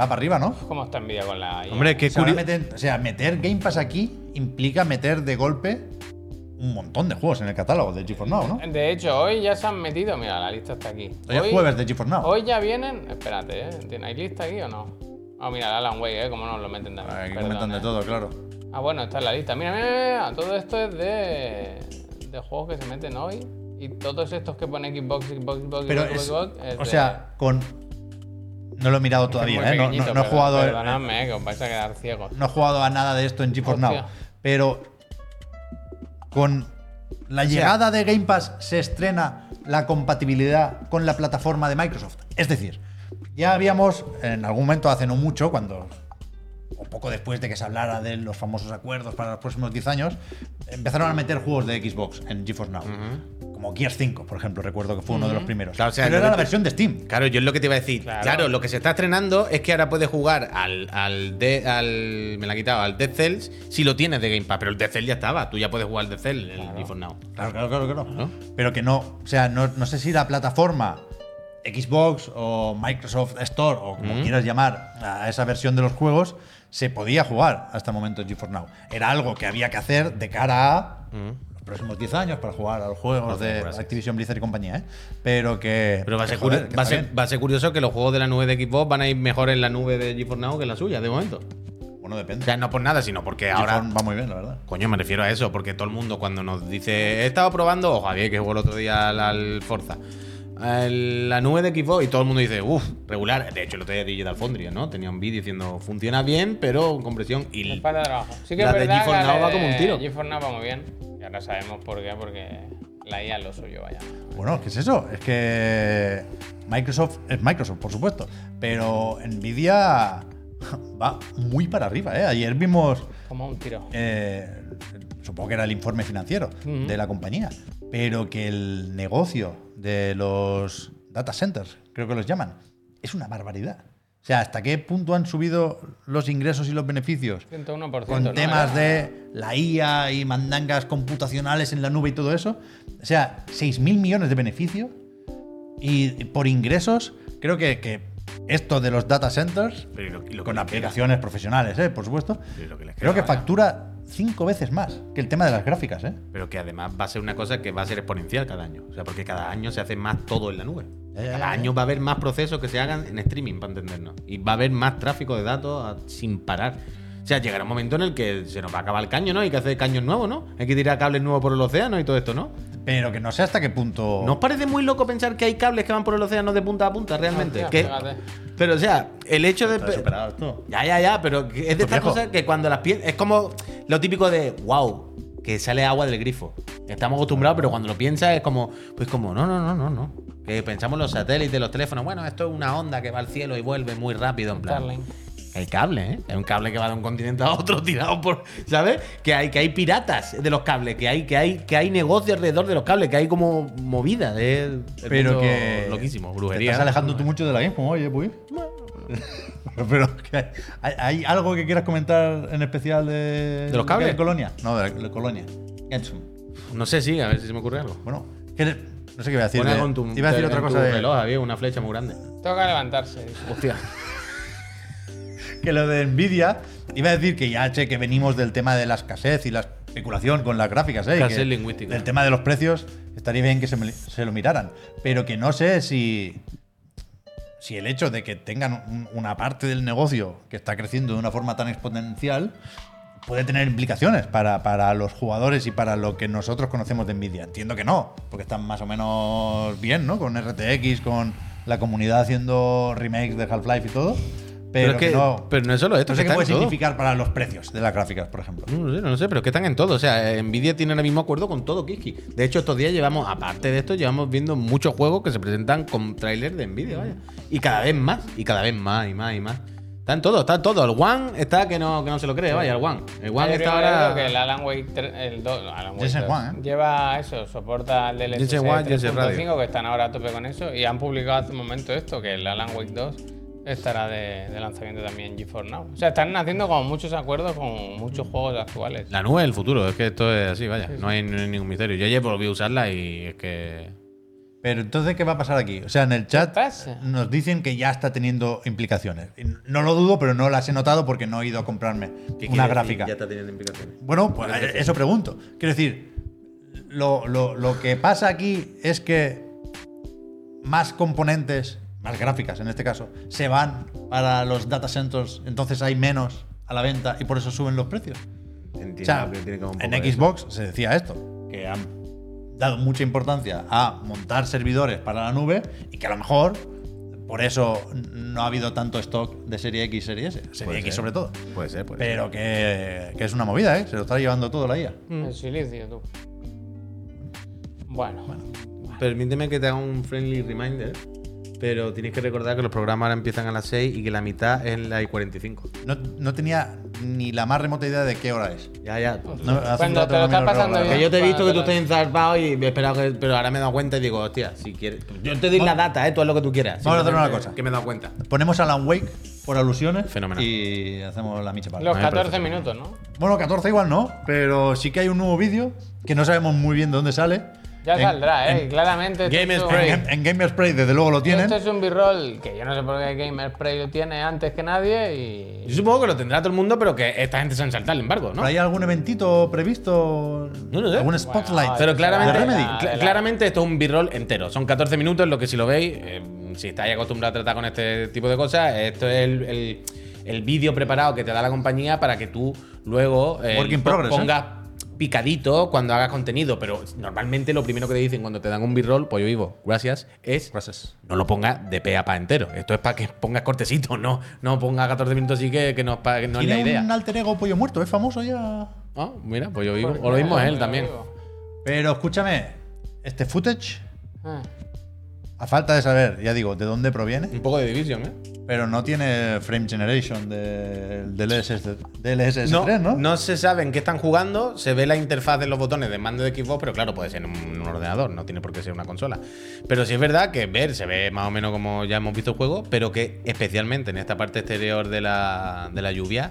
[SPEAKER 3] va para arriba, ¿no?
[SPEAKER 2] ¿Cómo está envidia con la IA?
[SPEAKER 4] Hombre, qué
[SPEAKER 3] O sea, ahora
[SPEAKER 4] curioso.
[SPEAKER 3] meten- o sea, meter Game Pass aquí implica meter de golpe un montón de juegos en el catálogo de GeForce Now, ¿no?
[SPEAKER 2] De hecho, hoy ya se han metido. Mira, la lista está aquí.
[SPEAKER 3] Hoy es jueves de GeForce Now.
[SPEAKER 2] Hoy ya vienen. Espérate, ¿eh? ¿Tenéis lista aquí o no? Ah, mira, el Alan Wake, ¿eh? Como nos lo meten también.
[SPEAKER 3] Aquí
[SPEAKER 2] Perdón,
[SPEAKER 3] comentan de
[SPEAKER 2] ¿eh?
[SPEAKER 3] todo, claro.
[SPEAKER 2] Ah, bueno, está en la lista. Mira, mira, mira, mira. Todo esto es de, de juegos que se meten hoy. Y todos estos que pone Xbox, Xbox, Xbox,
[SPEAKER 3] Pero
[SPEAKER 2] Xbox,
[SPEAKER 3] es-
[SPEAKER 2] Xbox, es de-
[SPEAKER 3] o sea, con no lo he mirado
[SPEAKER 2] este, es muy
[SPEAKER 3] todavía, ¿eh? No- no,
[SPEAKER 2] pequeñito,
[SPEAKER 3] no he
[SPEAKER 2] pero-
[SPEAKER 3] jugado
[SPEAKER 2] Perdonadme, eh, que os vais a quedar ciegos.
[SPEAKER 3] no he jugado a nada de esto en GeForce Now,
[SPEAKER 2] Hostia.
[SPEAKER 3] pero con la llegada de Game Pass se estrena la compatibilidad con la plataforma de Microsoft. Es decir, ya habíamos en algún momento hace no mucho cuando o poco después de que se hablara de los famosos acuerdos para los próximos 10 años, empezaron a meter juegos de Xbox en GeForce Now. Como Gears 5, por ejemplo, recuerdo que fue uno de los primeros.
[SPEAKER 4] Claro, o sea,
[SPEAKER 3] Pero
[SPEAKER 4] el
[SPEAKER 3] era la
[SPEAKER 4] momento-
[SPEAKER 3] versión de Steam.
[SPEAKER 4] Claro, yo es lo que te iba a decir.
[SPEAKER 2] Claro.
[SPEAKER 4] Claro, lo que se está estrenando es que ahora puedes jugar al, al, de, al me la he quitado, al Dead Cells si lo tienes de Game Pass, pero el Dead Cells ya estaba, tú ya puedes jugar al Dead Cells en el Before Now.
[SPEAKER 3] Claro, claro, claro, claro.
[SPEAKER 4] Claro.
[SPEAKER 3] Pero que no, o sea, no, no sé si la plataforma Xbox o Microsoft Store o como quieras llamar a esa versión de los juegos se podía jugar hasta el momento en GeForce Now. Era algo que había que hacer de cara a los próximos 10 años para jugar a los juegos
[SPEAKER 4] Próximo,
[SPEAKER 3] de
[SPEAKER 4] gracias.
[SPEAKER 3] Activision Blizzard y compañía, ¿eh? Pero que
[SPEAKER 4] Pero va a,
[SPEAKER 3] que
[SPEAKER 4] ser
[SPEAKER 3] joder,
[SPEAKER 4] curi-
[SPEAKER 3] que
[SPEAKER 4] va, a
[SPEAKER 3] está
[SPEAKER 4] ser-
[SPEAKER 3] bien.
[SPEAKER 4] va a ser curioso que los juegos de la nube de Xbox van a ir mejor en la nube de GeForce Now que en la suya, de momento.
[SPEAKER 3] bueno, depende.
[SPEAKER 4] O sea, no por nada, sino porque
[SPEAKER 3] ahora
[SPEAKER 4] ahora
[SPEAKER 3] va muy bien, la verdad.
[SPEAKER 4] Coño, me refiero a eso, porque todo el mundo cuando nos dice, he estado probando, o Javier que jugó el otro día al, al Forza, al- la nube de Xbox, y todo el mundo dice, uff, regular. De hecho, el otro día DJ de Alfondria, ¿no? Tenía un vídeo diciendo, funciona bien, pero con compresión. Y
[SPEAKER 2] Me
[SPEAKER 4] l-
[SPEAKER 2] falta trabajo. Sí que
[SPEAKER 4] la
[SPEAKER 2] es
[SPEAKER 4] de
[SPEAKER 2] verdad
[SPEAKER 4] G4
[SPEAKER 2] que la
[SPEAKER 4] Now va
[SPEAKER 2] de
[SPEAKER 4] como un tiro.
[SPEAKER 2] G4 Now va muy bien. Y ahora sabemos por qué, porque la IA es lo suyo, vaya.
[SPEAKER 3] Bueno, ¿qué es eso? Es que Microsoft es Microsoft, por supuesto, pero Nvidia va muy para arriba. ¿eh? Ayer vimos,
[SPEAKER 2] Como un tiro.
[SPEAKER 3] eh, supongo que era el informe financiero
[SPEAKER 2] Ujú.
[SPEAKER 3] de la compañía, pero que el negocio de los data centers, creo que los llaman, es una barbaridad. O sea, ¿hasta qué punto han subido los ingresos y los beneficios
[SPEAKER 2] 101%.
[SPEAKER 3] con
[SPEAKER 2] ¿no?
[SPEAKER 3] temas de la IA y mandangas computacionales en la nube y todo eso. O sea, 6.000 millones de beneficio y por ingresos, creo que, que esto de los data centers,
[SPEAKER 4] Pero lo- lo
[SPEAKER 3] con
[SPEAKER 4] que les
[SPEAKER 3] aplicaciones profesionales, ¿eh? por supuesto,
[SPEAKER 4] Pero lo que les
[SPEAKER 3] creo
[SPEAKER 4] queda,
[SPEAKER 3] que
[SPEAKER 4] vaya.
[SPEAKER 3] factura cinco veces más que el tema de las gráficas. ¿eh?
[SPEAKER 4] Pero que además va a ser una cosa que va a ser exponencial cada año. O sea, porque cada año se hace más todo en la nube.
[SPEAKER 3] Ya, ya,
[SPEAKER 4] Cada
[SPEAKER 3] ya, ya.
[SPEAKER 4] año va a haber más procesos que se hagan en streaming, para entendernos. Y va a haber más tráfico de datos a- sin parar. O sea, llegará un momento en el que se nos va a acabar el caño, ¿no? Hay que hacer caños nuevos, ¿no? Hay que tirar cables nuevos por el océano y todo esto, ¿no?
[SPEAKER 3] Pero que no sé hasta qué punto.
[SPEAKER 4] ¿No os parece muy loco pensar que hay cables que van por el océano de punta a punta realmente?
[SPEAKER 2] Hostia,
[SPEAKER 4] Que-
[SPEAKER 2] fíjate.
[SPEAKER 4] pero, o sea, el hecho de.
[SPEAKER 3] Está superado esto.
[SPEAKER 4] Ya, ya, ya, pero que es de estas
[SPEAKER 3] viejo.
[SPEAKER 4] cosas que cuando las piensas. Es como lo típico de, wow, que sale agua del grifo. Estamos acostumbrados, pero cuando lo piensas es como, pues como, no, no, no, no, no. Que pensamos los satélites, los teléfonos, bueno, esto es una onda que va al cielo y vuelve muy rápido, en plan.
[SPEAKER 2] Starlink.
[SPEAKER 4] Hay cable, ¿eh? Hay un cable que va de un continente a otro tirado por. ¿Sabes? Que hay, que hay piratas de los cables, que hay, que hay, que hay negocio alrededor de los cables, que hay como movida. Es el
[SPEAKER 3] Pero
[SPEAKER 4] mundo
[SPEAKER 3] que.
[SPEAKER 4] Loquísimo,
[SPEAKER 3] Te
[SPEAKER 4] brujería.
[SPEAKER 3] estás alejando tú mucho de la Gamescom hoy, ¿eh, Puy? Pero, pero que hay, hay algo que quieras comentar en especial de. ¿De
[SPEAKER 4] los cables?
[SPEAKER 3] Colonia? No, de la, de Colonia. Gamescom.
[SPEAKER 4] No sé, sí, a ver si se me ocurre algo.
[SPEAKER 3] Bueno, que le- no sé qué iba a decir.
[SPEAKER 4] Pon
[SPEAKER 3] de-
[SPEAKER 4] algo en tu-
[SPEAKER 3] iba a decir
[SPEAKER 4] en
[SPEAKER 3] otra
[SPEAKER 4] tu
[SPEAKER 3] cosa de.
[SPEAKER 4] reloj, había una flecha muy grande.
[SPEAKER 2] Toca levantarse. dice.
[SPEAKER 4] Hostia.
[SPEAKER 3] que lo de Nvidia iba a decir que ya che que venimos del tema de la escasez y la especulación con las gráficas eh, y
[SPEAKER 4] Escasez
[SPEAKER 3] que
[SPEAKER 4] lingüística.
[SPEAKER 3] el tema de los precios estaría bien que se, me- se lo miraran pero que no sé si si el hecho de que tengan un- una parte del negocio que está creciendo de una forma tan exponencial puede tener implicaciones para, para los jugadores y para lo que nosotros conocemos de Nvidia. Entiendo que no, porque están más o menos bien, ¿no? Con RTX, con la comunidad haciendo remakes de Half-Life y todo. Pero,
[SPEAKER 4] es
[SPEAKER 3] que,
[SPEAKER 4] que-
[SPEAKER 3] no.
[SPEAKER 4] pero no es solo esto,
[SPEAKER 3] No sé
[SPEAKER 4] que
[SPEAKER 3] qué
[SPEAKER 4] está
[SPEAKER 3] puede
[SPEAKER 4] en todo.
[SPEAKER 3] significar para los precios de las gráficas, por ejemplo.
[SPEAKER 4] No lo sé, no lo sé, pero es que están en todo. O sea, Nvidia tiene ahora mismo acuerdo con todo Kiski. De hecho, estos días llevamos, aparte de esto, llevamos viendo muchos juegos que se presentan con tráiler de Nvidia, vaya. Y cada vez más, y cada vez más, y más, y más. Está en todo, está en todo. El One está que no, que no se lo cree, vaya, el One. El One
[SPEAKER 2] Yo
[SPEAKER 4] está
[SPEAKER 2] creo
[SPEAKER 4] ahora.
[SPEAKER 2] que el Alan Wake 3, el 2, no, Alan Wake
[SPEAKER 3] Jensen
[SPEAKER 2] 2,
[SPEAKER 3] Juan, ¿eh?
[SPEAKER 2] lleva eso, soporta el DLC
[SPEAKER 4] Jensen Juan, Jensen Radio.
[SPEAKER 2] 3.5 que están ahora a tope con eso y han publicado hace un momento esto que el Alan Wake 2 estará de, de lanzamiento también en GeForce Now. O sea, están haciendo como muchos acuerdos con muchos juegos actuales.
[SPEAKER 4] La nube del futuro, es que esto es así, vaya. No hay, no hay ningún misterio. Yo ayer volví a usarla y es que.
[SPEAKER 3] Pero entonces, ¿qué va a pasar aquí? O sea, en el chat
[SPEAKER 2] pasa?
[SPEAKER 3] nos dicen que ya está teniendo implicaciones. Y No lo dudo, pero no las he notado porque no he ido a comprarme una gráfica.
[SPEAKER 4] está teniendo implicaciones.
[SPEAKER 3] Bueno, pues eh, eso pregunto. Quiero decir, lo, lo- lo que pasa aquí es que más componentes, más gráficas en este caso, se van para los data centers, entonces hay menos a la venta y por eso suben los precios.
[SPEAKER 4] Entiendo
[SPEAKER 3] O sea,
[SPEAKER 4] que tiene que haber un poco de
[SPEAKER 3] en Xbox se decía esto, que han dado mucha importancia a montar servidores para la nube y que a lo mejor por eso no ha habido tanto stock de serie X, serie S, serie
[SPEAKER 4] Puede
[SPEAKER 3] X
[SPEAKER 4] ser.
[SPEAKER 3] sobre todo.
[SPEAKER 4] eso. Puede ser, puede ser.
[SPEAKER 3] Pero que, que es una movida, ¿eh? Se lo está llevando todo la IA.
[SPEAKER 2] El silicio, tú. Bueno,
[SPEAKER 4] Permíteme que te haga un friendly reminder, pero tienes que recordar que los programas ahora empiezan a las 6 y que la mitad es la y 45.
[SPEAKER 3] No, no tenía ni la más remota idea de qué hora es.
[SPEAKER 4] Ya, ya.
[SPEAKER 3] No, hace un
[SPEAKER 2] Cuando
[SPEAKER 3] rato
[SPEAKER 2] te lo
[SPEAKER 3] no me
[SPEAKER 2] estás pasando
[SPEAKER 3] recordaba.
[SPEAKER 4] Que yo te he visto que tú
[SPEAKER 2] Cuando te
[SPEAKER 4] estás
[SPEAKER 2] la-
[SPEAKER 4] enzarpado y me he esperado que. Pero ahora me he dado cuenta y digo, hostia, si quieres. Yo te doy la data, eh, tú haz lo que tú quieras.
[SPEAKER 3] Vamos a hacer una
[SPEAKER 4] Simplemente
[SPEAKER 3] cosa.
[SPEAKER 4] Que me he dado cuenta.
[SPEAKER 3] Ponemos Alan Wake por alusiones.
[SPEAKER 4] Fenomenal.
[SPEAKER 3] Y hacemos la micha para.
[SPEAKER 2] los
[SPEAKER 4] me
[SPEAKER 2] 14
[SPEAKER 4] parece
[SPEAKER 2] minutos, ¿no?
[SPEAKER 3] Bueno, 14 igual no, pero sí que hay un nuevo vídeo que no sabemos muy bien de dónde sale.
[SPEAKER 2] Ya
[SPEAKER 3] En-
[SPEAKER 2] saldrá, ¿eh?
[SPEAKER 3] en-
[SPEAKER 2] Claramente. esto
[SPEAKER 4] Game
[SPEAKER 2] es un-
[SPEAKER 4] Spray.
[SPEAKER 3] En, en Gamer Spray, desde luego lo tienen.
[SPEAKER 2] Esto es un b-roll que yo no sé por qué Gamer Spray lo tiene antes que nadie y.
[SPEAKER 4] Yo supongo que lo tendrá todo el mundo, pero que esta gente se han saltado el embargo, ¿no?
[SPEAKER 3] ¿Pero ¿Hay algún eventito previsto?
[SPEAKER 4] No lo sé.
[SPEAKER 3] ¿Algún
[SPEAKER 4] Bueno,
[SPEAKER 3] spotlight?
[SPEAKER 2] ay,
[SPEAKER 4] Pero
[SPEAKER 2] de
[SPEAKER 4] claramente,
[SPEAKER 3] Remedy.
[SPEAKER 4] cla-
[SPEAKER 2] de la-
[SPEAKER 4] claramente esto es un b-roll entero. Son 14 minutos, lo que si lo veis, eh, si estáis acostumbrados a tratar con este tipo de cosas, esto es el, el- el vídeo preparado que te da la compañía para que tú luego eh,
[SPEAKER 3] Work in
[SPEAKER 4] po-
[SPEAKER 3] progress, ¿eh?
[SPEAKER 4] pongas picadito cuando hagas contenido. Pero normalmente lo primero que te dicen cuando te dan un b-roll, pollo vivo, gracias, es
[SPEAKER 3] Gracias.
[SPEAKER 4] no lo pongas de pe a pa entero. Esto es para que pongas cortecito, no, no pongas 14 minutos así que, que no, es pa- que no es la
[SPEAKER 3] Tiene
[SPEAKER 4] idea.
[SPEAKER 3] un alter ego pollo muerto, es famoso ya.
[SPEAKER 4] Ah, mira, pollo vivo. O lo mismo es él también.
[SPEAKER 3] Pero escúchame, este footage,
[SPEAKER 2] Ah.
[SPEAKER 3] a falta de saber, ya digo, de dónde proviene,
[SPEAKER 4] Un poco de división, ¿eh?
[SPEAKER 3] pero no tiene frame generation de- del SS, DLSS3, ¿no?
[SPEAKER 4] se sabe en qué están jugando, se ve la interfaz de los botones de mando de Xbox, pero claro, puede ser en un, un ordenador, no tiene por qué ser una consola. Pero sí es verdad que ver, se ve más o menos como ya hemos visto el juego, pero que especialmente en esta parte exterior de la, de la lluvia,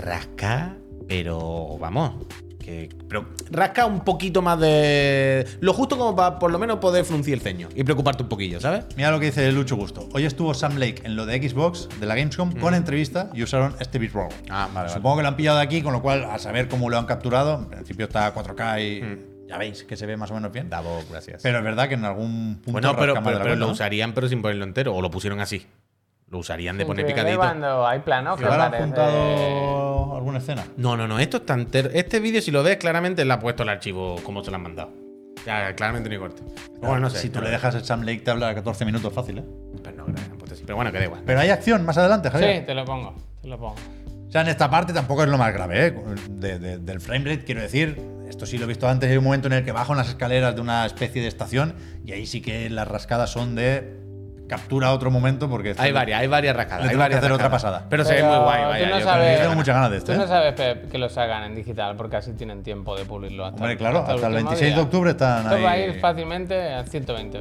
[SPEAKER 4] rasca, pero vamos, que que- pero rasca un poquito más de. Lo justo como para por lo menos poder fruncir el ceño y preocuparte un poquillo, ¿sabes?
[SPEAKER 3] Mira lo que dice Lucho Gusto. Hoy estuvo Sam Lake en lo de Xbox, de la Gamescom, con entrevista y usaron este beat roll.
[SPEAKER 4] Mm. Ah, vale, vale.
[SPEAKER 3] Supongo que lo han pillado de aquí, con lo cual, a saber cómo lo han capturado, en principio está a 4K y
[SPEAKER 4] Mm.
[SPEAKER 3] ya veis que se ve más o menos bien.
[SPEAKER 4] Davo, gracias.
[SPEAKER 3] Pero es verdad que en algún punto
[SPEAKER 4] bueno, pero, pero-
[SPEAKER 3] rascamos de la
[SPEAKER 4] pero
[SPEAKER 3] cuenta,
[SPEAKER 4] lo
[SPEAKER 3] ¿no?
[SPEAKER 4] usarían, pero sin ponerlo entero. O lo pusieron así. Lo usarían de poner
[SPEAKER 2] Increíble
[SPEAKER 4] picadito.
[SPEAKER 2] cuando hay planos que
[SPEAKER 3] ¿Y ahora han
[SPEAKER 2] parece-
[SPEAKER 3] juntado alguna escena?
[SPEAKER 4] No, no, no. Esto está entero. Este vídeo, si lo ves, claramente le ha puesto el archivo como se lo han mandado. Ya, claramente no hay corte. Bueno, no sé.
[SPEAKER 3] Si tú le
[SPEAKER 4] pero-
[SPEAKER 3] dejas el Sam Lake te habla 14 minutos fácil, ¿eh?
[SPEAKER 4] Pero, no, gracias, pues sí. Pero bueno, que da igual.
[SPEAKER 3] Pero hay acción más adelante, Javier.
[SPEAKER 2] Sí, te lo pongo, te lo pongo.
[SPEAKER 3] O sea, en esta parte tampoco es lo más grave, ¿eh? De- de- del framerate, quiero decir. Esto sí lo he visto antes. Hay un momento en el que bajo en las escaleras de una especie de estación y ahí sí que las rascadas son de captura otro momento porque.
[SPEAKER 4] Hay varias, hay varias rascadas.
[SPEAKER 3] Le
[SPEAKER 4] hay
[SPEAKER 3] tengo que
[SPEAKER 4] varias
[SPEAKER 3] hacer otra
[SPEAKER 4] rascadas.
[SPEAKER 3] pasada.
[SPEAKER 4] Pero, se ve
[SPEAKER 2] Pero
[SPEAKER 4] muy guay, vaya.
[SPEAKER 2] tú no
[SPEAKER 4] yo creo que
[SPEAKER 2] sabes-
[SPEAKER 4] se ve
[SPEAKER 3] Yo tengo muchas ganas de
[SPEAKER 2] Tú
[SPEAKER 3] esto.
[SPEAKER 2] no
[SPEAKER 3] ¿eh?
[SPEAKER 2] sabes, Pep, que los hagan en digital, porque así tienen tiempo de pulirlo hasta
[SPEAKER 3] Hombre, claro, hasta el
[SPEAKER 2] último
[SPEAKER 3] 26 de
[SPEAKER 2] día.
[SPEAKER 3] octubre están
[SPEAKER 2] Esto va a ir
[SPEAKER 3] ahí.
[SPEAKER 2] fácilmente a 1120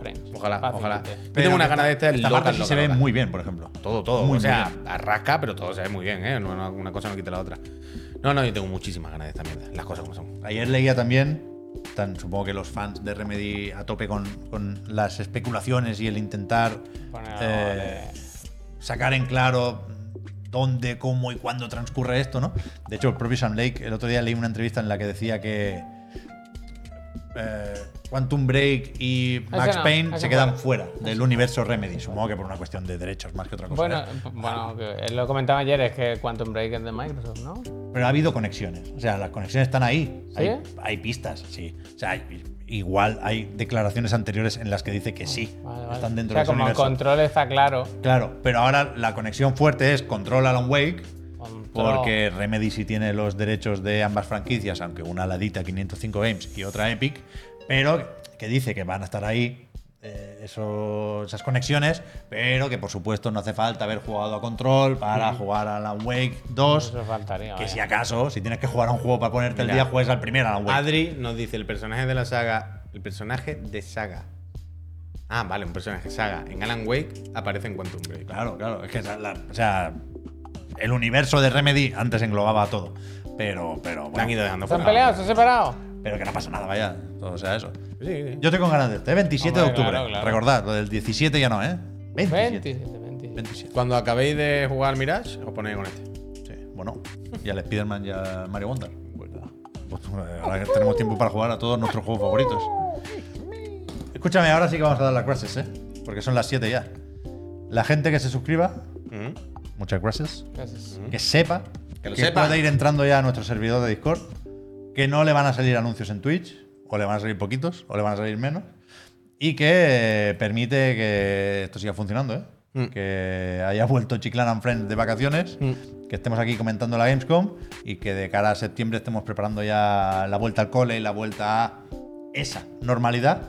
[SPEAKER 2] frames.
[SPEAKER 4] Ojalá, ojalá.
[SPEAKER 2] Fácilmente.
[SPEAKER 4] Yo tengo una gana de este
[SPEAKER 3] Esta
[SPEAKER 4] loca,
[SPEAKER 3] parte sí
[SPEAKER 4] loca,
[SPEAKER 3] se ve
[SPEAKER 4] loca.
[SPEAKER 3] muy bien, por ejemplo.
[SPEAKER 4] Todo, todo.
[SPEAKER 3] Muy
[SPEAKER 4] o sea, arrasca, pero todo se ve muy bien, ¿eh? No- no- una cosa no quita la otra. No, no, yo tengo muchísimas ganas de esta mierda. Las cosas como son.
[SPEAKER 3] Ayer leía también, tan, supongo que los fans de Remedy a tope con, con las especulaciones y el intentar
[SPEAKER 2] Poner algo
[SPEAKER 3] eh, sacar en claro dónde, cómo y cuándo transcurre esto, ¿no? De hecho, el propio Sam Lake, el otro día leí una entrevista en la que decía que eh, Quantum Break y Max
[SPEAKER 2] no,
[SPEAKER 3] Payne
[SPEAKER 2] ese
[SPEAKER 3] se
[SPEAKER 2] no.
[SPEAKER 3] quedan fuera del universo Remedy, supongo que por una cuestión de derechos más que otra cosa.
[SPEAKER 2] Bueno,
[SPEAKER 3] ¿eh?
[SPEAKER 2] p- bueno que lo comentaba ayer, es que Quantum Break es de Microsoft, ¿no?
[SPEAKER 3] Pero ha habido conexiones. O sea, las conexiones están ahí.
[SPEAKER 2] ¿Sí?
[SPEAKER 3] Hay, hay pistas, sí. O sea, hay- igual hay declaraciones anteriores en las que dice que sí.
[SPEAKER 2] Vale, vale.
[SPEAKER 3] Están dentro
[SPEAKER 2] o sea,
[SPEAKER 3] de ese
[SPEAKER 2] como
[SPEAKER 3] universo.
[SPEAKER 2] el control está claro.
[SPEAKER 3] Claro, pero ahora la conexión fuerte es Control Alan Wake.
[SPEAKER 2] Control.
[SPEAKER 3] Porque Remedy sí tiene los derechos de ambas franquicias, aunque una ladita 505 Games y otra Epic, pero que dice que van a estar ahí eh, eso- esas conexiones, pero que por supuesto no hace falta haber jugado a Control para jugar a Alan Wake 2,
[SPEAKER 2] Eso faltaría.
[SPEAKER 3] que
[SPEAKER 2] vaya.
[SPEAKER 3] si acaso, si tienes que jugar a un juego para ponerte
[SPEAKER 4] Mira.
[SPEAKER 3] el día, juegues al primer Alan Wake.
[SPEAKER 4] Adri nos dice el personaje de la saga. El personaje de saga. Ah, vale, un personaje saga. En Alan Wake aparece en Quantum Break.
[SPEAKER 3] Claro, claro. Es que, la- la- o sea, el universo de Remedy antes englobaba todo. Pero, pero,
[SPEAKER 4] La han
[SPEAKER 3] bueno,
[SPEAKER 4] ido dejando
[SPEAKER 2] ¿Se han
[SPEAKER 4] fuera.
[SPEAKER 2] peleado? ¿Se han separado?
[SPEAKER 3] pero que no pasa nada, vaya. Todo sea eso.
[SPEAKER 4] Sí, sí.
[SPEAKER 3] Yo estoy con ganas de este. ¿eh? 27 de
[SPEAKER 2] Hombre,
[SPEAKER 3] octubre.
[SPEAKER 2] claro, claro.
[SPEAKER 3] Recordad, lo del 17 ya no, ¿eh? 27.
[SPEAKER 2] 27, 27.
[SPEAKER 3] 27.
[SPEAKER 4] Cuando acabéis de jugar al Mirage, os ponéis con este.
[SPEAKER 3] Sí. Bueno, y al Spider-Man y a Mario Wonder. Pues, eh, ahora que tenemos tiempo para jugar a todos nuestros juegos favoritos. Escúchame, ahora sí que vamos a dar las gracias, ¿eh? Porque son las 7 ya. La gente que se suscriba,
[SPEAKER 4] Ujú.
[SPEAKER 3] muchas gracias.
[SPEAKER 2] Gracias.
[SPEAKER 3] que sepa que,
[SPEAKER 4] Que lo sepa.
[SPEAKER 3] puede ir entrando ya a nuestro servidor de Discord, que no le van a salir anuncios en Twitch, o le van a salir poquitos, o le van a salir menos, y que eh, permite que esto siga funcionando, ¿eh?
[SPEAKER 4] Mm.
[SPEAKER 3] que haya vuelto Chiclan and Friends de vacaciones,
[SPEAKER 4] Mm.
[SPEAKER 3] que estemos aquí comentando la Gamescom y que de cara a septiembre estemos preparando ya la vuelta al cole, la vuelta a esa normalidad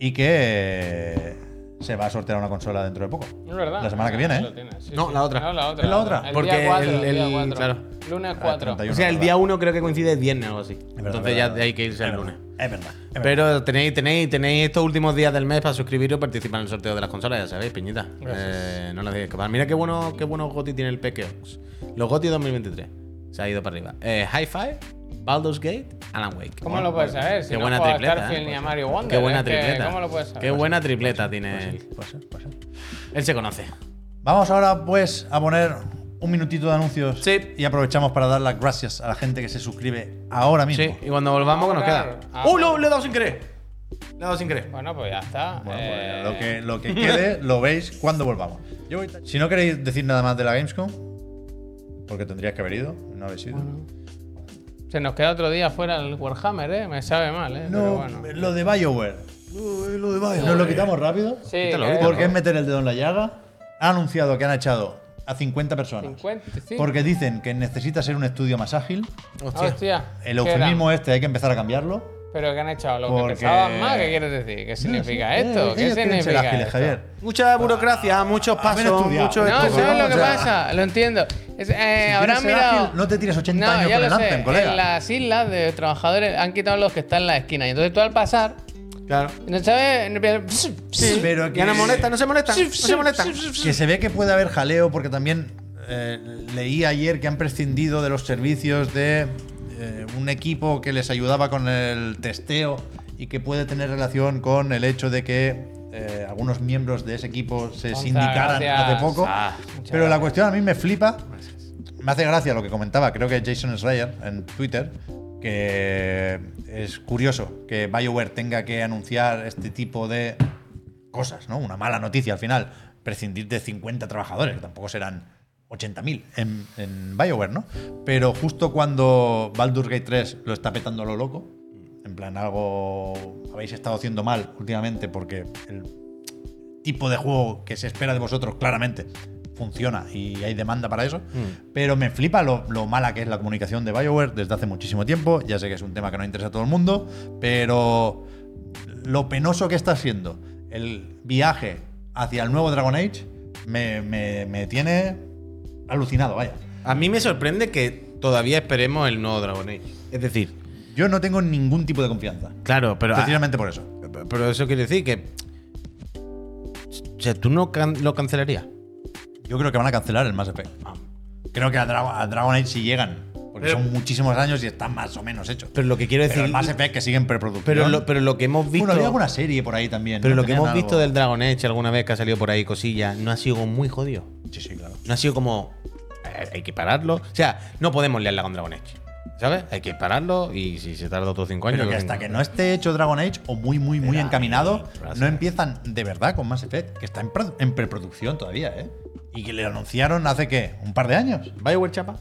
[SPEAKER 3] y que eh, se va a sortear una consola dentro de poco.
[SPEAKER 2] Es verdad.
[SPEAKER 3] La semana que viene, ¿eh?
[SPEAKER 2] Lo tienes, sí,
[SPEAKER 4] No,
[SPEAKER 2] sí.
[SPEAKER 4] la otra.
[SPEAKER 2] No, la otra.
[SPEAKER 3] Es la otra.
[SPEAKER 2] El
[SPEAKER 4] Porque
[SPEAKER 2] día 4,
[SPEAKER 4] el-
[SPEAKER 2] el, día
[SPEAKER 4] el-
[SPEAKER 2] 4.
[SPEAKER 4] claro.
[SPEAKER 2] Lunes 4.
[SPEAKER 3] 31.
[SPEAKER 4] O sea, el día 1 creo que coincide el viernes o algo así.
[SPEAKER 3] verdad,
[SPEAKER 4] Entonces
[SPEAKER 3] verdad.
[SPEAKER 4] ya hay que irse el
[SPEAKER 3] Es
[SPEAKER 4] lunes.
[SPEAKER 3] verdad, Es verdad. es verdad.
[SPEAKER 4] Pero tenéis, tenéis, tenéis estos últimos días del mes para suscribiros y participar en el sorteo de las consolas, ya sabéis, piñita. Eh, no las dejéis escapar. Mira qué bueno, qué buenos GOTI tiene el Pekeox. Los GOTI 2023. Se ha ido para arriba. Eh, Hi-Fi, Baldur's Gate, Alan Wake.
[SPEAKER 2] ¿Cómo lo puedes saber? Si
[SPEAKER 4] qué
[SPEAKER 2] no
[SPEAKER 4] buena
[SPEAKER 2] juega
[SPEAKER 4] tripleta.
[SPEAKER 2] Starfield
[SPEAKER 4] eh.
[SPEAKER 2] ni a Mario Wonder,
[SPEAKER 4] qué buena
[SPEAKER 2] es que,
[SPEAKER 4] tripleta.
[SPEAKER 2] ¿cómo lo puedes saber? Pues
[SPEAKER 4] Qué buena tripleta tiene. él.
[SPEAKER 3] Puede ser, puede ser.
[SPEAKER 4] Él se conoce.
[SPEAKER 3] Vamos ahora pues a poner un minutito de anuncios
[SPEAKER 4] Sí.
[SPEAKER 3] y aprovechamos para dar las gracias a la gente que se suscribe ahora mismo.
[SPEAKER 4] Sí, y cuando volvamos, ¿qué nos
[SPEAKER 2] Claro.
[SPEAKER 4] queda?
[SPEAKER 2] Ah,
[SPEAKER 4] ¡Uh, lo, le he dado sin querer! Le he dado sin querer.
[SPEAKER 2] Bueno, pues ya está.
[SPEAKER 3] Bueno,
[SPEAKER 2] Eh,
[SPEAKER 3] pues, lo, que, lo que quede lo veis cuando volvamos. Si no queréis decir nada más de la Gamescom, porque tendrías que haber ido, no habéis ido.
[SPEAKER 2] Se nos queda otro día fuera el Warhammer, ¿eh? Me sabe mal, ¿eh? Pero
[SPEAKER 3] no,
[SPEAKER 2] bueno.
[SPEAKER 3] lo de BioWare. Lo de BioWare. ¿Nos lo quitamos rápido?
[SPEAKER 2] Sí,
[SPEAKER 4] Quítalo,
[SPEAKER 2] eh,
[SPEAKER 4] quítalo.
[SPEAKER 3] Porque es meter el dedo en la llaga. Ha anunciado que han echado a 50 personas.
[SPEAKER 2] 55.
[SPEAKER 3] Porque dicen que necesita ser un estudio más ágil.
[SPEAKER 2] Hostia.
[SPEAKER 3] El
[SPEAKER 2] ¿qué eran?
[SPEAKER 3] eufemismo este hay que empezar a cambiarlo.
[SPEAKER 2] Pero que han echado lo
[SPEAKER 3] Porque-
[SPEAKER 2] que pensaban más, ¿qué quieres decir? ¿Qué significa
[SPEAKER 3] Eh,
[SPEAKER 2] esto? ¿Qué
[SPEAKER 3] ellos quieren ser
[SPEAKER 2] significa
[SPEAKER 3] ágiles,
[SPEAKER 2] esto?
[SPEAKER 3] Javier.
[SPEAKER 4] Mucha burocracia, muchos
[SPEAKER 3] haber
[SPEAKER 4] pasos,
[SPEAKER 3] estudiado.
[SPEAKER 4] muchos
[SPEAKER 3] No,
[SPEAKER 2] No,
[SPEAKER 3] Esto,
[SPEAKER 4] estudios.
[SPEAKER 2] ¿sabes lo que
[SPEAKER 3] o sea-
[SPEAKER 2] pasa? Lo entiendo. Es- eh,
[SPEAKER 3] quieres
[SPEAKER 2] habrán
[SPEAKER 3] ser
[SPEAKER 2] mirado.
[SPEAKER 3] ágil, no te tires 80 años
[SPEAKER 2] ya
[SPEAKER 3] por
[SPEAKER 2] lo
[SPEAKER 3] delante,
[SPEAKER 2] sé.
[SPEAKER 3] colega.
[SPEAKER 2] En las islas de trabajadores han quitado los que están en la esquina. Y entonces tú al pasar,
[SPEAKER 4] Claro.
[SPEAKER 2] no sabes. no piensas-
[SPEAKER 3] Sí, pero que-
[SPEAKER 4] Ya no molesta, no se molesta. No se molesta.
[SPEAKER 3] Que se ve que puede haber jaleo porque también eh, leí ayer que han prescindido de los servicios de eh, un equipo que les ayudaba con el testeo y que puede tener relación con el hecho de que eh, algunos miembros de ese equipo se
[SPEAKER 2] Gonza,
[SPEAKER 3] sindicaran
[SPEAKER 2] gracias.
[SPEAKER 3] hace poco.
[SPEAKER 4] Ah,
[SPEAKER 2] muchas
[SPEAKER 3] pero la
[SPEAKER 2] gracias.
[SPEAKER 3] cuestión a mí me flipa. Me hace gracia lo que comentaba, creo que Jason Schreier en Twitter, que es curioso que BioWare tenga que anunciar este tipo de cosas, ¿no? Una mala noticia al final, prescindir de 50 trabajadores, que tampoco serán 80.000 en, en BioWare, ¿no? Pero justo cuando Baldur's Gate 3 lo está petando a lo loco, en plan algo habéis estado haciendo mal últimamente porque el tipo de juego que se espera de vosotros claramente funciona y hay demanda para eso. Pero me flipa lo, lo mala que es la comunicación de BioWare desde hace muchísimo tiempo. Ya sé que es un tema que no interesa a todo el mundo, pero lo penoso que está siendo el viaje hacia el nuevo Dragon Age me, me- me tiene alucinado, vaya.
[SPEAKER 4] A mí me sorprende que todavía esperemos el nuevo Dragon Age. Es decir,
[SPEAKER 3] Yo no tengo ningún tipo de confianza.
[SPEAKER 4] claro, pero. ah,
[SPEAKER 3] Precisamente por eso.
[SPEAKER 4] Pero eso quiere decir que. O sea, tú no can- lo cancelarías.
[SPEAKER 3] Yo creo que van a cancelar el Mass Effect. Creo que a, Dra- a Dragon Age sí llegan. Porque
[SPEAKER 4] Pero-
[SPEAKER 3] son muchísimos años y están más o menos hechos.
[SPEAKER 4] Pero lo que quiero decir.
[SPEAKER 3] Pero el Mass Effect que sigue en preproducción.
[SPEAKER 4] pero lo, pero lo que hemos visto.
[SPEAKER 3] Bueno, había alguna serie por ahí también.
[SPEAKER 4] pero lo
[SPEAKER 3] ¿no?
[SPEAKER 4] que
[SPEAKER 3] Tenían
[SPEAKER 4] hemos
[SPEAKER 3] algo.
[SPEAKER 4] visto del Dragon Age alguna vez que ha salido por ahí cosilla, no ha sido muy jodido.
[SPEAKER 3] Sí, sí, claro.
[SPEAKER 4] No ha sido como. eh, Hay que pararlo. O sea, no podemos liarla con Dragon Age. ¿Sabes? Hay que pararlo y si se tarda otros cinco años.
[SPEAKER 3] Pero que
[SPEAKER 4] yo
[SPEAKER 3] hasta
[SPEAKER 4] creo
[SPEAKER 3] que no esté hecho Dragon Age o muy, muy, muy
[SPEAKER 4] Era-
[SPEAKER 3] encaminado,
[SPEAKER 4] era-
[SPEAKER 3] no empiezan de verdad con Mass Effect, que está en, pro- en preproducción todavía, ¿eh? Y que le anunciaron hace, ¿qué? ¿Un par de años?
[SPEAKER 4] ¿Bioware chapa?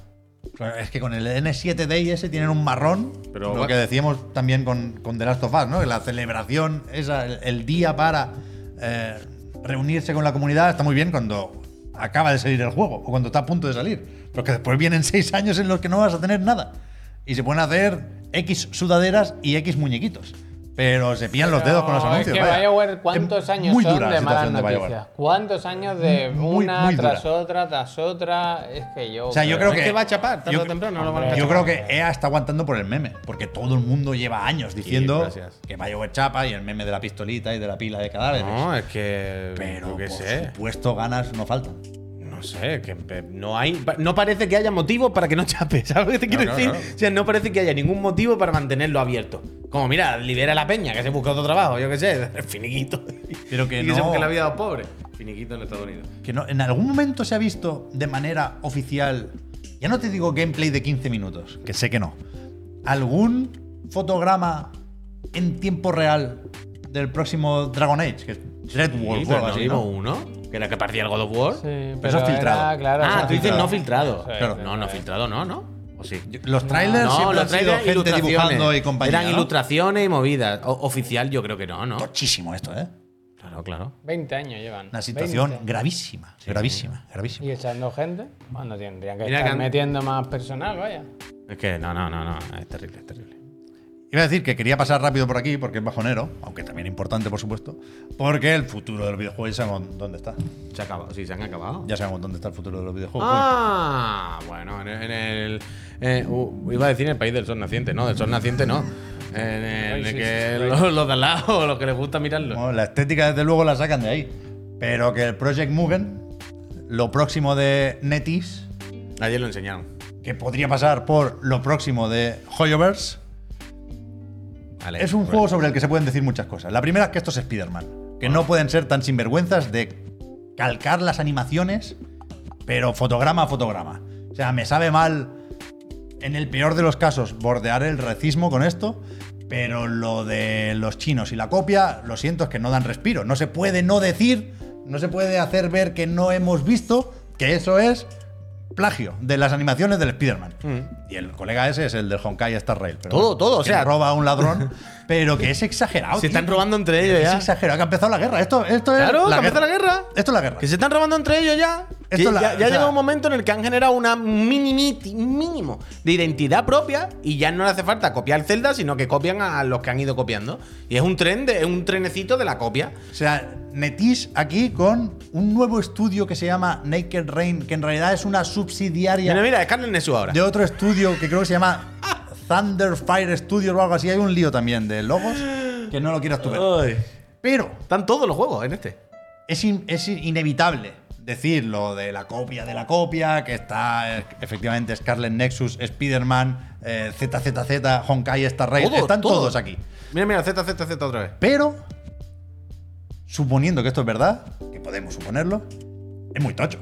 [SPEAKER 3] Claro, Es que con el N7D y ese tienen un marrón.
[SPEAKER 4] Pero
[SPEAKER 3] lo
[SPEAKER 4] va-
[SPEAKER 3] que decíamos también con, con The Last of Us, ¿no? Que La celebración, esa, el, el día para eh, reunirse con la comunidad está muy bien cuando acaba de salir el juego o cuando está a punto de salir. Pero que después vienen seis años en los que no vas a tener nada. Y se pueden hacer X sudaderas y X muñequitos. Pero se pillan los dedos con los
[SPEAKER 2] Pero
[SPEAKER 3] anuncios.
[SPEAKER 2] Es que
[SPEAKER 3] vaya.
[SPEAKER 2] BioWare,
[SPEAKER 3] Es
[SPEAKER 2] ¿cuántos años
[SPEAKER 3] muy
[SPEAKER 2] son
[SPEAKER 3] dura la
[SPEAKER 2] de malas
[SPEAKER 3] situación de BioWare.
[SPEAKER 2] noticias? ¿Cuántos años de
[SPEAKER 3] Muy,
[SPEAKER 2] una
[SPEAKER 3] muy dura.
[SPEAKER 2] tras otra, tras otra? Es que yo.
[SPEAKER 3] O sea, yo creo
[SPEAKER 4] Es
[SPEAKER 3] que-
[SPEAKER 4] que va a chapar, tarde
[SPEAKER 3] yo-
[SPEAKER 4] o temprano lo van a
[SPEAKER 2] hombre,
[SPEAKER 3] Yo
[SPEAKER 4] cachar.
[SPEAKER 3] creo que EA está aguantando por el meme, porque todo el mundo lleva años diciendo
[SPEAKER 4] gracias.
[SPEAKER 3] que va a llover chapa y el meme de la pistolita y de la pila de cadáveres.
[SPEAKER 4] No, es que.
[SPEAKER 3] pero
[SPEAKER 4] yo
[SPEAKER 3] por
[SPEAKER 4] qué sé.
[SPEAKER 3] supuesto ganas no faltan.
[SPEAKER 4] No sé, que pe- no hay. pa- No parece que haya motivo para que no chape, ¿sabes lo que te quiero
[SPEAKER 3] claro,
[SPEAKER 4] decir?
[SPEAKER 3] claro.
[SPEAKER 4] O sea, no parece que haya ningún motivo para mantenerlo abierto. Como, mira, libera a la peña, que se busca otro trabajo, yo qué sé, finiquito.
[SPEAKER 3] Pero que
[SPEAKER 4] y se
[SPEAKER 3] no-
[SPEAKER 4] busque la vida de los pobres. Finiquito en Estados Unidos.
[SPEAKER 3] Que no, en algún momento se ha visto de manera oficial, ya no te digo gameplay de 15 minutos, que sé que no, algún fotograma en tiempo real del próximo Dragon Age, que es Red
[SPEAKER 4] Sí,
[SPEAKER 3] Wolf o
[SPEAKER 4] pero
[SPEAKER 3] algo
[SPEAKER 4] no
[SPEAKER 3] así,
[SPEAKER 4] vimos
[SPEAKER 3] ¿no?
[SPEAKER 4] uno, que era que partía el God of War.
[SPEAKER 2] Sí,
[SPEAKER 3] Eso es
[SPEAKER 2] pero
[SPEAKER 3] filtrado.
[SPEAKER 2] era, claro,
[SPEAKER 4] ah,
[SPEAKER 2] era
[SPEAKER 4] tú dices
[SPEAKER 2] filtrado.
[SPEAKER 4] no filtrado.
[SPEAKER 2] Sí,
[SPEAKER 3] Claro.
[SPEAKER 4] No, no filtrado, no, ¿no? ¿O sí?
[SPEAKER 3] Los trailers
[SPEAKER 4] no,
[SPEAKER 3] siempre
[SPEAKER 4] los
[SPEAKER 3] han sido
[SPEAKER 4] trailers,
[SPEAKER 3] gente
[SPEAKER 4] ilustraciones.
[SPEAKER 3] dibujando y compañía.
[SPEAKER 4] Eran
[SPEAKER 3] ¿no?
[SPEAKER 4] ilustraciones y movidas. O- oficial, yo creo que no, ¿no?
[SPEAKER 3] Tochísimo esto, ¿eh?
[SPEAKER 4] Claro, claro.
[SPEAKER 2] 20 años llevan.
[SPEAKER 3] Una situación
[SPEAKER 2] 20.
[SPEAKER 3] gravísima, gravísima, gravísima.
[SPEAKER 2] Y echando gente. Bueno, tendrían que
[SPEAKER 4] Mira que
[SPEAKER 2] estar
[SPEAKER 4] han-
[SPEAKER 2] metiendo más personal, vaya.
[SPEAKER 4] Es que no, no, no, no. Es terrible, es terrible.
[SPEAKER 3] Iba a decir que quería pasar rápido por aquí porque es bajonero, aunque también importante, por supuesto, porque el futuro de los videojuegos ya sabemos dónde está.
[SPEAKER 4] Se ha acabado, sí, se han acabado.
[SPEAKER 3] Ya sabemos dónde está el futuro de los videojuegos.
[SPEAKER 4] pues, Ah, bueno, en el. en el- eh, uh, iba a decir en el país del sol naciente, no, del sol naciente no. En el, en el
[SPEAKER 2] sí,
[SPEAKER 4] que
[SPEAKER 2] sí, sí.
[SPEAKER 4] los, los de al lado, los que les gusta mirarlo.
[SPEAKER 3] Bueno, la estética, desde luego, la sacan de ahí. Pero que el Project Mugen, lo próximo de Netis,
[SPEAKER 4] Ayer lo enseñaron.
[SPEAKER 3] que podría pasar por lo próximo de Hoyoverse,
[SPEAKER 4] Vale, pues-
[SPEAKER 3] Es un
[SPEAKER 4] bueno.
[SPEAKER 3] juego sobre el que se pueden decir muchas cosas. La primera es que esto es Spider-Man. Que no pueden ser tan sinvergüenzas de calcar las animaciones, pero fotograma a fotograma. O sea, me sabe mal, en el peor de los casos, bordear el racismo con esto, pero lo de los chinos y la copia, lo siento, es que no dan respiro. No se puede no decir, no se puede hacer ver que no hemos visto que eso es plagio de las animaciones del Spider-Man. Y el colega ese es el del Honkai Star Rail. pero
[SPEAKER 4] Mm. Todo,
[SPEAKER 3] bueno,
[SPEAKER 4] todo, o
[SPEAKER 3] que
[SPEAKER 4] sea,
[SPEAKER 3] roba roba a un ladrón, pero que es exagerado.
[SPEAKER 4] Se
[SPEAKER 3] tío.
[SPEAKER 4] están robando entre ellos
[SPEAKER 3] Es
[SPEAKER 4] ya.
[SPEAKER 3] exagerado, que ha empezado la guerra. Esto, esto es.
[SPEAKER 4] Claro, que ha empezado la guerra.
[SPEAKER 3] Esto es la guerra.
[SPEAKER 4] Que se están robando entre ellos ya. Que
[SPEAKER 3] Esto la-
[SPEAKER 4] ya
[SPEAKER 3] o
[SPEAKER 4] ya
[SPEAKER 3] sea-
[SPEAKER 4] llega un momento en el que han generado una mini, mínimo de identidad propia y ya no le hace falta copiar Zelda, sino que copian a los que han ido copiando. Y es un tren de, es un trenecito de la copia.
[SPEAKER 3] O sea, Netis aquí con un nuevo estudio que se llama Naked Rain, que en realidad es una subsidiaria
[SPEAKER 4] Mira, mira, es Carlos Nesu ahora.
[SPEAKER 3] de otro estudio que creo que se llama Thunder Fire Studios o algo así. Hay un lío también de logos que no lo quieras tú ver.
[SPEAKER 4] Ay.
[SPEAKER 3] Pero
[SPEAKER 4] Están todos los juegos en este.
[SPEAKER 3] es, in- es inevitable decir lo de la copia de la copia, que está eh, efectivamente Scarlet Nexus, Spider-Man, eh, ZZZ, Honkai, Star Rail,
[SPEAKER 4] Todos,
[SPEAKER 3] están
[SPEAKER 4] todos.
[SPEAKER 3] todos aquí.
[SPEAKER 4] Mira, mira, Z, Z, Z otra vez.
[SPEAKER 3] Pero, suponiendo que esto es verdad, que podemos suponerlo, es muy tocho.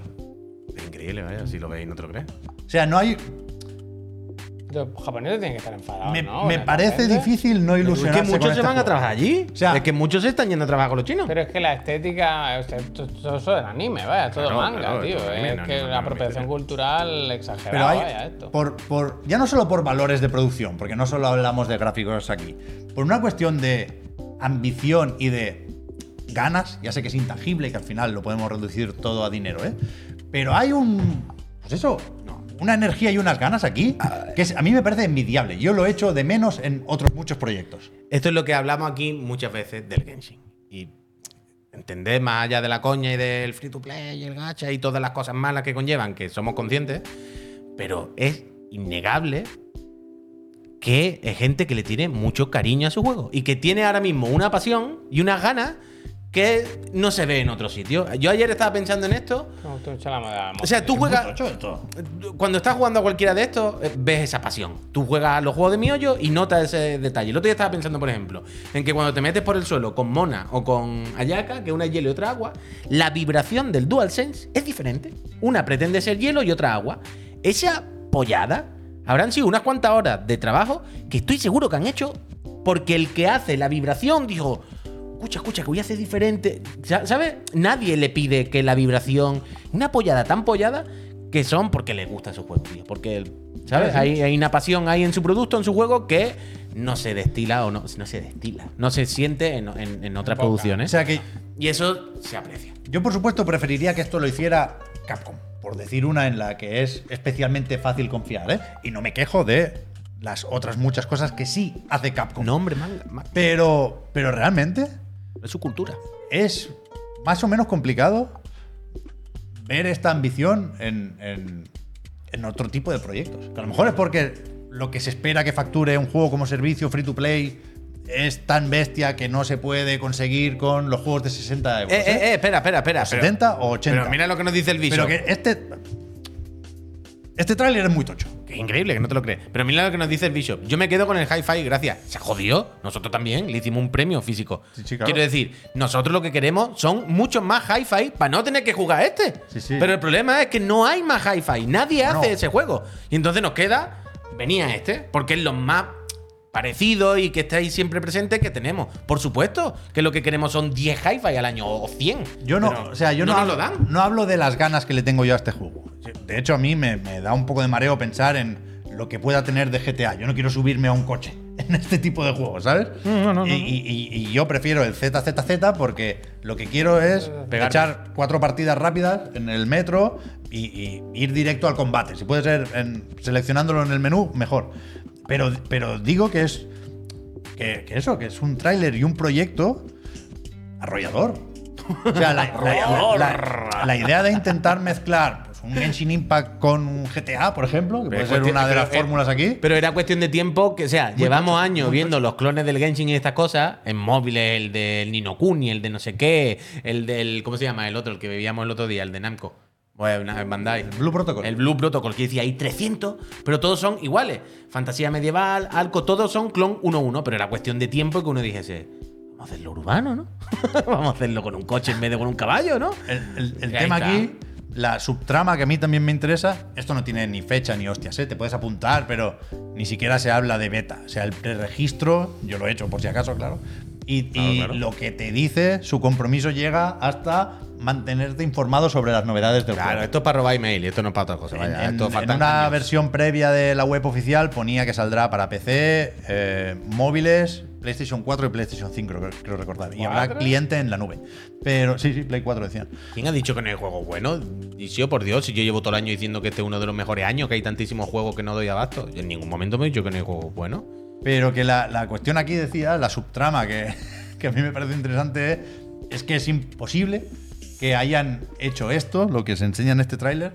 [SPEAKER 4] Es increíble, vaya. Si lo veis, no te lo crees.
[SPEAKER 3] O sea, no hay.
[SPEAKER 2] Los japoneses tienen que estar
[SPEAKER 4] Ah,
[SPEAKER 2] enfadados,
[SPEAKER 3] me
[SPEAKER 2] ¿no?
[SPEAKER 3] me
[SPEAKER 2] Con esta
[SPEAKER 3] parece
[SPEAKER 2] gente.
[SPEAKER 3] difícil no
[SPEAKER 4] Es
[SPEAKER 3] ilusionarse.
[SPEAKER 4] que
[SPEAKER 3] con
[SPEAKER 4] muchos
[SPEAKER 3] este
[SPEAKER 4] se van a
[SPEAKER 3] juego.
[SPEAKER 4] trabajar allí.
[SPEAKER 3] O sea-
[SPEAKER 4] es que muchos se están yendo a trabajar con los chinos.
[SPEAKER 2] Pero es que la estética, o sea, esto esto- todo eso del anime, vaya, es todo
[SPEAKER 4] Claro,
[SPEAKER 2] manga,
[SPEAKER 4] claro,
[SPEAKER 2] tío.
[SPEAKER 4] esto es
[SPEAKER 2] Es,
[SPEAKER 4] anime, no,
[SPEAKER 2] que
[SPEAKER 4] no, no,
[SPEAKER 2] la
[SPEAKER 4] no,
[SPEAKER 2] apropiación
[SPEAKER 4] no.
[SPEAKER 2] cultural exagerada,
[SPEAKER 3] Pero hay,
[SPEAKER 2] vaya, esto.
[SPEAKER 3] por, por- ya no solo por valores de producción, porque no solo hablamos de gráficos aquí, por una cuestión de ambición y de ganas, ya sé que es intangible y que al final lo podemos reducir todo a dinero, ¿eh? Pero hay un... Pues eso, una energía y unas ganas aquí, que es- a mí me parece envidiable. Yo lo he hecho de menos en otros muchos proyectos.
[SPEAKER 4] Esto es lo que hablamos aquí muchas veces del Genshin. Y entender más allá de la coña y del free to play y el gacha y todas las cosas malas que conllevan, que somos conscientes, pero es innegable que es gente que le tiene mucho cariño a su juego y que tiene ahora mismo una pasión y unas ganas que no se ve en otro sitio. Yo ayer estaba pensando en esto.
[SPEAKER 2] No, tú echa la madre a la
[SPEAKER 4] O sea, tú juegas,
[SPEAKER 3] Mucho esto.
[SPEAKER 4] cuando estás jugando a cualquiera de estos, eh, ves esa pasión. Tú juegas a los juegos de miollo y notas ese detalle. El otro día estaba pensando, por ejemplo, en que cuando te metes por el suelo con Mona o con Ayaka, que una es hielo y otra agua, la vibración del DualSense es diferente. Una pretende ser hielo y otra agua. Esa pollada habrán sido unas cuantas horas de trabajo que estoy seguro que han hecho porque el que hace la vibración dijo, escucha, escucha, que voy a hacer diferente. Sa- ¿Sabes? Nadie le pide que la vibración... Una pollada tan pollada que son porque les gusta su juego, tío. Porque, el- ¿sabes? Hay, hay una pasión ahí en su producto, en su juego, que no se destila o no, no se destila. No se siente en, en- en otras
[SPEAKER 2] Boca.
[SPEAKER 3] O
[SPEAKER 4] producciones.
[SPEAKER 3] sea que
[SPEAKER 4] y eso se aprecia.
[SPEAKER 3] Yo, por supuesto, preferiría que esto lo hiciera Capcom, por decir una en la que es especialmente fácil confiar, ¿eh? Y no me quejo de las otras muchas cosas que sí hace Capcom.
[SPEAKER 4] No, hombre, manga, ma-
[SPEAKER 3] Pero, pero realmente
[SPEAKER 4] es su cultura.
[SPEAKER 3] es más o menos complicado ver esta ambición en, en- en otro tipo de proyectos. Que a lo mejor es porque lo que se espera que facture un juego como servicio free to play es tan bestia que no se puede conseguir con los juegos de 60 euros.
[SPEAKER 4] Eh, eh,
[SPEAKER 3] ¿eh?
[SPEAKER 4] eh, espera, espera, espera.
[SPEAKER 3] O 70 o 80.
[SPEAKER 4] Pero mira lo que nos dice el viso.
[SPEAKER 3] Pero que este. Este tráiler es muy tocho.
[SPEAKER 4] Que es increíble, que no te lo crees. Pero mira lo que nos dice el Bishop. Yo me quedo con el hi-fi, gracias. Se jodió. Nosotros también le hicimos un premio físico.
[SPEAKER 3] Sí, sí, claro.
[SPEAKER 4] Quiero decir, nosotros lo que queremos son muchos más hi-fi para no tener que jugar a este.
[SPEAKER 3] Sí, sí.
[SPEAKER 4] Pero el problema es que no hay más hi-fi. Nadie
[SPEAKER 3] No.
[SPEAKER 4] hace ese juego. Y entonces nos queda, venía este, porque es lo más parecido y que está ahí siempre presente que tenemos. Por supuesto que lo que queremos son 10 hi-fi al año o 100.
[SPEAKER 3] Yo no,
[SPEAKER 4] Pero
[SPEAKER 3] o sea, yo no,
[SPEAKER 4] nos
[SPEAKER 3] hablo,
[SPEAKER 4] lo dan.
[SPEAKER 3] no hablo de las ganas que le tengo yo a este juego. De hecho, a mí me, me da un poco de mareo pensar en lo que pueda tener de GTA. Yo no quiero subirme a un coche en este tipo de juegos, ¿sabes? y, y- y- y yo prefiero el ZZZ porque lo que quiero es
[SPEAKER 4] Pegarme.
[SPEAKER 3] echar cuatro partidas rápidas en el metro y, y ir directo al combate. Si puede ser en- seleccionándolo en el menú, mejor. Pero, pero digo que es que, que eso, que es un tráiler y un proyecto arrollador. O sea, la, la- la- la- la idea de intentar mezclar pues, un Genshin Impact con un GTA, por ejemplo, que puede
[SPEAKER 4] es
[SPEAKER 3] ser
[SPEAKER 4] cuestión-
[SPEAKER 3] una de
[SPEAKER 4] pero
[SPEAKER 3] las
[SPEAKER 4] es-
[SPEAKER 3] fórmulas aquí.
[SPEAKER 4] Pero era cuestión de tiempo que, o sea, llevamos años viendo los clones del Genshin y estas cosas, en móviles, el del Nino Kuni, el de no sé qué, el del. ¿Cómo se llama? El otro, el que bebíamos el otro día, el de Namco. Bueno, el Bandai. El
[SPEAKER 3] Blue Protocol.
[SPEAKER 4] El Blue Protocol, que decía, hay 300, pero todos son iguales. Fantasía medieval, Alco, todos son clon 1-1, pero era cuestión de tiempo que uno dijese, vamos a hacerlo urbano, ¿no? vamos a hacerlo con un coche en vez de con un caballo, ¿no?
[SPEAKER 3] El, el- el
[SPEAKER 4] Ahí
[SPEAKER 3] tema
[SPEAKER 4] está.
[SPEAKER 3] aquí, la subtrama que a mí también me interesa, esto no tiene ni fecha ni hostias, ¿eh? te puedes apuntar, pero ni siquiera se habla de beta. O sea, el preregistro, yo lo he hecho por si acaso, claro. Y, y
[SPEAKER 4] claro.
[SPEAKER 3] lo que te dice, su compromiso llega hasta mantenerte informado sobre las novedades del
[SPEAKER 4] Claro,
[SPEAKER 3] juego.
[SPEAKER 4] esto es para robar email y esto no es para otra cosa.
[SPEAKER 3] En-
[SPEAKER 4] Vaya,
[SPEAKER 3] en,
[SPEAKER 4] esto
[SPEAKER 3] en
[SPEAKER 4] faltan
[SPEAKER 3] una
[SPEAKER 4] años.
[SPEAKER 3] versión previa de la web oficial ponía que saldrá para PC, eh, móviles, PlayStation 4 y PlayStation 5, creo, creo recordar. Y habrá
[SPEAKER 2] ¿Cuatro?
[SPEAKER 3] cliente en la nube. Pero sí, sí, Play 4 decían.
[SPEAKER 4] ¿Quién ha dicho que no hay juegos buenos? Y sí, por Dios, si yo llevo todo el año diciendo que este es uno de los mejores años, que hay tantísimos juegos que no doy abasto. Yo en ningún momento me he dicho que no hay juegos buenos.
[SPEAKER 3] Pero que la, la cuestión aquí decía, la subtrama que, que a mí me parece interesante es, es que es imposible que hayan hecho esto, lo que se enseña en este tráiler,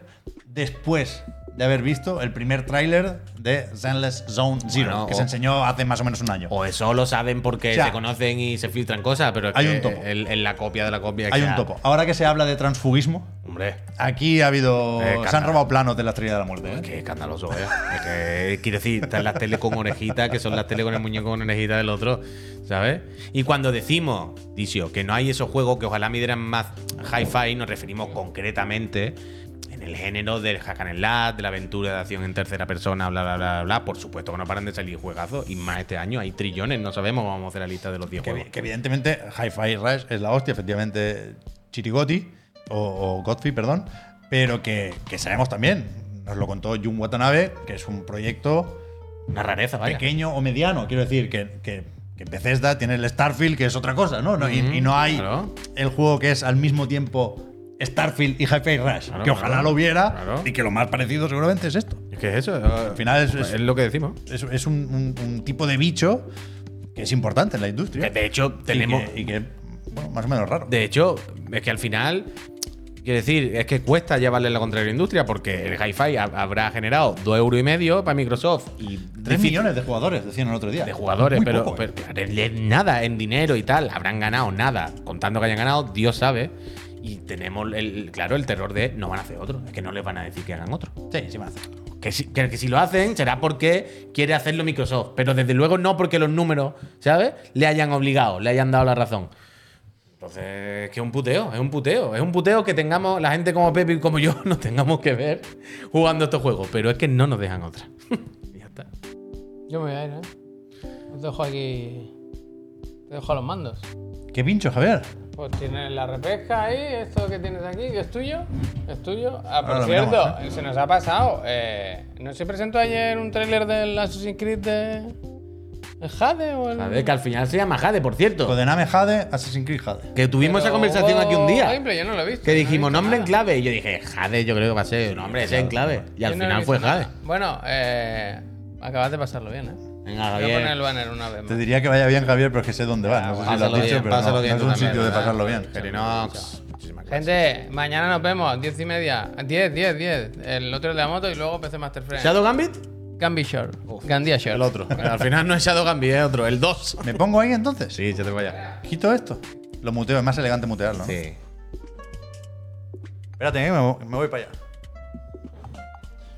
[SPEAKER 3] después de haber visto el primer tráiler de Zenless Zone Zero,
[SPEAKER 4] Bueno,
[SPEAKER 3] que
[SPEAKER 4] o-
[SPEAKER 3] se enseñó hace más o menos un año.
[SPEAKER 4] O eso lo saben porque
[SPEAKER 3] O sea,
[SPEAKER 4] se conocen y se filtran cosas, pero es
[SPEAKER 3] hay
[SPEAKER 4] que
[SPEAKER 3] un topo.
[SPEAKER 4] el- en la copia de la copia.
[SPEAKER 3] Hay
[SPEAKER 4] que
[SPEAKER 3] un
[SPEAKER 4] ha-
[SPEAKER 3] topo. Ahora que se habla de transfugismo,
[SPEAKER 5] hombre.
[SPEAKER 3] Aquí ha habido.
[SPEAKER 5] Eh,
[SPEAKER 3] se han
[SPEAKER 5] carnal.
[SPEAKER 3] robado planos de la estrella de la muerte. ¿eh?
[SPEAKER 5] Qué escandaloso, ¿eh? Es que, quiero decir, están las tele con orejitas, que son las tele con el muñeco con orejita del otro, ¿sabes? Y cuando decimos, Dicio, que no hay esos juegos que ojalá midieran más hi-fi, nos referimos concretamente en el género del hack and slash, de la aventura de acción en tercera persona, bla, bla, bla, bla. Por supuesto que no paran de salir juegazos, y más este año, hay trillones, no sabemos cómo vamos a hacer la lista de los 10
[SPEAKER 3] Que,
[SPEAKER 5] juegos.
[SPEAKER 3] evi- que evidentemente Hi-Fi Rush es la hostia, efectivamente Chirigoti o, o Godfrey, perdón, pero que, que sabemos también, nos lo contó Jun Watanabe, que es un proyecto
[SPEAKER 5] Una rareza, vaya.
[SPEAKER 3] pequeño o mediano, quiero decir, que, que, que Bethesda tiene el Starfield, que es otra cosa, ¿no? No, y, y no hay
[SPEAKER 5] claro.
[SPEAKER 3] el juego que es al mismo tiempo Starfield y Hi-Fi Rush,
[SPEAKER 5] Claro,
[SPEAKER 3] que ojalá
[SPEAKER 5] claro.
[SPEAKER 3] lo hubiera
[SPEAKER 5] Claro.
[SPEAKER 3] y que lo más parecido seguramente es esto.
[SPEAKER 5] Es que es eso, al
[SPEAKER 3] final es- es-
[SPEAKER 5] lo que decimos.
[SPEAKER 3] Es, es un, un- un tipo de bicho que es importante en la industria.
[SPEAKER 5] Que de hecho,
[SPEAKER 3] Y
[SPEAKER 5] tenemos.
[SPEAKER 3] que- Y que, bueno, más o menos raro.
[SPEAKER 5] De hecho, es que al final, quiero decir, es que cuesta llevarle la contraria a la industria porque el Hi-Fi ha- habrá generado 2 euros y medio para Microsoft y
[SPEAKER 3] 3
[SPEAKER 5] difícil-
[SPEAKER 3] millones de jugadores, decían el otro día.
[SPEAKER 5] de jugadores,
[SPEAKER 3] Muy
[SPEAKER 5] pero,
[SPEAKER 3] poco, ¿eh?
[SPEAKER 5] pero- pero de nada en dinero y tal, habrán ganado nada, contando que hayan ganado, Dios sabe. Y tenemos, el, claro, el terror de no van a hacer otro, es que no les van a decir que hagan otro.
[SPEAKER 3] Sí, sí me hace.
[SPEAKER 5] Que si, que, que si lo hacen será porque quiere hacerlo Microsoft, pero desde luego no porque los números, ¿sabes? Le hayan obligado, le hayan dado la razón. Entonces, es que es un puteo, es un puteo, es un puteo que tengamos la gente como Pepe y como yo nos tengamos que ver jugando estos juegos, pero es que no nos dejan otra. Y ya está.
[SPEAKER 2] Yo me voy a ir, ¿eh? Os dejo aquí. Te dejo a los mandos.
[SPEAKER 3] Qué pincho, Javier.
[SPEAKER 2] Pues tienes la repesca ahí, esto que tienes aquí, que es tuyo, es tuyo. Ah,
[SPEAKER 3] Ahora
[SPEAKER 2] por
[SPEAKER 3] lo
[SPEAKER 2] cierto,
[SPEAKER 3] miramos,
[SPEAKER 2] se nos ha pasado. eh, ¿No se presentó ayer un tráiler del Assassin's Creed de. el Jade o el.
[SPEAKER 5] Joder, que al final se llama Jade, por cierto.
[SPEAKER 3] Codename Jade, Assassin's Creed Jade.
[SPEAKER 5] Que
[SPEAKER 2] Pero
[SPEAKER 5] tuvimos esa conversación
[SPEAKER 2] hubo
[SPEAKER 5] aquí un día.
[SPEAKER 2] gameplay, yo no lo he visto.
[SPEAKER 5] Que
[SPEAKER 2] yo no he
[SPEAKER 5] dijimos
[SPEAKER 2] visto
[SPEAKER 5] nombre en
[SPEAKER 2] nada.
[SPEAKER 5] clave. Y yo dije, Jade, yo creo que va a ser un hombre, ese en clave. Y al
[SPEAKER 2] Yo no he
[SPEAKER 5] final
[SPEAKER 2] visto
[SPEAKER 5] fue
[SPEAKER 2] nada.
[SPEAKER 5] Jade.
[SPEAKER 2] Bueno, eh, acabas de pasarlo bien, ¿eh?
[SPEAKER 5] Venga,
[SPEAKER 2] Voy a poner el
[SPEAKER 5] Javier.
[SPEAKER 2] banner una vez
[SPEAKER 3] Te
[SPEAKER 2] más.
[SPEAKER 3] diría que vaya bien, Javier, pero es que sé dónde va. No sé si lo has
[SPEAKER 5] Ah, Pásalo
[SPEAKER 3] dicho,
[SPEAKER 5] bien,
[SPEAKER 3] pero no,
[SPEAKER 5] pásalo
[SPEAKER 3] no
[SPEAKER 5] bien
[SPEAKER 3] es
[SPEAKER 5] tú
[SPEAKER 3] un
[SPEAKER 5] también,
[SPEAKER 3] sitio de
[SPEAKER 5] ¿verdad?
[SPEAKER 3] pasarlo bien.
[SPEAKER 5] Gerinox. Muchísimas gracias.
[SPEAKER 2] Gente, mañana nos vemos, 10 y media. 10, 10, 10. El otro de la moto y luego PC Master Friend.
[SPEAKER 5] ¿Shadow Gambit?
[SPEAKER 2] Gambi Shore. Gandia Shore.
[SPEAKER 5] El otro. Al final no es Shadow Gambit, es otro. El 2.
[SPEAKER 3] ¿Me pongo ahí entonces?
[SPEAKER 5] Sí, ya te voy a.
[SPEAKER 3] Quito esto. Lo muteo, es más elegante mutearlo. ¿no?
[SPEAKER 5] Sí.
[SPEAKER 3] Espérate, que me, vo- me voy para allá.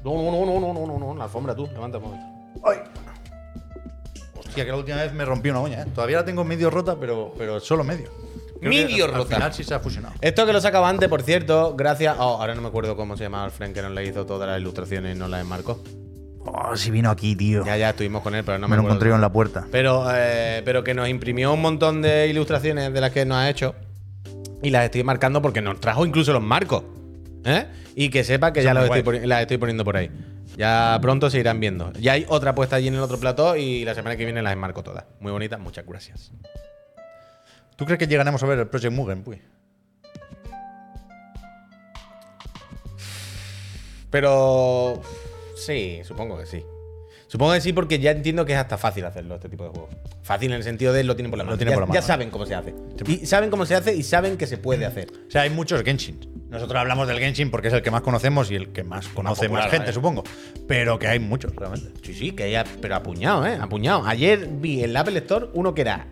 [SPEAKER 5] No, no, no, no, no, no, no, La alfombra tú. Levanta un momento.
[SPEAKER 3] ¡Ay! Hostia, que la última vez me rompí una uña, ¿eh? Todavía la tengo medio rota, pero, pero solo medio. Creo que
[SPEAKER 5] Medio
[SPEAKER 3] al-
[SPEAKER 5] rota.
[SPEAKER 3] Al final sí se ha fusionado.
[SPEAKER 5] Esto que lo sacaba antes, por cierto, gracias. Oh, ahora no me acuerdo cómo se llamaba el friend que nos le hizo todas las ilustraciones y nos las enmarcó.
[SPEAKER 3] Oh, si vino aquí, tío.
[SPEAKER 5] Ya, ya estuvimos con él, pero no me,
[SPEAKER 3] me lo
[SPEAKER 5] acuerdo.
[SPEAKER 3] encontré yo en la puerta.
[SPEAKER 5] Pero, eh, pero que nos imprimió un montón de ilustraciones de las que nos ha hecho. Y las estoy marcando porque nos trajo incluso los marcos. ¿eh? Y que sepa que ya
[SPEAKER 3] muy
[SPEAKER 5] los estoy poni- las estoy poniendo por ahí. Ya pronto se irán viendo. Ya hay otra puesta allí en el otro plató y la semana que viene las enmarco todas. Muy bonitas, muchas gracias.
[SPEAKER 3] ¿Tú crees que llegaremos a ver el Project Mugen, pues?
[SPEAKER 5] Pero. uf, Sí, supongo que sí. Supongo que sí, porque ya entiendo que es hasta fácil hacerlo, este tipo de juegos. Fácil en el sentido de lo tienen por la
[SPEAKER 3] Lo
[SPEAKER 5] mano.
[SPEAKER 3] tienen
[SPEAKER 5] ya,
[SPEAKER 3] por la mano,
[SPEAKER 5] ya
[SPEAKER 3] ¿eh?
[SPEAKER 5] saben cómo se hace. Y saben cómo se hace y saben que se puede hacer.
[SPEAKER 3] O sea, hay muchos Genshin. Nosotros hablamos del Genshin porque es el que más conocemos y el que más conoce más,
[SPEAKER 5] popular,
[SPEAKER 3] gente,
[SPEAKER 5] ¿eh?
[SPEAKER 3] supongo. Pero que hay muchos, realmente.
[SPEAKER 5] Sí, sí, que ya, pero apuñado, ¿eh? Apuñado. Ayer vi en la Apple Store uno que era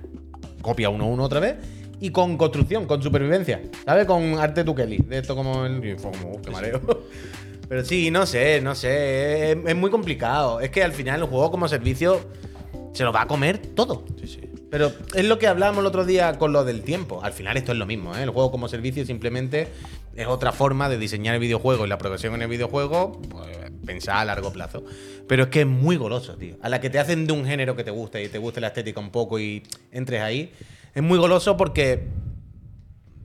[SPEAKER 5] copia 1-1 otra vez y con construcción, con supervivencia, ¿sabes? Con arte Tukeli. De esto como el. y fue como, "Uf, qué mareo. Pero sí, no sé, no sé. Es, es muy complicado. Es que al final el juego como servicio se lo va a comer todo.
[SPEAKER 3] Sí, sí.
[SPEAKER 5] Pero es lo que hablábamos el otro día con lo del tiempo. Al final esto es lo mismo, ¿eh? El juego como servicio simplemente es otra forma de diseñar el videojuego y la progresión en el videojuego, pues, pensada a largo plazo. Pero es que es muy goloso, tío. A la que te hacen de un género que te gusta y te guste la estética un poco y entres ahí, es muy goloso porque,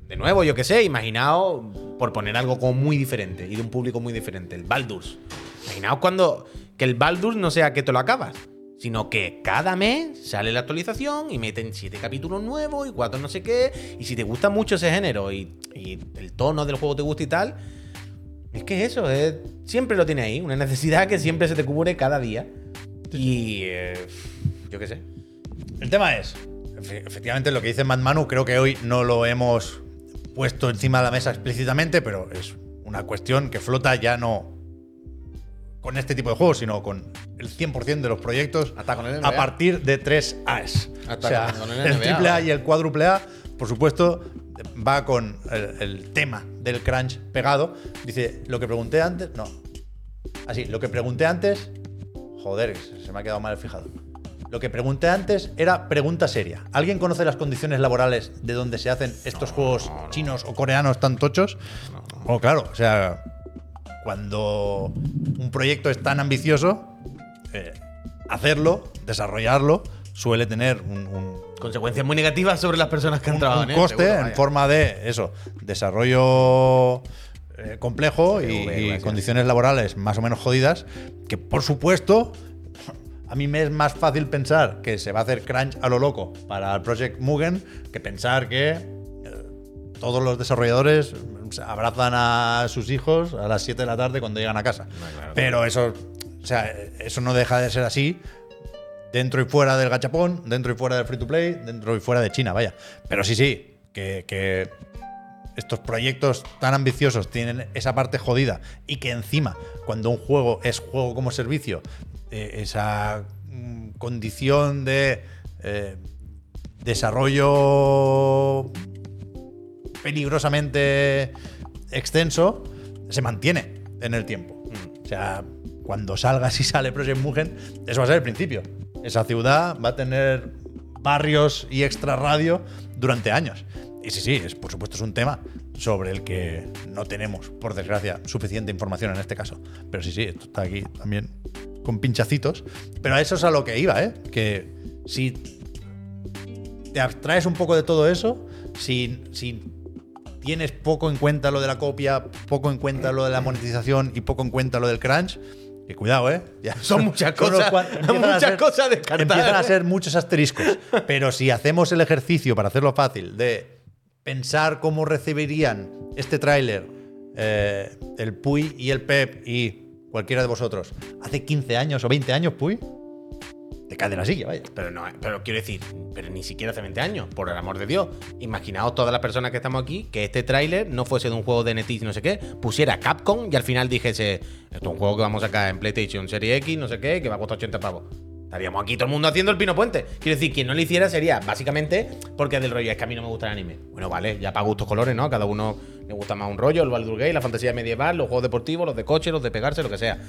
[SPEAKER 5] de nuevo, yo qué sé, imaginaos por poner algo como muy diferente y de un público muy diferente, el Baldur's. Imaginaos cuando que el Baldur's no sea que te lo acabas, sino que cada mes sale la actualización y meten siete capítulos nuevos y cuatro no sé qué. Y si te gusta mucho ese género y, y el tono del juego te gusta y tal, es que eso, es- siempre lo tiene ahí, una necesidad que siempre se te cubre cada día. Y eh, yo qué sé.
[SPEAKER 3] El tema es, efe- efectivamente, lo que dice Mad Manu, creo que hoy no lo hemos puesto encima de la mesa explícitamente, pero es una cuestión que flota ya no con este tipo de juegos, sino con el 100% de los proyectos
[SPEAKER 5] Hasta con el NBA.
[SPEAKER 3] a partir de tres A's.
[SPEAKER 5] Hasta
[SPEAKER 3] o sea,
[SPEAKER 5] con el
[SPEAKER 3] el
[SPEAKER 5] NBA,
[SPEAKER 3] triple A
[SPEAKER 5] vale.
[SPEAKER 3] y el cuádruple A, por supuesto, va con el, el tema del crunch pegado. Dice, lo que pregunté antes. No. Así, lo que pregunté antes. Joder, se me ha quedado mal el fijado. Lo que pregunté antes era pregunta seria. ¿Alguien conoce las condiciones laborales de donde se hacen estos juegos chinos o coreanos tan tochos? Oh, claro, o sea, cuando un proyecto es tan ambicioso, eh, hacerlo, desarrollarlo, suele tener un, un-
[SPEAKER 5] Consecuencias muy negativas sobre las personas que han
[SPEAKER 3] un-
[SPEAKER 5] trabajado
[SPEAKER 3] un
[SPEAKER 5] en él,
[SPEAKER 3] coste
[SPEAKER 5] seguro,
[SPEAKER 3] en
[SPEAKER 5] vaya.
[SPEAKER 3] forma de eso, desarrollo eh, complejo y,
[SPEAKER 5] CV,
[SPEAKER 3] y
[SPEAKER 5] gracias.
[SPEAKER 3] condiciones laborales más o menos jodidas, que por supuesto a mí me es más fácil pensar que se va a hacer crunch a lo loco para el Project Mugen que pensar que eh, todos los desarrolladores se abrazan a sus hijos a las 7 de la tarde cuando llegan a casa. Pero eso, o sea, eso no deja de ser así dentro y fuera del gachapón, dentro y fuera del free to play, dentro y fuera de China, vaya. Pero sí, sí, que, que estos proyectos tan ambiciosos tienen esa parte jodida y que encima, cuando un juego es juego como servicio, eh, esa mm, condición de eh, desarrollo peligrosamente extenso se mantiene en el tiempo. O sea, cuando salga, si sale Project Mugen, eso va a ser el principio. Esa ciudad va a tener barrios y extra radio durante años. Y sí, sí, es, por supuesto es un tema sobre el que no tenemos, por desgracia, suficiente información en este caso. Pero sí, sí, esto está aquí también con pinchacitos. Pero a eso es a lo que iba, ¿eh? Que si te abstraes un poco de todo eso, si, si tienes poco en cuenta lo de la copia, poco en cuenta lo de la monetización y poco en cuenta lo del crunch, que cuidado, ¿eh? Ya
[SPEAKER 5] Son muchas
[SPEAKER 3] unos
[SPEAKER 5] cosas,
[SPEAKER 3] cuan- empiezan a
[SPEAKER 5] muchas
[SPEAKER 3] ser-
[SPEAKER 5] cosas a descartar.
[SPEAKER 3] Empiezan a ser muchos asteriscos. Pero si hacemos el ejercicio, para hacerlo fácil, de pensar cómo recibirían este tráiler eh, el Puy y el Pep y cualquiera de vosotros hace 15 años o 20 años, Puy, te cae de la silla, vaya.
[SPEAKER 5] Pero no, pero quiero decir, pero ni siquiera hace 20 años, por el amor de Dios. Imaginaos todas las personas que estamos aquí que este tráiler no fuese de un juego de NetEase no sé qué, pusiera Capcom y al final dijese, esto es un juego que vamos a sacar en PlayStation Serie X, no sé qué, que va a costar 80 pavos. Estaríamos aquí todo el mundo haciendo el pino puente. Quiero decir, quien no lo hiciera sería básicamente porque es del rollo, es que a mí no me gusta el anime. Bueno, vale, ya para gustos colores, ¿no? Cada uno le gusta más un rollo, el Baldur Gate, la fantasía medieval, los juegos deportivos, los de coche, los de pegarse, lo que sea.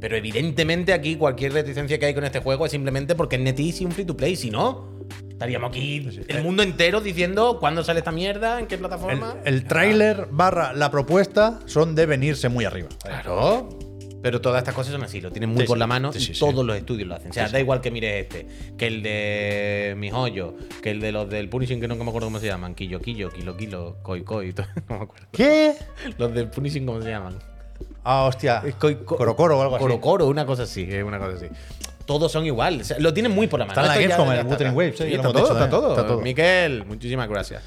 [SPEAKER 5] Pero evidentemente aquí cualquier reticencia que hay con este juego es simplemente porque es NetEase y un free to play. Si no, estaríamos aquí el mundo entero diciendo cuándo sale esta mierda, en qué
[SPEAKER 3] El,
[SPEAKER 5] plataforma.
[SPEAKER 3] el tráiler barra la propuesta son de venirse muy arriba.
[SPEAKER 5] Claro. Pero todas estas cosas son así, lo tienen muy
[SPEAKER 3] Sí,
[SPEAKER 5] por
[SPEAKER 3] sí.
[SPEAKER 5] la mano
[SPEAKER 3] Sí,
[SPEAKER 5] y
[SPEAKER 3] sí, sí.
[SPEAKER 5] todos los estudios lo hacen. O sea, da igual que mires este, que el de mis hoyos, que el de los del Punishing, que no me acuerdo cómo se llaman, Quillo, Quillo, Kilo, Kilo, Koi, Koi, todo- no me acuerdo.
[SPEAKER 3] ¿Qué?
[SPEAKER 5] Los del Punishing, ¿cómo se llaman?
[SPEAKER 3] Ah, hostia.
[SPEAKER 5] Es coi- co-
[SPEAKER 3] Corocoro o algo así.
[SPEAKER 5] Coro Coro, una cosa así, eh, una cosa así. Todos son igual, o sea, lo tienen muy por la mano.
[SPEAKER 3] Está en la
[SPEAKER 5] Esto ya-
[SPEAKER 3] Gamescom,
[SPEAKER 5] ya
[SPEAKER 3] el
[SPEAKER 5] está,
[SPEAKER 3] Wuthering
[SPEAKER 5] está.
[SPEAKER 3] Waves, eh,
[SPEAKER 5] Sí,
[SPEAKER 3] ya lo
[SPEAKER 5] está,
[SPEAKER 3] hemos
[SPEAKER 5] todo,
[SPEAKER 3] dicho
[SPEAKER 5] está
[SPEAKER 3] también,
[SPEAKER 5] todo,
[SPEAKER 3] está todo.
[SPEAKER 5] Miquel, muchísimas gracias.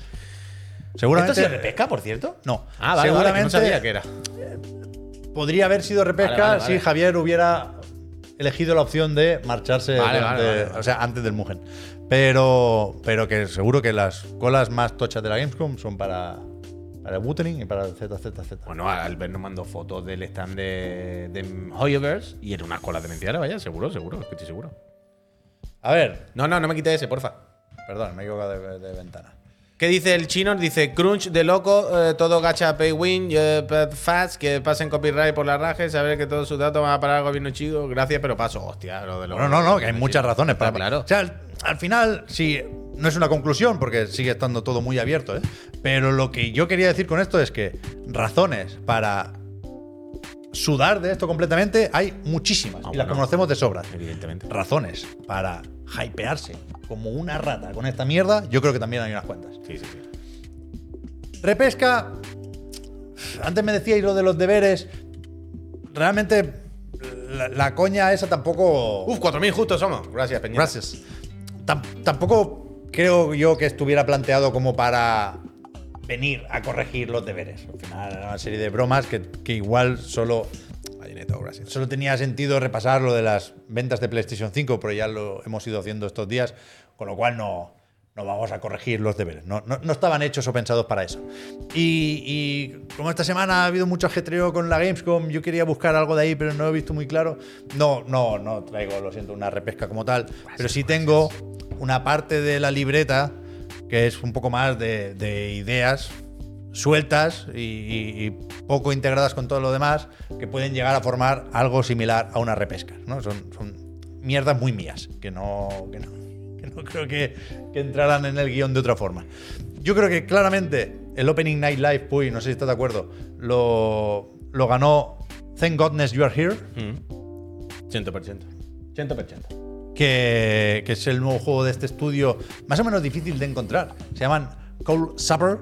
[SPEAKER 5] ¿Esto
[SPEAKER 3] Seguramente
[SPEAKER 5] sí es repesca, por cierto?
[SPEAKER 3] No.
[SPEAKER 5] Ah, vale, vale, que no
[SPEAKER 3] Seguramente-
[SPEAKER 5] sabía que era.
[SPEAKER 3] podría haber sido repesca
[SPEAKER 5] Vale, vale, vale.
[SPEAKER 3] si Javier hubiera elegido la opción de marcharse
[SPEAKER 5] Vale,
[SPEAKER 3] durante-
[SPEAKER 5] vale, vale, vale.
[SPEAKER 3] o sea, antes del Mugen. Pero, pero que seguro que las colas más tochas de la Gamescom son para, para el Butening y para el ZZZ.
[SPEAKER 5] Bueno, Albert nos mandó fotos del stand de, de Hoyoverse y era una cola demencial, vaya, seguro, seguro, es que estoy seguro.
[SPEAKER 3] A ver,
[SPEAKER 5] No, no, no me quite ese, porfa.
[SPEAKER 3] perdón, me he equivocado de, de ventana.
[SPEAKER 5] ¿Qué dice el chino? Dice crunch de loco, eh, todo gacha pay win, eh, pad fast, que pasen copyright por la raje, saber que todos sus datos van a parar al gobierno chico. Gracias, pero paso. Hostia, lo de los.
[SPEAKER 3] No, no, no, que hay muchas
[SPEAKER 5] chinos.
[SPEAKER 3] razones para.
[SPEAKER 5] Está claro.
[SPEAKER 3] O sea, al, al final, sí, no es una conclusión porque sigue estando todo muy abierto, ¿eh? Pero lo que yo quería decir con esto es que razones para sudar de esto completamente hay muchísimas
[SPEAKER 5] Ah,
[SPEAKER 3] y las
[SPEAKER 5] bueno.
[SPEAKER 3] conocemos de sobra.
[SPEAKER 5] Evidentemente.
[SPEAKER 3] Razones para hypearse como una rata con esta mierda, yo creo que también hay unas cuantas.
[SPEAKER 5] Sí, sí, sí.
[SPEAKER 3] Repesca. Antes me decíais lo de los deberes. Realmente la, la coña esa tampoco.
[SPEAKER 5] Uf, 4.000 justos somos. Gracias, Peña.
[SPEAKER 3] Gracias. Tam- tampoco creo yo que estuviera planteado como para venir a corregir los deberes. Al final era una serie de bromas que, que igual solo,
[SPEAKER 5] gracias.
[SPEAKER 3] solo tenía sentido repasar lo de las ventas de PlayStation 5, pero ya lo hemos ido haciendo estos días, con lo cual no, no vamos a corregir los deberes. No, no- no estaban hechos o pensados para eso. Y, y como esta semana ha habido mucho ajetreo con la Gamescom, yo quería buscar algo de ahí, pero no lo he visto muy claro. No, no, no traigo, lo siento, una repesca como tal, pero sí tengo una parte de la libreta que es un poco más de, de ideas sueltas y, y- y poco integradas con todo lo demás, que pueden llegar a formar algo similar a una repesca. ¿no? Son, son mierdas muy mías, que no, que no, que no creo que, que entraran en el guión de otra forma. Yo creo que claramente el Opening Night Live, Puy, no sé si estás de acuerdo, lo, lo ganó Thank Godness You Are Here.
[SPEAKER 5] 100%. 100%.
[SPEAKER 3] que, que es el nuevo juego de este estudio, más o menos difícil de encontrar. Se llaman Cold Supper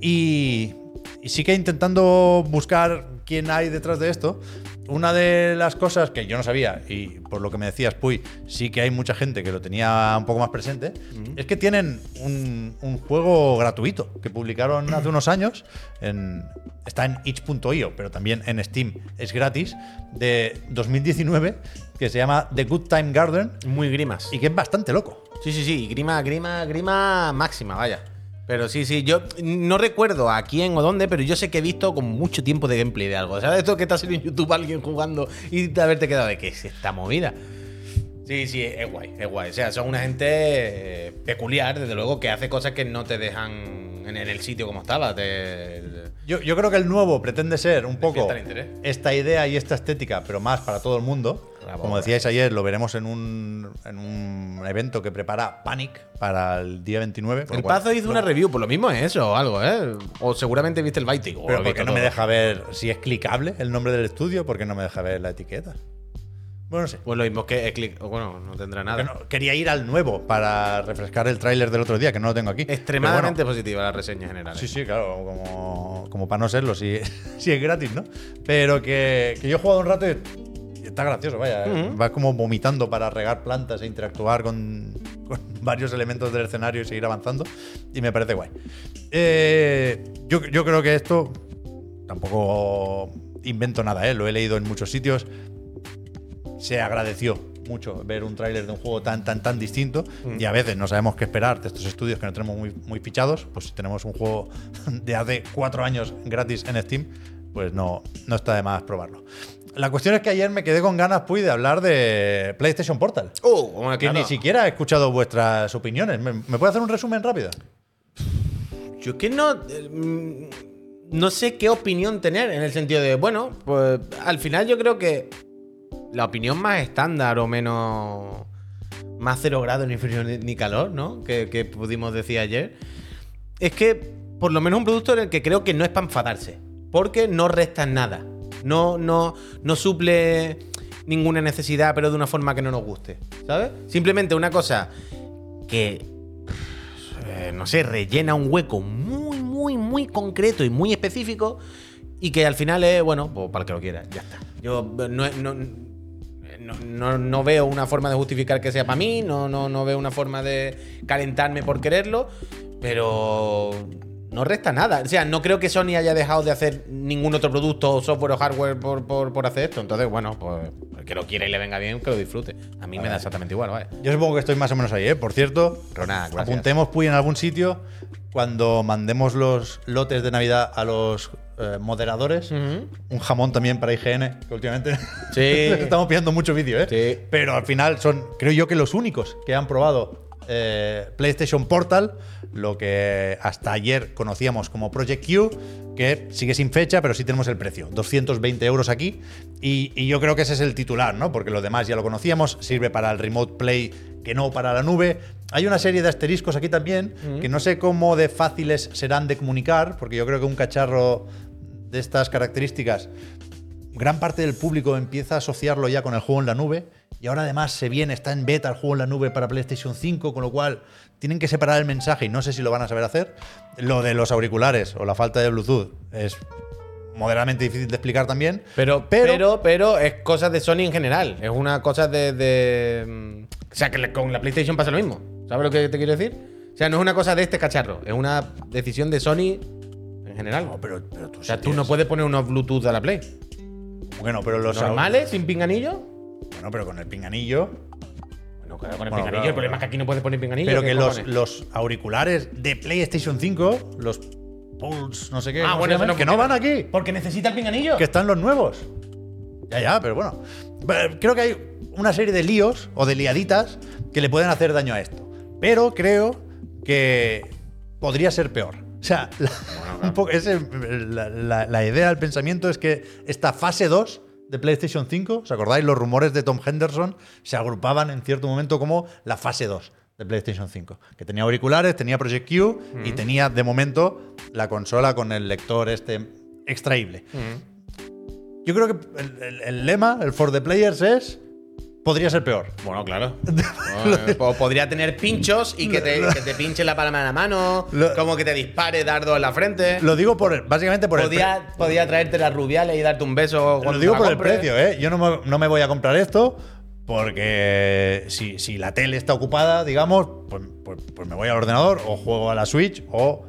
[SPEAKER 3] y, y sí que intentando buscar quién hay detrás de esto. Una de las cosas que yo no sabía, y por lo que me decías, Puy, sí que hay mucha gente que lo tenía un poco más presente, es que tienen un, un juego gratuito que publicaron hace unos años. en- está en itch.io, pero también en Steam es gratis, de 2019, que se llama The Good Time Garden
[SPEAKER 5] Muy grimas.
[SPEAKER 3] y que es bastante loco.
[SPEAKER 5] Sí, sí, sí, grima, grima, grima máxima, vaya. Pero sí, sí, yo no recuerdo a quién o dónde, pero yo sé que he visto con mucho tiempo de gameplay de algo. ¿Sabes esto que te ha salido en YouTube alguien jugando y te haberte quedado de qué es esta movida? Sí, sí, es guay, es guay. O sea, son una gente eh, peculiar, desde luego, que hace cosas que no te dejan en en el sitio como estaba. te-
[SPEAKER 3] Yo, yo creo que el nuevo pretende ser un poco
[SPEAKER 5] el interés.
[SPEAKER 3] esta idea y esta estética, pero más para todo el mundo.
[SPEAKER 5] La
[SPEAKER 3] Como
[SPEAKER 5] boca.
[SPEAKER 3] decíais ayer, lo veremos en un, en un evento que prepara Panic para el día 29. por lo
[SPEAKER 5] El
[SPEAKER 3] cual-
[SPEAKER 5] Pazo hizo una review, por lo mismo es eso o algo, ¿eh? O seguramente viste el Vitic. o
[SPEAKER 3] Pero
[SPEAKER 5] lo
[SPEAKER 3] ¿por
[SPEAKER 5] viste
[SPEAKER 3] qué no me
[SPEAKER 5] todo.
[SPEAKER 3] deja ver si es clicable el nombre del estudio? ¿Por qué no me deja ver la etiqueta? Bueno, no sé.
[SPEAKER 5] Pues lo mismo que eh, click. Bueno, no tendrá nada.
[SPEAKER 3] Porque no- quería ir al nuevo para refrescar el tráiler del otro día, que no lo tengo aquí. Pero bueno,
[SPEAKER 5] Extremadamente positiva la reseña general. ¿eh?
[SPEAKER 3] Sí, sí, claro, como, como para no serlo, si, si es gratis, ¿no? Pero que, que yo he jugado un rato y y está gracioso, vaya. ¿eh? Vas como vomitando para regar plantas e interactuar con, con varios elementos del escenario y seguir avanzando. Y me parece guay. Eh, yo, yo creo que esto tampoco invento nada, ¿eh? lo he leído en muchos sitios. Se agradeció mucho ver un tráiler de un juego tan, tan, tan distinto.
[SPEAKER 5] Mm.
[SPEAKER 3] Y a veces no sabemos qué esperar de estos estudios que no tenemos muy, muy fichados. Pues si tenemos un juego de hace cuatro años gratis en Steam, pues no, no está de más probarlo. La cuestión es que ayer me quedé con ganas, Puy, de hablar de PlayStation Portal.
[SPEAKER 5] Oh, bueno,
[SPEAKER 3] Que
[SPEAKER 5] claro.
[SPEAKER 3] ni siquiera he escuchado vuestras opiniones. ¿Me, me puede hacer un resumen rápido?
[SPEAKER 5] Yo es que no. eh, mm, No sé qué opinión tener en el sentido de, bueno, pues al final yo creo que la opinión más estándar o menos. Más cero grado, ni frío ni ni calor, ¿no? Que, que pudimos decir ayer. Es que, por lo menos, un producto en el que creo que no es para enfadarse. Porque no restas nada. No, no, no suple ninguna necesidad, pero de una forma que no nos guste. ¿Sabes? Simplemente una cosa que eh, no sé, rellena un hueco muy, muy, muy concreto y muy específico y que al final es, bueno, pues para el que lo quiera, ya está. Yo eh, no, no, no, no- no veo una forma de justificar que sea para mí, no, no, no veo una forma de calentarme por quererlo, pero no resta nada. O sea, no creo que Sony haya dejado de hacer ningún otro producto o software o hardware por, por- por hacer esto. Entonces, bueno, pues el que lo quiera y le venga bien, que lo disfrute. A mí me da exactamente igual, ¿vale?
[SPEAKER 3] Yo supongo que estoy más o menos ahí, ¿eh? Por cierto,
[SPEAKER 5] Ronald, gracias.
[SPEAKER 3] apuntemos Puy en algún sitio cuando mandemos los lotes de Navidad a los eh, moderadores. Un jamón también para IGN, que últimamente
[SPEAKER 5] Sí.
[SPEAKER 3] les estamos pidiendo mucho vídeo, ¿eh?
[SPEAKER 5] Sí.
[SPEAKER 3] Pero al final son, creo yo, que los únicos que han probado eh, PlayStation Portal, lo que hasta ayer conocíamos como Project Q, que sigue sin fecha, pero sí tenemos el precio, 220 euros aquí. Y, y yo creo que ese es el titular, ¿no? Porque lo demás ya lo conocíamos, sirve para el Remote Play, que no para la nube. Hay una serie de asteriscos aquí también, que no sé cómo de fáciles serán de comunicar, porque yo creo que un cacharro de estas características gran parte del público empieza a asociarlo ya con el juego en la nube. Y ahora además se viene, está en beta el juego en la nube para PlayStation 5, con lo cual tienen que separar el mensaje y no sé si lo van a saber hacer. Lo de los auriculares o la falta de Bluetooth es moderadamente difícil de explicar también.
[SPEAKER 5] Pero,
[SPEAKER 3] Pero-
[SPEAKER 5] pero, pero, es cosa de Sony en general. Es una cosa de. de, mm, o sea, que le- con la PlayStation pasa lo mismo. ¿Sabes lo que te quiero decir? O sea, no es una cosa de este cacharro. Es una decisión de Sony en general.
[SPEAKER 3] No, pero, pero tú
[SPEAKER 5] o sea,
[SPEAKER 3] sí
[SPEAKER 5] tú no
[SPEAKER 3] tienes-
[SPEAKER 5] puedes poner unos Bluetooth a la Play.
[SPEAKER 3] Bueno, pero los
[SPEAKER 5] ¿Normales? ¿Sin pinganillo?
[SPEAKER 3] Bueno, pero con el pinganillo.
[SPEAKER 5] Bueno, claro, con
[SPEAKER 3] Bueno,
[SPEAKER 5] el pinganillo.
[SPEAKER 3] claro,
[SPEAKER 5] el problema es que aquí no puedes poner pinganillo.
[SPEAKER 3] Pero
[SPEAKER 5] ¿qué
[SPEAKER 3] que los,
[SPEAKER 5] cojones?
[SPEAKER 3] los auriculares de PlayStation 5, los Pulse, no sé qué,
[SPEAKER 5] Ah,
[SPEAKER 3] ¿cómo se
[SPEAKER 5] bueno, eso
[SPEAKER 3] llaman?
[SPEAKER 5] no
[SPEAKER 3] que no van
[SPEAKER 5] funciona.
[SPEAKER 3] aquí.
[SPEAKER 5] Porque necesita el pinganillo.
[SPEAKER 3] que están los nuevos. Ya, ya, pero bueno. Pero Creo que hay una serie de líos o de liaditas que le pueden hacer daño a esto. Pero creo que podría ser peor. O sea, la, un poco- ese- la, la- la idea, el pensamiento es que esta fase 2 de PlayStation 5, ¿os acordáis? Los rumores de Tom Henderson se agrupaban en cierto momento como la fase 2 de PlayStation 5, que tenía auriculares, tenía Project Q y tenía de momento la consola con el lector este extraíble. Yo creo que el, el- el lema, el for the players es, podría ser peor.
[SPEAKER 5] Bueno, claro. Eh, po- podría tener pinchos y que te, que te pinche la palma de la mano,
[SPEAKER 3] Lo-
[SPEAKER 5] como que te dispare dardo en la frente.
[SPEAKER 3] Lo digo por, básicamente por el pre-
[SPEAKER 5] Podía, podía traerte las rubiales y darte un beso.
[SPEAKER 3] Lo
[SPEAKER 5] cuando
[SPEAKER 3] digo
[SPEAKER 5] la
[SPEAKER 3] por el
[SPEAKER 5] compres.
[SPEAKER 3] precio, ¿eh? Yo no me, no me voy a comprar esto porque si, si la tele está ocupada, digamos, pues, pues- pues me voy al ordenador o juego a la Switch o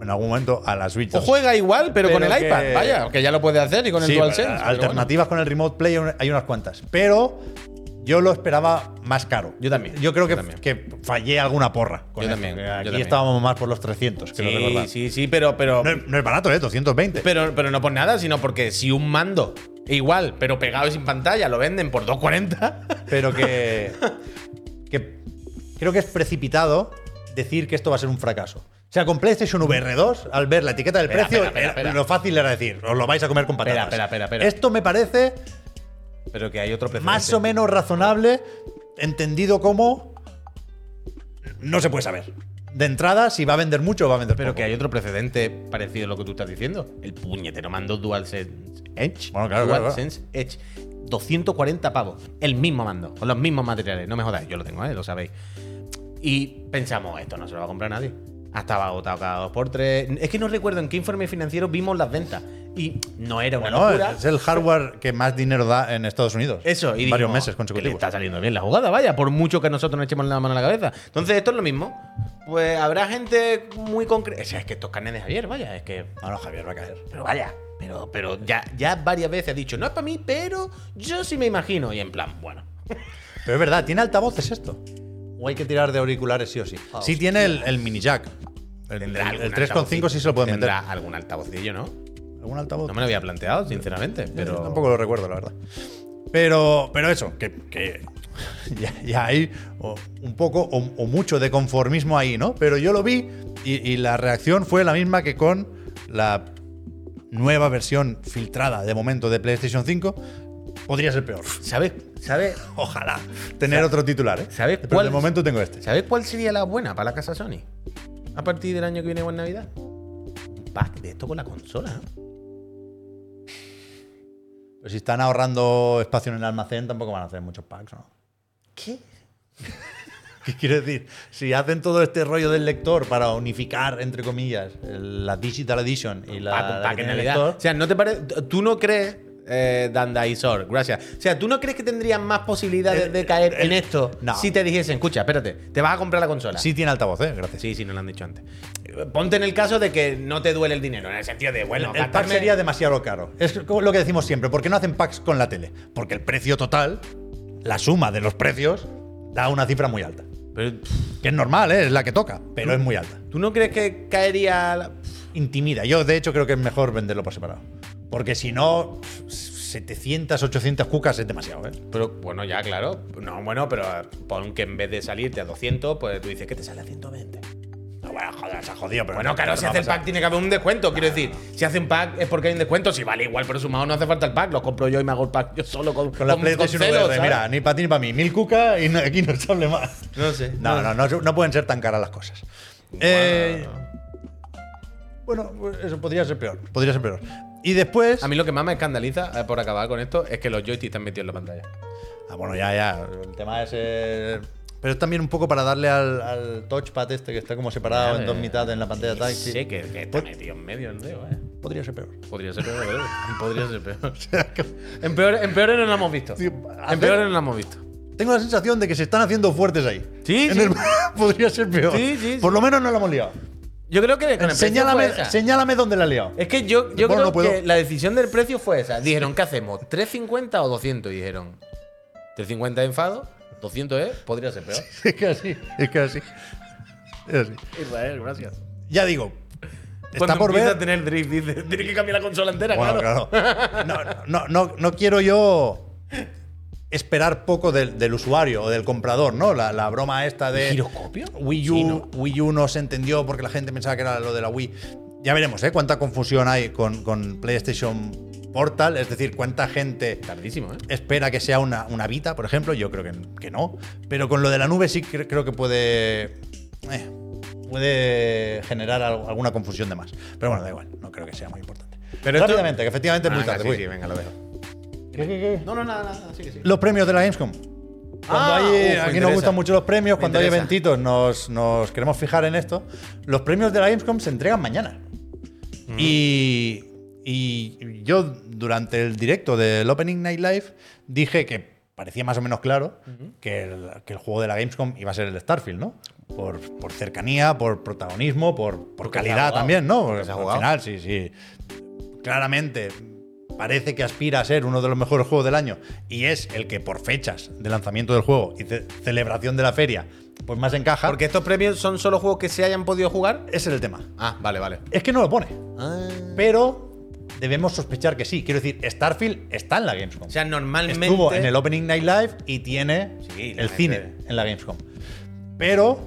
[SPEAKER 3] en algún momento a la Switch.
[SPEAKER 5] O juega igual, pero, con
[SPEAKER 3] Pero
[SPEAKER 5] el
[SPEAKER 3] que-
[SPEAKER 5] iPad, vaya, que ya lo puede hacer y con
[SPEAKER 3] Sí,
[SPEAKER 5] el DualSense. pero bueno.
[SPEAKER 3] Alternativas con el Remote Play hay un- hay unas cuantas, pero yo lo esperaba más caro.
[SPEAKER 5] Yo también,
[SPEAKER 3] Yo creo
[SPEAKER 5] yo
[SPEAKER 3] que,
[SPEAKER 5] también.
[SPEAKER 3] que fallé alguna porra. Con
[SPEAKER 5] Yo
[SPEAKER 3] esto,
[SPEAKER 5] también,
[SPEAKER 3] que
[SPEAKER 5] yo
[SPEAKER 3] Aquí
[SPEAKER 5] también.
[SPEAKER 3] estábamos más por los 300, creo recordar.
[SPEAKER 5] Sí, sí, sí, pero, pero,
[SPEAKER 3] No, es- no es barato, ¿eh? 220.
[SPEAKER 5] pero, pero no por nada, sino porque si un mando, igual, pero pegado y sin pantalla, lo venden por 2.40.
[SPEAKER 3] pero que, que creo que es precipitado decir que esto va a ser un fracaso. O sea, con PlayStation VR 2, al ver la etiqueta del
[SPEAKER 5] Espera,
[SPEAKER 3] precio,
[SPEAKER 5] espera, espera,
[SPEAKER 3] era-
[SPEAKER 5] espera.
[SPEAKER 3] lo fácil era decir, os lo vais a comer con patatas.
[SPEAKER 5] espera, espera, espera.
[SPEAKER 3] Esto me parece
[SPEAKER 5] Pero que hay otro precio.
[SPEAKER 3] más o menos razonable, entendido como no se puede saber. De entrada, si va a vender mucho o va a vender
[SPEAKER 5] Pero
[SPEAKER 3] poco.
[SPEAKER 5] que hay otro precedente parecido a lo que tú estás diciendo. El puñetero mando DualSense Edge.
[SPEAKER 3] Bueno, claro, claro,
[SPEAKER 5] DualSense Edge. 240 pavos. El mismo mando. Con los mismos materiales. No me jodáis. Yo lo tengo, ¿eh? Lo sabéis. Y pensamos, esto no se lo va a comprar nadie. Hasta va agotado cada dos por tres. Es que no recuerdo en qué informe financiero vimos las ventas. Y no era una
[SPEAKER 3] Bueno,
[SPEAKER 5] locura.
[SPEAKER 3] es el hardware que más dinero da en Estados Unidos.
[SPEAKER 5] Eso,
[SPEAKER 3] varios
[SPEAKER 5] y dijimos,
[SPEAKER 3] meses
[SPEAKER 5] que le
[SPEAKER 3] consecutivos.
[SPEAKER 5] está saliendo bien la jugada, vaya, por mucho que nosotros no echemos la mano a la cabeza. Entonces, esto es lo mismo. Pues habrá gente muy concreta. O sea, es que estos carnes de Javier, vaya, es que.
[SPEAKER 3] No, no, Javier va a caer.
[SPEAKER 5] Pero vaya, pero, pero ya, ya varias veces ha dicho, no es para mí, pero yo sí me imagino. Y en plan, bueno.
[SPEAKER 3] Pero es verdad, ¿tiene altavoces esto? ¿O hay que tirar de auriculares sí o sí? sí tiene el, el mini jack. El,
[SPEAKER 5] Tendrá
[SPEAKER 3] el-
[SPEAKER 5] algún
[SPEAKER 3] el 3.5 sí se lo pueden meter.
[SPEAKER 5] Tendrá algún altavocillo, ¿no?
[SPEAKER 3] ¿Algún altavoz?
[SPEAKER 5] No me lo había planteado, sinceramente. Pero.
[SPEAKER 3] Yo Tampoco lo recuerdo, la verdad. Pero, pero eso, que, que ya, ya hay o, un poco o, o mucho de conformismo ahí, ¿no? Pero yo lo vi y, y la reacción fue la misma que con la nueva versión filtrada de momento de PlayStation 5. Podría ser peor.
[SPEAKER 5] ¿Sabes? ¿Sabes?
[SPEAKER 3] Ojalá tener otro titular, ¿eh?
[SPEAKER 5] ¿sabes
[SPEAKER 3] Pero
[SPEAKER 5] cuál
[SPEAKER 3] de
[SPEAKER 5] es?
[SPEAKER 3] momento tengo este.
[SPEAKER 5] ¿Sabes cuál sería la buena para la casa Sony? A partir del año que viene o en Navidad. Un pack de esto con la consola. ¿eh?
[SPEAKER 3] Pero si están ahorrando espacio en el almacén, tampoco van a hacer muchos packs, ¿no?
[SPEAKER 5] ¿Qué?
[SPEAKER 3] ¿Qué quiero decir? Si hacen todo este rollo del lector para unificar, entre comillas, el- la Digital Edition y la,
[SPEAKER 5] pack, un
[SPEAKER 3] la
[SPEAKER 5] Ah, pack
[SPEAKER 3] que
[SPEAKER 5] en
[SPEAKER 3] tiene
[SPEAKER 5] Navidad. O sea, ¿no te parece? ¿Tú no crees, eh, Dandaisor, gracias. O sea, ¿tú no crees que tendrías más posibilidades
[SPEAKER 3] El-
[SPEAKER 5] de caer
[SPEAKER 3] el-
[SPEAKER 5] en esto
[SPEAKER 3] no.
[SPEAKER 5] si te dijesen, escucha, espérate, te vas a comprar la consola?
[SPEAKER 3] sí tiene altavoz, ¿eh? Gracias.
[SPEAKER 5] Sí, sí, nos lo han dicho antes. Eh, Ponte en el caso de que no te duele el dinero, en el sentido de,
[SPEAKER 3] El,
[SPEAKER 5] bueno,
[SPEAKER 3] el pack
[SPEAKER 5] gastarme-
[SPEAKER 3] sería demasiado caro. Es como lo que decimos siempre. ¿Por qué no hacen packs con la tele? Porque el precio total, la suma de los precios, da una cifra muy alta.
[SPEAKER 5] Pero,
[SPEAKER 3] Que es normal, ¿eh? Es la que toca, pero es muy alta.
[SPEAKER 5] ¿Tú no crees que caería... la-
[SPEAKER 3] Intimida. Yo, de hecho, creo que es mejor venderlo por separado. Porque si no, 700, 800 cucas es demasiado, ¿eh?
[SPEAKER 5] Pero, bueno, ya, claro. No, bueno, pero eh, pon que en vez de salirte a 200, pues tú dices que te sale a 120.
[SPEAKER 3] No, bueno, joder, se ha jodido, pero.
[SPEAKER 5] Bueno, claro,
[SPEAKER 3] pero
[SPEAKER 5] si
[SPEAKER 3] no
[SPEAKER 5] hace
[SPEAKER 3] va
[SPEAKER 5] el
[SPEAKER 3] a pasar.
[SPEAKER 5] pack tiene que haber un descuento. Quiero decir, si hace un pack es porque hay un descuento. Si vale igual, pero sumado no hace falta el pack. Lo compro yo y me hago el pack yo solo con,
[SPEAKER 3] Con la PlayStation
[SPEAKER 5] celo,
[SPEAKER 3] VR,
[SPEAKER 5] ¿sabes?
[SPEAKER 3] mira, ni para ti ni para mí, mil cuca y no- aquí no se hable más.
[SPEAKER 5] No sé.
[SPEAKER 3] No, no, no, no pueden ser tan caras las cosas. Eh, Bueno, eso podría ser peor, podría ser peor. Y después...
[SPEAKER 5] A mí lo que más me escandaliza, eh, por acabar con esto, es que los joysticks están metidos en la pantalla.
[SPEAKER 3] Ah, bueno, ya, ya, el tema es... eh, Pero es también un poco para darle al, al touchpad este que está como separado en dos mitades en la pantalla
[SPEAKER 5] Sí,
[SPEAKER 3] táctil.
[SPEAKER 5] sé que, que
[SPEAKER 3] Pues
[SPEAKER 5] está metido en medio el dedo, eh.
[SPEAKER 3] Podría ser peor.
[SPEAKER 5] Podría ser peor, ¿eh? Podría ser peor. en, peor en peores no lo hemos visto.
[SPEAKER 3] Tío, hacer-
[SPEAKER 5] En peores no lo hemos visto.
[SPEAKER 3] Tengo la sensación de que se están haciendo fuertes ahí.
[SPEAKER 5] Sí,
[SPEAKER 3] En
[SPEAKER 5] sí.
[SPEAKER 3] el- podría ser peor.
[SPEAKER 5] Sí, sí, sí.
[SPEAKER 3] Por lo menos no la hemos liado.
[SPEAKER 5] Yo creo que con el precio fue
[SPEAKER 3] Señálame,
[SPEAKER 5] esa.
[SPEAKER 3] señálame dónde la he liado.
[SPEAKER 5] Es que yo, yo
[SPEAKER 3] Bueno,
[SPEAKER 5] creo
[SPEAKER 3] no puedo.
[SPEAKER 5] que la decisión del precio fue esa. Dijeron, ¿qué hacemos? ¿350 o 200? Y dijeron, 350 de enfado, 200 es, podría ser peor.
[SPEAKER 3] Es que así, es que así. Es así.
[SPEAKER 5] Israel, gracias.
[SPEAKER 3] Ya digo,
[SPEAKER 5] Cuando
[SPEAKER 3] está por ver.
[SPEAKER 5] a tener drift, dice, tiene que cambiar la consola entera,
[SPEAKER 3] Bueno,
[SPEAKER 5] claro.
[SPEAKER 3] claro. No, no, no, no quiero yo esperar poco del, del usuario o del comprador, ¿no? La, la broma esta de.
[SPEAKER 5] ¿Giroscopio?
[SPEAKER 3] Wii U,
[SPEAKER 5] Sí, ¿no?
[SPEAKER 3] Wii U no se entendió porque la gente pensaba que era lo de la Wii. Ya veremos, ¿eh? Cuánta confusión hay con, con PlayStation Portal, es decir, cuánta gente
[SPEAKER 5] Tardísimo, ¿eh?
[SPEAKER 3] espera que sea una, una Vita, por ejemplo. Yo creo que, que no. Pero con lo de la nube sí cre- creo que puede. eh, puede generar al- alguna confusión de más. Pero bueno, da igual, no creo que sea muy importante.
[SPEAKER 5] Pero esto-
[SPEAKER 3] Rápidamente, que efectivamente es muy
[SPEAKER 5] Venga,
[SPEAKER 3] tarde.
[SPEAKER 5] Ah, sí,
[SPEAKER 3] voy.
[SPEAKER 5] sí, venga, lo dejo. No, no, nada, nada, sí que sí.
[SPEAKER 3] Los premios de la Gamescom. Cuando
[SPEAKER 5] Ah,
[SPEAKER 3] hay,
[SPEAKER 5] uf, me
[SPEAKER 3] aquí nos
[SPEAKER 5] interesa.
[SPEAKER 3] gustan mucho los premios,
[SPEAKER 5] Me
[SPEAKER 3] cuando hay
[SPEAKER 5] interesa.
[SPEAKER 3] eventitos nos, nos queremos fijar en esto. Los premios de la Gamescom se entregan mañana.
[SPEAKER 5] Mm.
[SPEAKER 3] Y, y yo durante el directo del Opening Night Live dije que parecía más o menos claro que, el, que el juego de la Gamescom iba a ser el Starfield, ¿no? Por, por cercanía, por protagonismo, por, por
[SPEAKER 5] se ha
[SPEAKER 3] calidad
[SPEAKER 5] jugado.
[SPEAKER 3] también, ¿no?
[SPEAKER 5] Porque se ha jugado.
[SPEAKER 3] al final, sí, sí claramente parece que aspira a ser uno de los mejores juegos del año y es el que por fechas de lanzamiento del juego y ce- celebración de la feria, pues más encaja.
[SPEAKER 5] Porque estos premios son solo juegos que se hayan podido jugar.
[SPEAKER 3] ese es el tema.
[SPEAKER 5] Ah, vale, vale.
[SPEAKER 3] Es que no lo pone, pero debemos sospechar que sí. Quiero decir, Starfield está en la Gamescom.
[SPEAKER 5] O sea, normalmente.
[SPEAKER 3] Estuvo en el Opening Night Live y tiene
[SPEAKER 5] Sí, la
[SPEAKER 3] el
[SPEAKER 5] gente-
[SPEAKER 3] cine en la Gamescom. Pero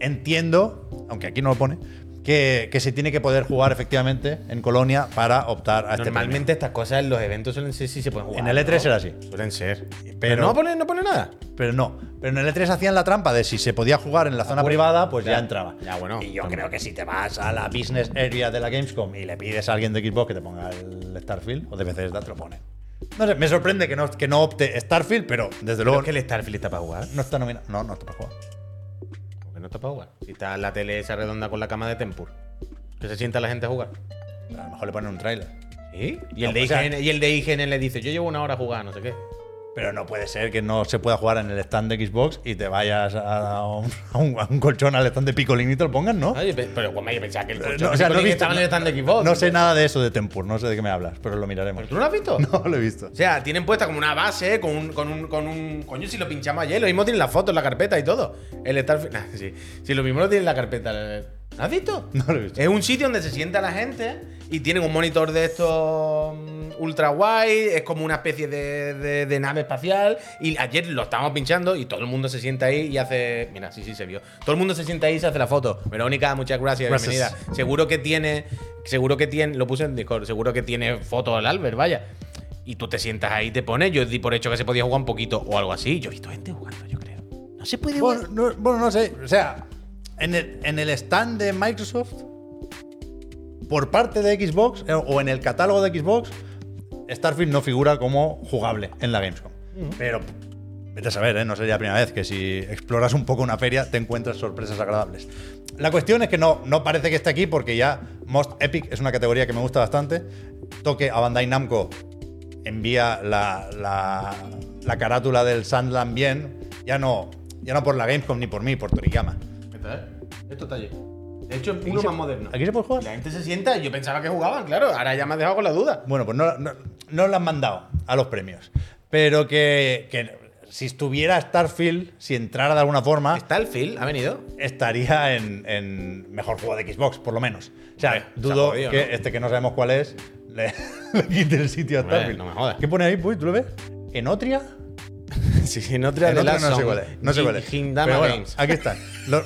[SPEAKER 3] entiendo, aunque aquí no lo pone, que, que se tiene que poder jugar efectivamente en Colonia para optar a este premio.
[SPEAKER 5] Normalmente estas cosas en los eventos suelen ser si se pueden jugar.
[SPEAKER 3] En el E3
[SPEAKER 5] ¿no?
[SPEAKER 3] era así.
[SPEAKER 5] Suelen ser.
[SPEAKER 3] Pero-
[SPEAKER 5] Pero no pone, no pone nada.
[SPEAKER 3] Pero no. Pero en el E3 hacían la trampa de si se podía jugar en la zona privada, pues ya,
[SPEAKER 5] Ah, Ya.
[SPEAKER 3] entraba.
[SPEAKER 5] Ya, bueno.
[SPEAKER 3] Y yo creo que si te vas a la business area de la Gamescom y le pides a alguien de Xbox que te ponga el Starfield, o de Bethesda te lo pone. No sé, me sorprende que no, que no opte Starfield, pero desde
[SPEAKER 5] Pero
[SPEAKER 3] luego
[SPEAKER 5] es que el Starfield está para jugar.
[SPEAKER 3] no está nominado. No, no está para jugar.
[SPEAKER 5] ¿Por qué no está para jugar? Si está la tele esa redonda con la cama de Tempur. Que se sienta la gente a jugar.
[SPEAKER 3] Pero a lo mejor le ponen un tráiler.
[SPEAKER 5] ¿Sí? Y
[SPEAKER 3] No,
[SPEAKER 5] el, de
[SPEAKER 3] o sea-
[SPEAKER 5] IGN, y el de IGN le dice, yo llevo una hora jugada, no sé qué.
[SPEAKER 3] Pero no puede ser que no se pueda jugar en el stand de Xbox y te vayas a un, a un- a un colchón al stand de Picolín y te lo pongan, ¿no?
[SPEAKER 5] Oye, pe- pero bueno, yo pensaba que el
[SPEAKER 3] Eh,
[SPEAKER 5] colchón
[SPEAKER 3] no, o sea, no he
[SPEAKER 5] que
[SPEAKER 3] visto-
[SPEAKER 5] estaba en el stand de
[SPEAKER 3] No,
[SPEAKER 5] Xbox.
[SPEAKER 3] sé nada de eso de Tempur, no sé de qué me hablas, pero lo miraremos.
[SPEAKER 5] ¿Pero tú no lo has visto?
[SPEAKER 3] No lo he visto.
[SPEAKER 5] O sea, tienen puesta como una base, eh, con un, con un, con un. Coño, si lo pinchamos ayer, lo mismo tienen la foto en la carpeta y todo. El Starfield. Nah, sí. Si lo mismo lo tienen en la carpeta. el- ¿Lo has visto?
[SPEAKER 3] No lo he visto.
[SPEAKER 5] Es un sitio donde se sienta la gente y tienen un monitor de estos mm, ultra wide, es como una especie de, de- de nave espacial. Y ayer lo estábamos pinchando y todo el mundo se sienta ahí y hace. Mira, sí, sí, se vio. Todo el mundo se sienta ahí y se hace la foto. Verónica, muchas gracias,
[SPEAKER 3] Gracias.
[SPEAKER 5] bienvenida. Seguro que tiene. Seguro que tiene. Lo puse en Discord, seguro que tiene fotos al Albert, vaya. Y tú te sientas ahí y te pones. Yo di por hecho que se podía jugar un poquito o algo así. Yo he visto gente jugando, yo creo. No se puede
[SPEAKER 3] Bueno,
[SPEAKER 5] jugar.
[SPEAKER 3] no, bueno, no sé. O sea, en el, en el stand de Microsoft, por parte de Xbox, eh, o en el catálogo de Xbox, Starfield no figura como jugable en la Gamescom. Pero vete a saber, ¿eh? no sería la primera vez que si exploras un poco una feria te encuentras sorpresas agradables. La cuestión es que no, no parece que esté aquí porque ya Most Epic es una categoría que me gusta bastante. Toque a Bandai Namco envía la, la- la carátula del Sandland bien, ya no, ya no por la Gamescom ni por mí, por Toriyama.
[SPEAKER 5] Esto está allí. De hecho, es uno más moderno.
[SPEAKER 3] ¿Aquí se puede
[SPEAKER 5] La
[SPEAKER 3] jugar?
[SPEAKER 5] gente se sienta y yo pensaba que jugaban, claro. Ahora ya me has dejado con la duda.
[SPEAKER 3] Bueno, pues no, no, no la han mandado a los premios. Pero que, que si estuviera Starfield, si entrara de alguna forma,
[SPEAKER 5] ¿Está el Phil? ¿Ha venido?
[SPEAKER 3] estaría en, en mejor juego de Xbox, por lo menos. O sea,
[SPEAKER 5] Hombre, se ha
[SPEAKER 3] dudo
[SPEAKER 5] jodido,
[SPEAKER 3] que
[SPEAKER 5] ¿no?
[SPEAKER 3] este que no sabemos cuál es le, le quite el sitio a
[SPEAKER 5] Hombre,
[SPEAKER 3] Starfield.
[SPEAKER 5] no me jodas.
[SPEAKER 3] ¿Qué pone ahí, Puy? ¿Tú lo ves? ¿Enotria?
[SPEAKER 5] Sí, sí, no
[SPEAKER 3] En otro no sé cuál es. No sé cuál es. Pero bueno, aquí están. Los-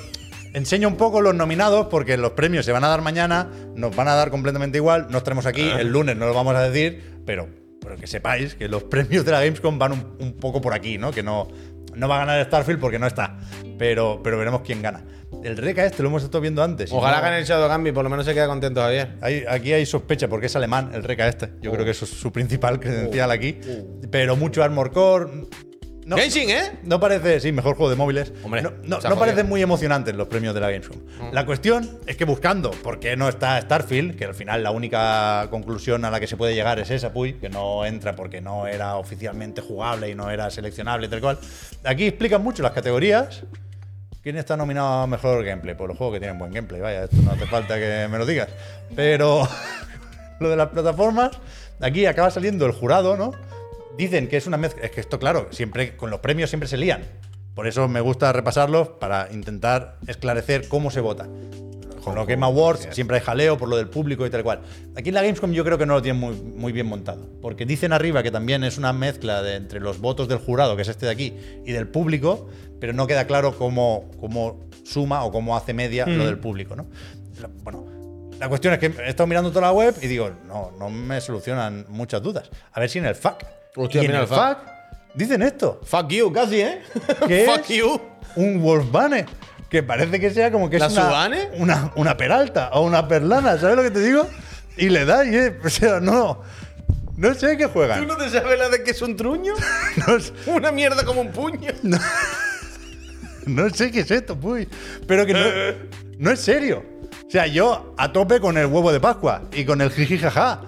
[SPEAKER 3] enseño un poco los nominados porque los premios se van a dar mañana, nos van a dar completamente igual. Nos traemos aquí,
[SPEAKER 5] Ah.
[SPEAKER 3] el lunes no lo vamos a decir, pero, pero que sepáis que los premios de la Gamescom van un, un poco por aquí, ¿no? Que no, no va a ganar Starfield porque no está. Pero, pero veremos quién gana. El Reca este lo hemos estado viendo antes. y
[SPEAKER 5] Ojalá
[SPEAKER 3] no-
[SPEAKER 5] gane el Shadow Gambi, por lo menos se queda contento Javier.
[SPEAKER 3] hay- aquí hay sospecha porque es alemán el Reca este. Yo
[SPEAKER 5] Oh.
[SPEAKER 3] creo que eso es su principal credencial aquí. Pero mucho Armor Core. No,
[SPEAKER 5] Genshin, ¿eh?
[SPEAKER 3] no parece, sí, mejor juego de móviles.
[SPEAKER 5] Hombre,
[SPEAKER 3] no no-
[SPEAKER 5] se ha
[SPEAKER 3] no
[SPEAKER 5] jodido. Mm.
[SPEAKER 3] parecen muy emocionantes los premios de la Gamescom. La cuestión es que buscando por qué no está Starfield, que al final la única conclusión a la que se puede llegar es esa, puy, que no entra porque no era oficialmente jugable y no era seleccionable, tal cual. Aquí explican mucho las categorías. ¿Quién está nominado a mejor gameplay? Pues los juegos que tienen buen gameplay, vaya, esto no hace falta que me lo digas. Pero lo de las plataformas, aquí acaba saliendo el jurado, ¿no? Dicen que es una mezcla. Es que esto, claro, siempre con los premios siempre se lían. Por eso me gusta repasarlos para intentar esclarecer cómo se vota. con los Game Awards siempre hay jaleo por lo del público y tal cual. Aquí en la Gamescom yo creo que no lo tienen muy, muy bien montado, porque dicen arriba que también es una mezcla de entre los votos del jurado, que es este de aquí, y del público, pero no queda claro cómo, cómo suma o cómo hace media lo del público, ¿no? La- Bueno, la cuestión es que he estado mirando toda la web y digo, no, no me solucionan muchas dudas. A ver si en el FAC.
[SPEAKER 5] Hostia,
[SPEAKER 3] y en
[SPEAKER 5] mira
[SPEAKER 3] el,
[SPEAKER 5] el
[SPEAKER 3] FAC
[SPEAKER 5] FAC.
[SPEAKER 3] dicen esto.
[SPEAKER 5] Fuck you, casi, ¿eh?
[SPEAKER 3] ¿Qué
[SPEAKER 5] Fuck
[SPEAKER 3] es?
[SPEAKER 5] you.
[SPEAKER 3] un Wolf Bane, que parece que sea como que
[SPEAKER 5] ¿La
[SPEAKER 3] es una,
[SPEAKER 5] Subane?
[SPEAKER 3] una una peralta o una perlana, ¿sabes lo que te digo? Y le da y eh, o sea, no no sé qué
[SPEAKER 5] ¿Tú
[SPEAKER 3] juegan.
[SPEAKER 5] no te sabes la de que es un truño?
[SPEAKER 3] No, sé-
[SPEAKER 5] Una mierda como un puño.
[SPEAKER 3] no sé qué es esto, puy. Pero que no, no es serio. O sea, yo a tope con el huevo de Pascua y con el jiji jaja.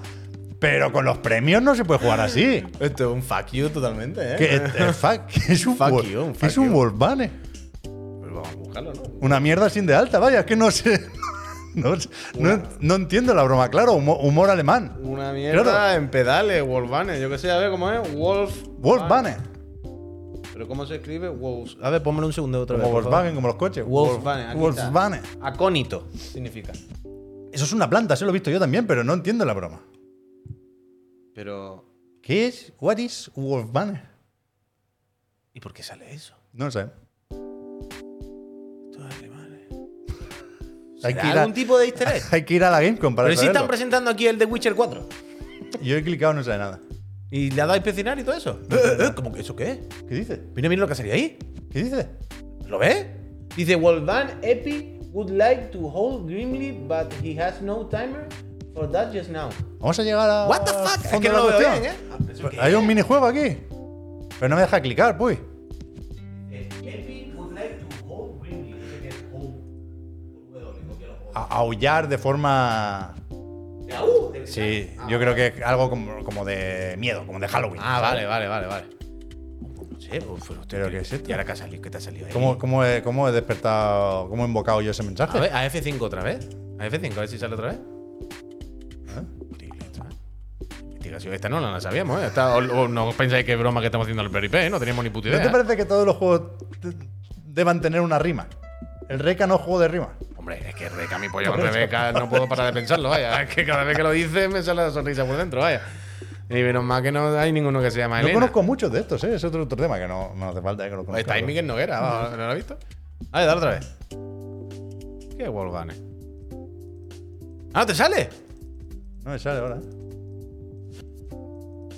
[SPEAKER 3] Pero con los premios no se puede jugar así.
[SPEAKER 5] Esto es un fuck you totalmente, ¿eh?
[SPEAKER 3] Que es, es fuck- que es un,
[SPEAKER 5] Fuck
[SPEAKER 3] Wolf-
[SPEAKER 5] you, un
[SPEAKER 3] que
[SPEAKER 5] fuck
[SPEAKER 3] es un
[SPEAKER 5] you.
[SPEAKER 3] Wolf Bane.
[SPEAKER 5] Pues vamos a buscarlo, ¿no?
[SPEAKER 3] Una mierda sin de alta, vaya, es que no sé. No, no- no entiendo la broma, claro, humo- humor, alemán.
[SPEAKER 5] Una mierda
[SPEAKER 3] Claro.
[SPEAKER 5] en pedales, Wolfbane. Yo que sé, a ver cómo es. Wolf.
[SPEAKER 3] Wolfbane,
[SPEAKER 5] ¿Pero cómo se escribe? Wolf. A ver, pónmelo un segundo otra
[SPEAKER 3] como
[SPEAKER 5] vez. por favor.
[SPEAKER 3] Volkswagen, como los coches.
[SPEAKER 5] Wolfbane.
[SPEAKER 3] Wolf-
[SPEAKER 5] aquí
[SPEAKER 3] Wolfsbane.
[SPEAKER 5] está. Acónito ah, significa.
[SPEAKER 3] Eso es una planta, se lo he visto yo también, pero no entiendo la broma.
[SPEAKER 5] Pero.
[SPEAKER 3] ¿Qué es? What is Wolfbane?
[SPEAKER 5] ¿Y por qué sale eso?
[SPEAKER 3] No sé.
[SPEAKER 5] Esto es alemán, ¿eh?
[SPEAKER 3] Hay que,
[SPEAKER 5] ¿Será
[SPEAKER 3] ir a,
[SPEAKER 5] ¿Algún tipo de easter egg?
[SPEAKER 3] hay que ir a la Gamecom para
[SPEAKER 5] Pero sí están
[SPEAKER 3] saberlo.
[SPEAKER 5] presentando aquí el de Witcher 4.
[SPEAKER 3] Yo he clicado, no sé nada.
[SPEAKER 5] Y le ha dado a inspeccionar y todo eso. Eh, eh, eh, ¿Cómo que eso qué es?
[SPEAKER 3] ¿Qué dice?
[SPEAKER 5] Mira, mira lo que ha salido ahí.
[SPEAKER 3] ¿Qué dice?
[SPEAKER 5] ¿Lo ves? Dice Wolfman Epi would like to hold Grimly, but he has no timer for that just now.
[SPEAKER 3] Vamos a llegar a.
[SPEAKER 5] What the fuck? Es
[SPEAKER 3] fondo
[SPEAKER 5] que
[SPEAKER 3] de la
[SPEAKER 5] no lo veo
[SPEAKER 3] cuestión.
[SPEAKER 5] bien, ¿eh? Ah, ¿eso
[SPEAKER 3] Pero
[SPEAKER 5] qué
[SPEAKER 3] Hay
[SPEAKER 5] es?
[SPEAKER 3] un minijuego aquí. Pero no me deja clicar, puy.
[SPEAKER 5] Epi would like to hold Grimly. Dice que es hold.
[SPEAKER 3] A- aullar de forma. Sí, yo creo que es algo como, como de miedo, como de Halloween.
[SPEAKER 5] Ah, vale, vale, vale, vale. No sé, uf, pero
[SPEAKER 3] Pero ¿qué es esto?
[SPEAKER 5] ¿Y ahora qué ha salido? ¿Qué te ha salido ahí?
[SPEAKER 3] ¿Cómo, cómo he, cómo he despertado, cómo he invocado yo ese mensaje?
[SPEAKER 5] A ver, a F5 otra vez. ¿Ah? A F5, a ver si sale otra vez. Increíble esto, ¿eh? Investigación esta no, no la sabíamos, ¿eh? Esta- o, o no os pensáis que broma que estamos haciendo al Peripé, ¿eh? No teníamos ni puta idea.
[SPEAKER 3] ¿No te parece que todos los juegos te- deban tener una rima? El Reca no es juego de rima.
[SPEAKER 5] Hombre, es que Rebeca, mi pollo con Rebeca, no puedo parar de pensarlo, vaya. Es que cada vez que lo dices me sale la sonrisa por dentro, vaya. Y menos mal que no hay ninguno que se llama
[SPEAKER 3] No
[SPEAKER 5] Elena.
[SPEAKER 3] conozco muchos de estos, ¿eh? Es otro, otro tema que no, no hace falta ¿eh? que lo
[SPEAKER 5] Oye,
[SPEAKER 3] conozca.
[SPEAKER 5] Está ahí Miguel Noguera, va, ¿no lo has visto? A ver, dale otra vez. Qué Wolfgane. ¡Ah, no te sale!
[SPEAKER 3] No me sale ahora.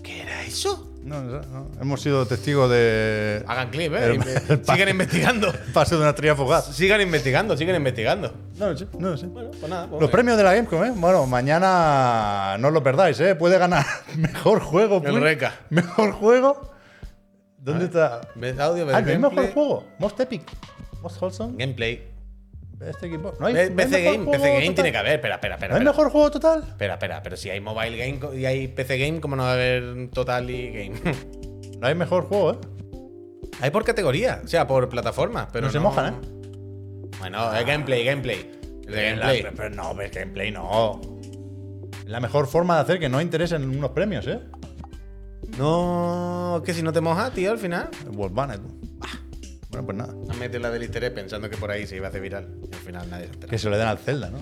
[SPEAKER 5] ¿Qué era eso?
[SPEAKER 3] No, no, no. Hemos sido testigos de
[SPEAKER 5] Hagan clip, ¿eh?
[SPEAKER 3] El-
[SPEAKER 5] Inve-
[SPEAKER 3] el pa-
[SPEAKER 5] sigan investigando.
[SPEAKER 3] paso de una estrella fugaz.
[SPEAKER 5] Sigan investigando, sigan investigando.
[SPEAKER 3] No lo sé, no lo sé.
[SPEAKER 5] Bueno, pues nada. pues
[SPEAKER 3] Los
[SPEAKER 5] venga.
[SPEAKER 3] premios de la Gamescom, ¿eh? Bueno, mañana no os lo perdáis, ¿eh? Puede ganar mejor juego.
[SPEAKER 5] El
[SPEAKER 3] Puy.
[SPEAKER 5] Reca.
[SPEAKER 3] Mejor juego. ¿Dónde está?
[SPEAKER 5] ¿Ves audio? ¿Ves
[SPEAKER 3] Ah, el
[SPEAKER 5] gameplay?
[SPEAKER 3] mejor juego. Most Epic. Most Wholesome.
[SPEAKER 5] Gameplay.
[SPEAKER 3] Este equipo. No hay, no
[SPEAKER 5] Ve-
[SPEAKER 3] hay
[SPEAKER 5] PC
[SPEAKER 3] mejor
[SPEAKER 5] Game,
[SPEAKER 3] juego
[SPEAKER 5] PC Game
[SPEAKER 3] total.
[SPEAKER 5] tiene que haber. Espera, espera, espera.
[SPEAKER 3] ¿No hay
[SPEAKER 5] espera.
[SPEAKER 3] mejor juego total?
[SPEAKER 5] Espera, espera, pero si hay mobile game co- y hay PC game, ¿cómo no va a haber total y game?
[SPEAKER 3] No hay mejor juego, ¿eh?
[SPEAKER 5] hay por categoría, o sea, por plataforma, pero
[SPEAKER 3] no se
[SPEAKER 5] no-
[SPEAKER 3] mojan, ¿eh?
[SPEAKER 5] Bueno, es gameplay, gameplay. El de gameplay.
[SPEAKER 3] La- pero no, pero gameplay no. La mejor forma de hacer que no interesen unos premios, ¿eh?
[SPEAKER 5] No, es que si no te mojas, tío, al final.
[SPEAKER 3] El World Banner, tú. Bah. Bueno, pues nada.
[SPEAKER 5] A meter la del easter egg pensando que por ahí se iba a hacer viral. Y al final nadie se entera.
[SPEAKER 3] Que se lo den al Zelda, ¿no?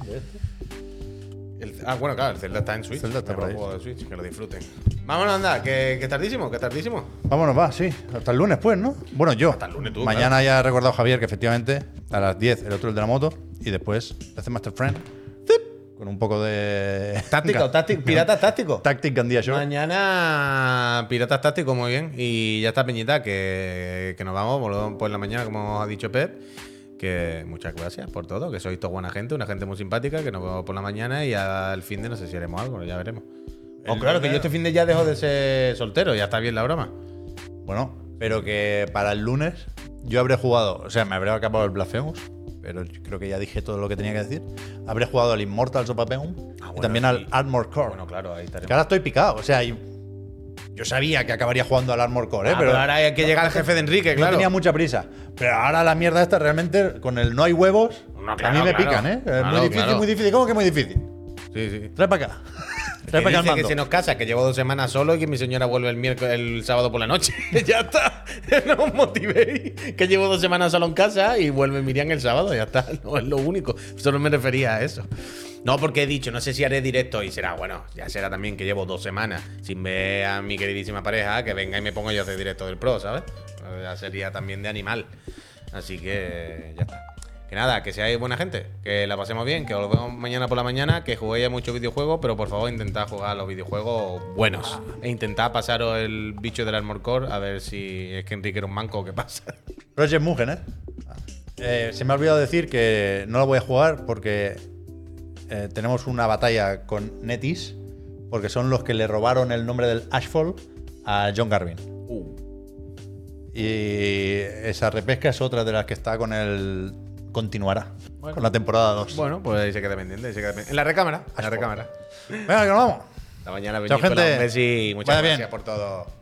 [SPEAKER 5] El- ah, bueno, claro, el Zelda está en Switch.
[SPEAKER 3] Zelda está
[SPEAKER 5] Mejor
[SPEAKER 3] por ahí.
[SPEAKER 5] juego de Switch, que lo disfruten. Vámonos, anda, que, que tardísimo, que tardísimo.
[SPEAKER 3] Vámonos, va, sí. Hasta el lunes, pues, ¿no? Bueno, yo.
[SPEAKER 5] Hasta el lunes tú,
[SPEAKER 3] Mañana ya ha recordado Javier que efectivamente a las 10 el otro el de la moto y después hace Master Friend. ¡Zip! Con un poco de.
[SPEAKER 5] Táctico, táctico, piratas tácticos.
[SPEAKER 3] Tactic Gandía Show.
[SPEAKER 5] Mañana Piratas Tácticos, muy bien. Y ya está Peñita, que, que nos vamos, volvemos por la mañana, como ha dicho Pep. Que muchas gracias por todo, que sois toda buena gente, una gente muy simpática, que nos vemos por la mañana y al fin de no sé si haremos algo, ya veremos. O
[SPEAKER 3] El
[SPEAKER 5] claro, que
[SPEAKER 3] lunes-
[SPEAKER 5] yo este fin de ya dejo de ser soltero, ya está bien la broma.
[SPEAKER 3] Bueno, pero que para el lunes yo habré jugado, o sea, me habré acabado el Blasphemous, pero yo creo que ya dije todo lo que tenía que decir. Habré jugado al Immortals of Papeum y
[SPEAKER 5] Ah, bueno,
[SPEAKER 3] también
[SPEAKER 5] sí.
[SPEAKER 3] al Armor Core.
[SPEAKER 5] Bueno, claro, ahí
[SPEAKER 3] que
[SPEAKER 5] estaremos.
[SPEAKER 3] ahora estoy picado, o sea, y- yo sabía que acabaría jugando al Armor Core, ¿eh?
[SPEAKER 5] Ah, pero, ahora hay que llegar al jefe de Enrique,
[SPEAKER 3] no
[SPEAKER 5] claro.
[SPEAKER 3] tenía mucha prisa. Pero ahora la mierda esta realmente con el no hay huevos
[SPEAKER 5] No,
[SPEAKER 3] a
[SPEAKER 5] claro,
[SPEAKER 3] mí me
[SPEAKER 5] claro.
[SPEAKER 3] pican, ¿eh? Es
[SPEAKER 5] Claro,
[SPEAKER 3] muy difícil,
[SPEAKER 5] claro.
[SPEAKER 3] muy difícil. ¿Cómo que muy difícil?
[SPEAKER 5] Sí, sí.
[SPEAKER 3] Trae para acá.
[SPEAKER 5] Que
[SPEAKER 3] Trae para acá el
[SPEAKER 5] dice que
[SPEAKER 3] mando.
[SPEAKER 5] se nos casa, que llevo dos semanas solo y que mi señora vuelve el miércoles, el sábado por la noche. ya está. No os motivéis. Que llevo dos semanas solo en casa y vuelve Miriam el sábado. Ya está. No es lo único. Solo me refería a eso. No, porque he dicho, no sé si haré directo y será, bueno, ya será también que llevo dos semanas sin ver a mi queridísima pareja, que venga y me ponga yo a hacer directo del pro, ¿sabes? Ya sería también de animal. Así que ya está. Que nada, que seáis buena gente, que la pasemos bien, que os vemos mañana por la mañana, que juguéis a muchos videojuegos, pero por favor intentad jugar a los videojuegos buenos. E intentad pasaros el bicho del Armor Core a ver si es que Enrique era un manco o qué pasa.
[SPEAKER 3] Project Mugen, ¿eh? Eh, Se me ha olvidado decir que no la voy a jugar porque eh, tenemos una batalla con Netis, porque son los que le robaron el nombre del Ashfall a John Garvin. Y esa repesca es otra de las que está con el. Continuará con la temporada 2.
[SPEAKER 5] Bueno, pues ahí se queda pendiente, ahí se queda pendiente. En la recámara, en la recámara.
[SPEAKER 3] Venga, que nos vamos.
[SPEAKER 5] Hasta mañana
[SPEAKER 3] Chao,
[SPEAKER 5] venid
[SPEAKER 3] gente.
[SPEAKER 5] con la y muchas
[SPEAKER 3] Vaya
[SPEAKER 5] gracias
[SPEAKER 3] bien.
[SPEAKER 5] por todo.